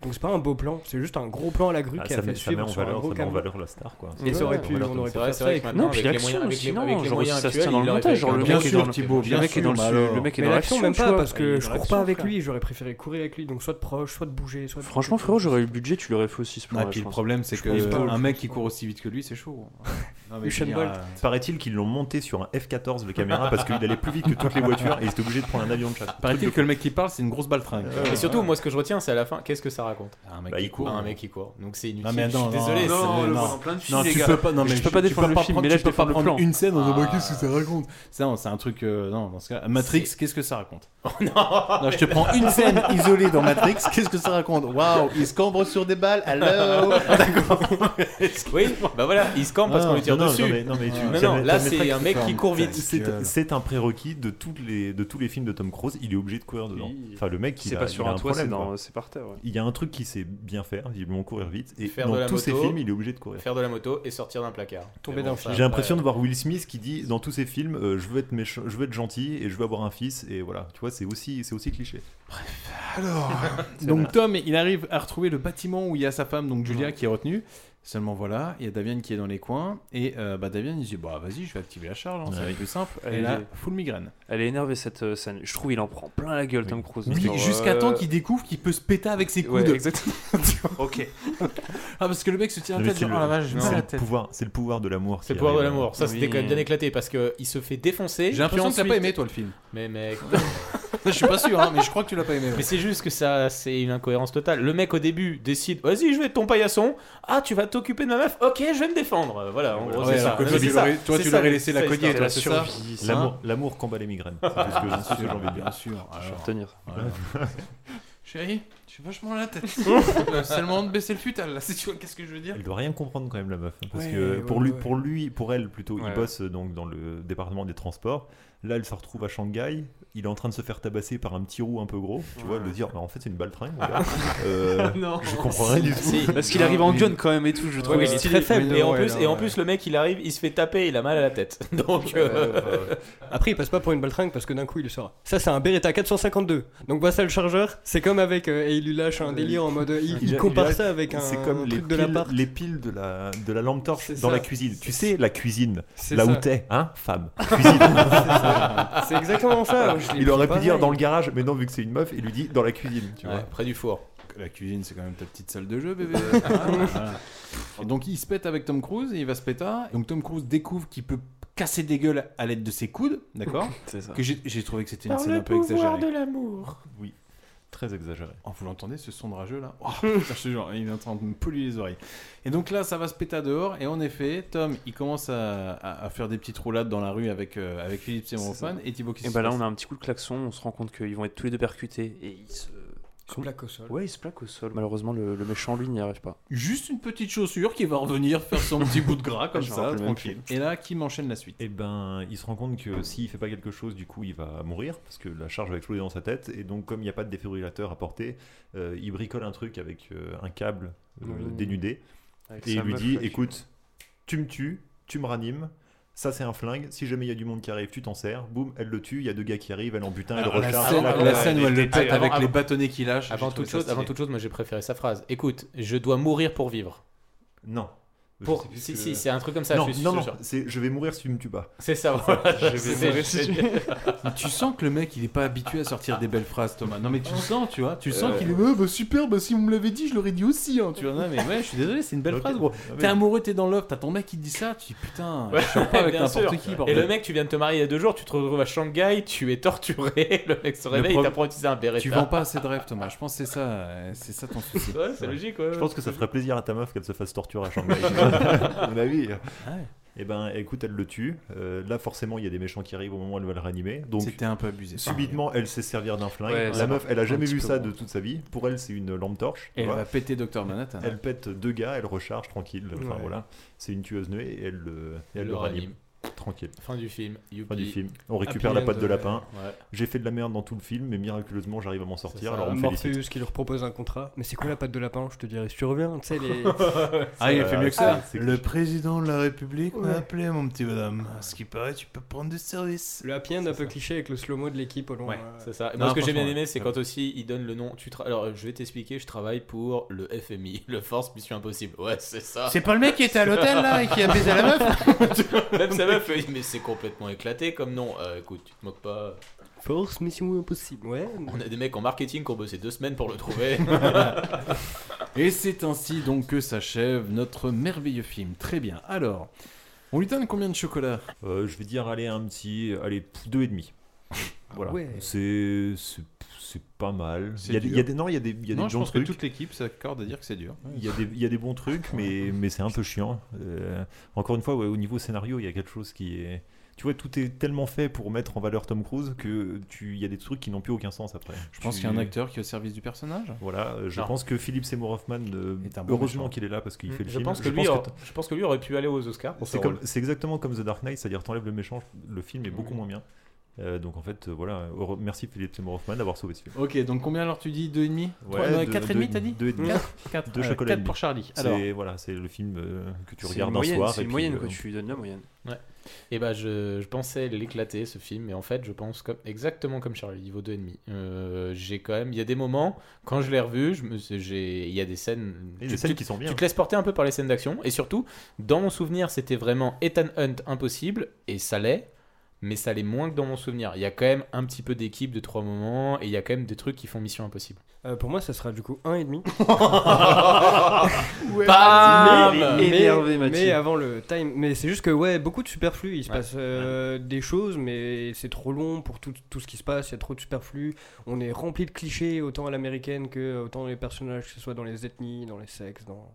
S13: Donc c'est pas un beau plan, c'est juste un gros plan à la grue
S12: Ah,
S13: qui a
S12: ça
S13: fait
S12: met- ça met
S13: suivre
S12: en
S13: sur un
S12: valeur-
S13: gros
S12: ça met en
S13: camion.
S12: valeur la star, quoi.
S13: Et ça
S12: Ouais,
S13: aurait
S12: ouais,
S13: pu,
S12: on
S13: on aurait
S12: l'entend.
S13: pu
S12: C'est
S13: faire
S12: vrai,
S13: ça
S12: c'est vrai
S13: avec
S12: que
S13: maintenant.
S14: Non, puis
S12: avec les
S14: l'action,
S12: moyens- avec les-
S14: non,
S12: avec les
S14: genre
S12: moyens
S14: ça se tient
S12: actuels,
S14: dans
S12: il
S14: le
S12: aurait
S14: montage,
S12: fait
S14: genre le
S12: bien
S14: mec est
S12: sûr,
S14: dans le-
S12: Thibaut, bien
S14: le mec est
S12: sûr.
S14: dans le-
S12: Bah alors.
S14: le mec est
S13: Mais
S14: dans
S13: l'action, même
S14: tu
S13: pas,
S14: vois.
S13: parce que je cours pas avec
S14: frère.
S13: lui, j'aurais préféré courir avec lui, donc soit de proche, soit de bouger, soit de-
S14: Franchement, frérot, j'aurais eu le budget, tu l'aurais fait aussi ce plan.
S2: Ah, puis le problème, c'est que euh, un mec qui court aussi vite que lui, c'est chaud. hein. Non, mais je veux dire, euh,
S12: Paraît-il qu'ils l'ont monté sur un F-14 le caméra parce qu'il allait plus vite que toutes les voitures et il était obligé de prendre un avion de chasse.
S2: Paraît-il que le mec qui parle, c'est une grosse baltringue.
S11: Et surtout, moi, ce que je retiens, c'est à la fin, qu'est-ce que ça raconte
S2: Ah, Un mec
S11: Bah,
S2: qui
S11: il court.
S2: court.
S11: Un mec qui court. Donc c'est inutile.
S2: Non mais
S11: je suis
S2: attends, non,
S11: désolé. c'est-
S2: non,
S11: non.
S2: non, tu peux pas, non, mais
S14: je peux pas
S2: tu
S14: défendre le
S2: pas
S14: film,
S2: prendre-
S14: mais là,
S2: tu
S14: je
S2: peux
S14: défends
S2: pas
S14: le
S2: prendre
S14: plan.
S2: Une scène, on se dit,
S14: Ah.
S2: qu'est-ce que ça raconte C'est non, c'est un truc, euh, non, dans ce cas, Matrix, qu'est-ce que ça raconte
S11: non,
S2: je te prends une scène isolée dans Matrix, qu'est-ce que ça raconte Waouh, il se cambre sur des balles, hello
S11: Ah, Oui, bah voilà, il se campe parce
S12: Non,
S13: Ah.
S11: qu'on lui tire
S12: non, non,
S11: dessus.
S12: Non, mais, non, mais tu-
S11: Non,
S12: ça
S11: non,
S12: met-
S11: là,
S12: ça
S11: c'est
S12: mettrait-
S11: un mec qui court vite.
S12: C'est c'est un prérequis de, toutes les, de tous les films de Tom Cruise. Il est obligé de courir dedans.
S14: Oui.
S12: Enfin, le mec,
S14: C'est
S12: il a,
S14: pas sur
S12: il a
S14: un toit, c'est
S12: problème,
S14: dans-
S12: quoi.
S14: c'est par terre, ouais.
S12: Il y a un truc qui sait bien faire, visiblement courir vite. Et
S11: Faire
S12: dans
S11: de la
S12: tous ses
S11: moto,
S12: films, il est obligé de courir.
S11: Faire de la moto et sortir d'un placard.
S13: Tomber
S11: Mais
S13: d'un
S11: bon,
S13: fil.
S11: ça,
S12: J'ai l'impression
S11: après,
S12: de voir Will Smith qui dit dans tous ses films euh, je veux être méchant, je veux être gentil et je veux avoir un fils et voilà tu vois c'est aussi c'est aussi cliché.
S2: Alors, donc Tom, il arrive à retrouver le bâtiment où il y a sa femme, donc Julia, qui est retenue. Seulement voilà, il y a Davian qui est dans les coins. Et euh, bah, Davian, il se dit Bah vas-y, je vais activer la charge, hein, c'est
S14: Ouais.
S2: le plus simple.
S14: Elle
S2: Et
S14: est-
S2: là, full migraine.
S14: Elle est énervée cette euh, scène. Je trouve il en prend plein la gueule, Tom Cruise.
S2: Oui,
S14: Genre,
S2: jusqu'à
S14: euh,
S2: temps qu'il découvre qu'il peut se péter avec ses
S14: Ouais,
S2: coudes.
S14: exactement.
S2: ok. Ah, parce que le mec se tient
S12: Non,
S2: la
S12: mais
S2: tête,
S12: C'est
S2: genre, oh la vache,
S12: le,
S2: j'ai
S12: c'est
S2: mal à
S12: le
S2: la tête.
S12: pouvoir c'est le pouvoir de l'amour.
S11: C'est
S12: qui
S11: le pouvoir de
S12: arrive.
S11: l'amour. Ça, c'était quand même bien éclaté parce qu'il se fait défoncer.
S2: J'ai l'impression
S11: Puis
S2: que t'as pas
S11: ensuite-
S2: aimé, toi, le film.
S11: Mais mec.
S2: Je suis pas sûr, hein, mais je crois que tu l'as pas aimé. ouais.
S11: Mais c'est juste que ça, c'est une incohérence totale. Le mec au début décide, vas-y, je vais être ton paillasson. Ah, tu vas t'occuper de ma meuf. Ok, je vais me défendre. Euh, Voilà, en gros,
S2: Ouais,
S11: c'est
S2: alors
S11: ça.
S2: que
S11: Non,
S2: toi,
S11: mais
S2: tu
S11: c'est ça.
S2: l'aurais- toi,
S11: C'est
S2: tu
S11: ça,
S2: l'aurais
S11: le-
S2: laissé la
S11: c'est
S2: cogner,
S11: ça.
S2: toi, c'est ça
S14: ça.
S12: L'amour l'amour combat les migraines. C'est tout ce que- c'est ce que j'ai envie de dire.
S2: Bien sûr.
S14: Je vais
S2: alors.
S14: retenir.
S2: Voilà. Chérie, j'ai vachement la tête. Euh, c'est le moment de baisser le futal, là, si tu vois qu'est-ce que je veux dire.
S12: Elle doit rien comprendre quand même la meuf hein, parce
S2: Ouais,
S12: que
S2: ouais,
S12: pour lui
S2: ouais.
S12: pour lui pour elle plutôt
S14: Ouais.
S12: il bosse euh, donc dans le département des transports. Là elle se retrouve à Shanghai, il est en train de se faire tabasser par un petit roux un peu gros, tu vois, le dire bah, en fait c'est une baltringue. mon gars. Euh,
S11: Non.
S12: je comprends rien du tout.
S11: Si.
S14: Parce qu'il arrive en gun quand même et tout, je trouve.
S11: Ouais,
S14: il
S11: il est
S14: stylé.
S11: très faible.
S13: mais
S11: Et en
S13: non, ouais,
S11: plus,
S13: non,
S11: et en
S13: ouais.
S11: plus, le mec, il arrive, il se fait taper, il a mal à la tête. Donc, euh,
S13: Après, il passe pas pour une baltringue parce que d'un coup, il le sort. Ça, c'est un Beretta 452. Donc, voilà ça le chargeur. C'est comme avec. euh, et il lui lâche un délire en mode. euh, Il, il
S12: a-
S13: compare
S12: a-
S13: ça avec un,
S12: C'est comme
S13: un
S12: les
S13: truc
S12: piles,
S13: de la part.
S12: les piles de la, de la lampe torche
S13: C'est
S12: dans
S13: ça.
S12: la cuisine. Tu sais, la cuisine,
S13: C'est
S12: là
S13: ça.
S12: où t'es, hein, femme, cuisine.
S13: C'est exactement ça. Je l'ai
S12: il
S13: pris
S12: aurait pu
S13: pareil.
S12: dire dans le garage, mais non, vu que c'est une meuf, il lui dit dans la cuisine, tu
S11: ouais,
S12: vois.
S11: près du four.
S2: La cuisine, c'est quand même ta petite salle de jeu, bébé. Ah, Voilà. Donc il se pète avec Tom Cruise et il va se péter. Donc Tom Cruise découvre qu'il peut casser des gueules à l'aide de ses coudes, d'accord
S12: C'est ça.
S2: Que j'ai- j'ai trouvé que c'était une
S12: Par
S2: scène
S12: le
S2: un peu
S12: pouvoir
S2: exagérée.
S12: de l'amour.
S2: Oui,
S12: très exagérée.
S2: Oh, vous l'entendez ce son de rageux là Oh, putain, je te jure, il est en train de me polluer les oreilles. Et donc là, ça va se péter dehors. Et en effet, Tom, il commence à, à- à faire des petites roulades dans la rue avec, euh, avec Philippe Seymour-Hoffman et ben Thibaut qui
S14: Et bah là, on a un petit coup de klaxon, on se rend compte qu'ils vont être tous les deux percutés et ils se.
S13: se plaquent au sol.
S14: Ouais, ils se plaquent au sol. Malheureusement, le, le méchant, lui, n'y arrive pas.
S2: Juste une petite chaussure qui va revenir faire son petit bout de gras comme
S12: Je me
S2: ça,
S12: rappelle même
S2: tranquille. Et là, qui m'enchaîne la suite
S12: Eh ben, il se rend compte que s'il fait pas quelque chose, du coup, il va mourir parce que la charge va exploser dans sa tête. Et donc, comme il n'y a pas de défibrillateur à porter, euh, il bricole un truc avec euh, un câble euh,
S14: Mmh.
S12: dénudé
S14: Avec
S12: et
S14: sa
S12: il lui
S14: meuf,
S12: dit
S14: là, qui-
S12: "Écoute, tu me tues, tu me ranimes." Ça, c'est un flingue. Si jamais il y a du monde qui arrive, tu t'en sers. Boum, elle le tue. Il y a deux gars qui arrivent, elle en butin, elle
S11: Alors, la
S12: recharge.
S11: scène-
S12: elle
S11: la
S12: la-
S11: scène
S12: elle
S11: où elle le
S12: détaille.
S11: pète
S12: Avant-
S11: avec
S12: avant-
S11: les
S2: bâtonnets qu'il lâche.
S11: Avant
S12: j'ai trouvé
S11: toute,
S12: ça
S11: chose,
S12: stylé.
S11: avant toute chose, moi j'ai préféré sa phrase. Écoute, je dois mourir pour vivre.
S12: Non.
S11: Pour-
S12: Je sais plus
S11: Si,
S12: ce que-
S11: si, c'est un truc comme ça.
S12: Non,
S11: je suis
S12: non,
S11: je
S12: non,
S11: suis sûr.
S12: c'est je vais mourir si tu me tues pas.
S11: C'est ça, voilà.
S12: Je vais
S11: C'est-
S12: mourir
S11: c'est-
S12: si tu-
S2: Ah, tu sens que le mec il est pas habitué à sortir des belles phrases Thomas. Non mais tu le sens tu vois, tu sens
S12: Euh.
S2: qu'il est Ah, bah, super, bah, si on me l'avait dit je l'aurais dit aussi hein, tu vois. Non mais ouais, je suis désolé, c'est une belle
S11: Ok.
S2: phrase gros.
S11: Ah, mais-
S2: T'es amoureux, t'es dans l'offre, t'as ton mec qui te dit ça, tu dis putain,
S11: Ouais,
S2: je suis pas avec
S11: bien sûr.
S2: n'importe qui
S11: Et
S2: bordel.
S11: le mec, tu viens de te marier il y a deux jours, tu te retrouves à Shanghai, tu es torturé, le mec se
S2: Le
S11: réveille, il
S2: problème-
S11: t'apprend à utiliser un béret.
S2: Tu vends pas assez de rêves Thomas, je pense que c'est ça, euh, c'est ça ton souci.
S11: Ouais, c'est logique, ouais.
S12: Je pense que ça ferait plaisir à ta meuf qu'elle se fasse torturer à Shanghai. à mon avis.
S11: Ah
S12: Et ben, écoute, elle le tue. Euh, là, forcément, il y a des méchants qui arrivent au moment où elle va le ranimer. Donc,
S2: C'était un peu abusé.
S12: Subitement, elle sait servir d'un flingue.
S2: Ouais,
S12: la
S2: ça
S12: meuf,
S2: va.
S12: elle a
S2: Un
S12: jamais
S2: petit
S12: vu
S2: peu,
S12: ça
S2: bon.
S12: de toute sa vie. Pour elle, c'est une lampe torche.
S2: Et
S12: tu
S2: elle
S12: vois.
S2: va péter Dr Manhattan.
S12: Elle pète deux gars, elle recharge tranquille. Enfin
S11: Ouais.
S12: voilà, c'est une tueuse nuée et elle, le- et elle
S11: Elle
S12: le
S11: le
S12: ranime.
S11: ranime.
S12: Tranquille.
S11: Fin du film.
S12: Fin du
S11: youpi.
S12: film. On récupère la
S11: Happy
S12: patte
S11: end,
S12: de lapin.
S11: ouais.
S12: J'ai fait de la merde dans tout le film, mais miraculeusement, j'arrive à m'en sortir.
S13: Alors,
S12: Alors on me félicite.
S13: Morpheus qui leur propose un contrat. Mais c'est quoi la patte de lapin Je te dirais si tu reviens, tu sais, les.
S2: Ah,
S11: euh,
S2: il a fait mieux que ça.
S13: C'est-
S2: Le président de la République
S13: m'a Ouais.
S2: appelé, mon petit bonhomme. À ce qui paraît, tu peux prendre du service.
S13: Le happy end un peu cliché avec le slow-mo de l'équipe au long.
S11: Ouais,
S13: euh,
S11: c'est ça. Moi, ce que j'ai bien aimé, c'est quand aussi il donne le nom. Tu tra- Alors, je vais t'expliquer, je travaille pour le FMI, le Force Mission Impossible. Ouais, c'est ça.
S2: C'est pas le mec qui était à l'hôtel, là, et qui a baisé la meuf
S11: Même sa meuf, elle dit, mais c'est complètement éclaté comme nom. Euh, écoute, tu te moques pas.
S13: Force Mission Impossible, ouais.
S11: On a des mecs en marketing qui ont bossé deux semaines pour le trouver.
S2: Et c'est ainsi donc que s'achève notre merveilleux film. Très bien. Alors, on lui donne combien de chocolat
S12: Euh, Je vais dire, allez, un petit. Allez, pff, deux et demi. Voilà.
S2: Ah ouais.
S12: C'est. c'est- C'est pas mal.
S2: C'est
S12: Il y a, des-
S2: dur.
S12: il y a des, non, il y a des, il y a
S2: Non,
S12: des
S2: je
S12: bons
S2: pense que
S12: trucs.
S2: toute l'équipe s'accorde à dire que c'est dur.
S12: Il y, a des, il y a des bons trucs, mais, mais c'est un peu chiant. Euh, encore une fois, ouais, au niveau scénario, il y a quelque chose qui est. Tu vois, tout est tellement fait pour mettre en valeur Tom Cruise que tu, il y a des trucs qui n'ont plus aucun sens après.
S2: Je pense
S12: Tu-
S2: qu'il y a un acteur qui est au service du personnage.
S12: Voilà, euh, je
S2: Non.
S12: pense que Philippe Seymour Hoffman, euh,
S2: Est un bon
S12: heureusement
S2: méchant.
S12: qu'il est là parce qu'il fait le
S11: Hmm. je
S12: film.
S11: pense que lui, aur- je pense que lui aurait pu aller aux Oscars pour
S12: c'est
S11: ce
S12: comme-
S11: rôle. Hmm.
S12: c'est exactement comme The Dark Knight, c'est-à-dire t'enlèves le méchant, le film est beaucoup moins bien. Euh, donc en fait, euh, voilà, heureux- merci Philippe Seymour Hoffman d'avoir sauvé ce film.
S2: Ok, donc combien alors tu dis 2,5
S12: Ouais, deux-
S2: 4,5
S12: deux-
S2: t'as dit
S12: deux et demi.
S2: 4
S12: Deux chocolats et demi.
S2: pour Charlie.
S12: C'est-
S2: Alors,
S12: voilà, c'est le film euh, que tu
S14: C'est
S12: regardes
S14: une
S12: un
S14: moyenne,
S12: soir.
S14: c'est
S12: et
S14: une
S12: puis,
S14: moyenne,
S12: euh,
S14: quoi, tu lui donnes la moyenne.
S11: Ouais. Et bah je, je pensais l'éclater ce film, mais en fait je pense comme, exactement comme Charlie, il vaut 2,5. Euh, j'ai quand même, il y a des moments, quand je l'ai revu, je me, suis- j'ai, il y a des scènes,
S12: Et
S11: tu-
S12: des scènes
S11: tu-
S12: qui sont bien.
S11: Tu te laisses porter un peu par les scènes d'action, et surtout, dans mon souvenir c'était vraiment Ethan Hunt impossible, et ça l'est, mais ça l'est moins que dans mon souvenir. Il y a quand même un petit peu d'équipe de trois moments, et il y a quand même des trucs qui font Mission Impossible.
S13: Euh, pour moi, ça sera du coup 1,5.
S11: Ouais, Bam
S13: mais, mais-
S11: Énervé,
S13: mais
S11: Mathilde.
S13: avant le time. Mais c'est juste que, ouais, beaucoup de superflu. Il se passe euh, des choses, mais c'est trop long pour tout, tout ce qui se passe. Il y a trop de superflu. On est rempli de clichés, autant à l'américaine que autant dans les personnages, que ce soit dans les ethnies, dans les sexes, dans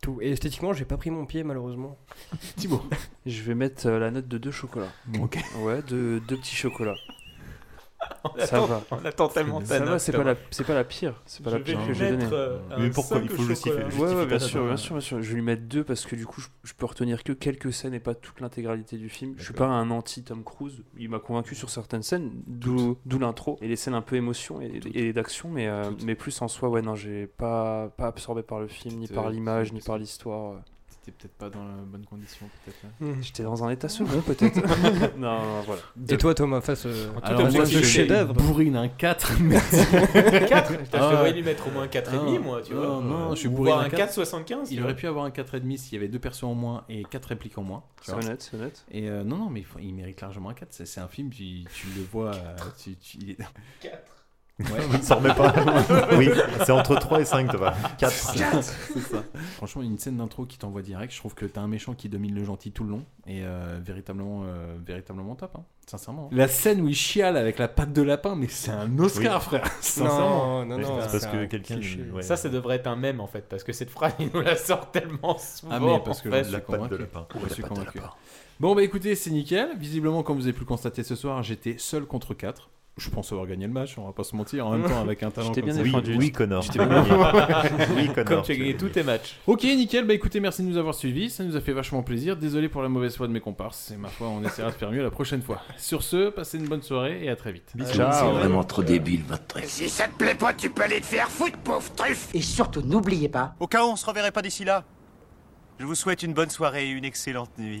S13: tout. Et esthétiquement, j'ai pas pris mon pied, malheureusement.
S14: Thibaut. Je vais mettre euh, la note de deux chocolats.
S2: Ok.
S14: Ouais, deux, deux petits chocolats.
S11: On
S14: ça
S11: attend-
S14: va.
S11: on attend tellement ta
S14: Ça va,
S11: note,
S14: c'est pas,
S11: Thomas.
S14: la, c'est pas la pire. C'est pas
S11: Je
S14: la pire
S11: vais
S14: que
S11: lui
S14: j'ai donnée.
S11: mettre, euh, un Mais pourquoi sac Il faut au justifier- chocolat.
S14: Ouais,
S11: justifier
S14: ouais,
S11: ta
S14: bien
S11: note.
S14: sûr, bien sûr, bien sûr. Je vais lui mettre deux parce que du coup, je, je peux retenir que quelques scènes et pas toute l'intégralité du film. Je suis pas un anti Tom Cruise. Il m'a convaincu sur certaines scènes, d'où d'où l'intro et les scènes un peu émotion et, et d'action, mais, euh, mais plus en soi, ouais, non, j'ai pas, pas absorbé par le film, ni
S2: C'était-
S14: par l'image, ni par l'histoire.
S2: T'étais peut-être pas dans la bonne condition, peut-être. là.
S14: J'étais dans un
S2: Ah.
S14: état second, peut-être. non, non, non, voilà.
S13: Et toi, Thomas, face, euh,
S14: En tout
S2: Alors,
S14: cas,
S2: moi,
S14: face
S2: je
S14: au
S2: fais
S14: chef-d'œuvre.
S2: bourrine hein. un 4.
S11: Quatre Putain,
S2: Ah,
S11: je te voyais lui mettre au moins quatre et demi, moi, tu vois.
S2: Non, je suis
S11: Ou
S2: bourrine
S11: voir un
S2: un
S11: 4,75, tu
S2: Il
S11: vois.
S2: aurait pu avoir un 4,5 s'il y avait deux persos en moins et quatre répliques en moins. tu
S14: C'est
S2: vois.
S14: honnête, c'est honnête.
S2: Et euh, non, non, mais il, faut- il mérite largement un 4. C'est c'est un film, tu, tu le vois. euh, Tu, tu- il est-
S12: Il s'en remet pas. oui, c'est entre 3 et 5, Thomas. 4.
S2: C'est ça. Franchement, une scène d'intro qui t'envoie direct, je trouve que t'as un méchant qui domine le gentil tout le long et euh, véritablement, euh, véritablement top, hein. sincèrement. hein. La scène où il chiale avec la patte de lapin, mais c'est un Oscar,
S11: Oui.
S2: frère.
S11: Non,
S2: Sincèrement.
S11: non, non,
S12: c'est parce que quelqu'un- ouais.
S11: Ça, ça devrait être un mème en fait, parce que cette phrase, il nous la sort tellement souvent.
S2: Ah mais parce que
S11: en fait.
S2: je suis
S12: hein.
S2: convaincu. Je suis convaincu. Bon bah écoutez, c'est nickel. Visiblement, comme vous avez pu le constater ce soir, j'étais seul contre 4. Je pense avoir gagné le match, on va pas se mentir, en même temps avec un talent
S12: Je t'ai
S2: comme
S12: bien
S2: ça.
S12: défendu. Oui, oui, Connor. Je t'ai bien défendu. Oui, Connor, Comme tu as je gagné t'ai tous bien tes
S11: matchs.
S2: Ok, nickel. Bah écoutez, merci de nous avoir suivis. Ça nous a fait vachement plaisir. Désolé pour la mauvaise foi de mes comparses. C'est ma foi, on essaiera de faire mieux la prochaine fois. Sur ce, passez une bonne soirée et à très vite.
S17: C'est vraiment trop débile, votre truc.
S5: Si ça te plaît pas, tu peux aller te faire foutre, pauvre truffe
S17: Et surtout, n'oubliez pas.
S18: Au cas où on se reverrait pas d'ici là, je vous souhaite une bonne soirée et une excellente nuit.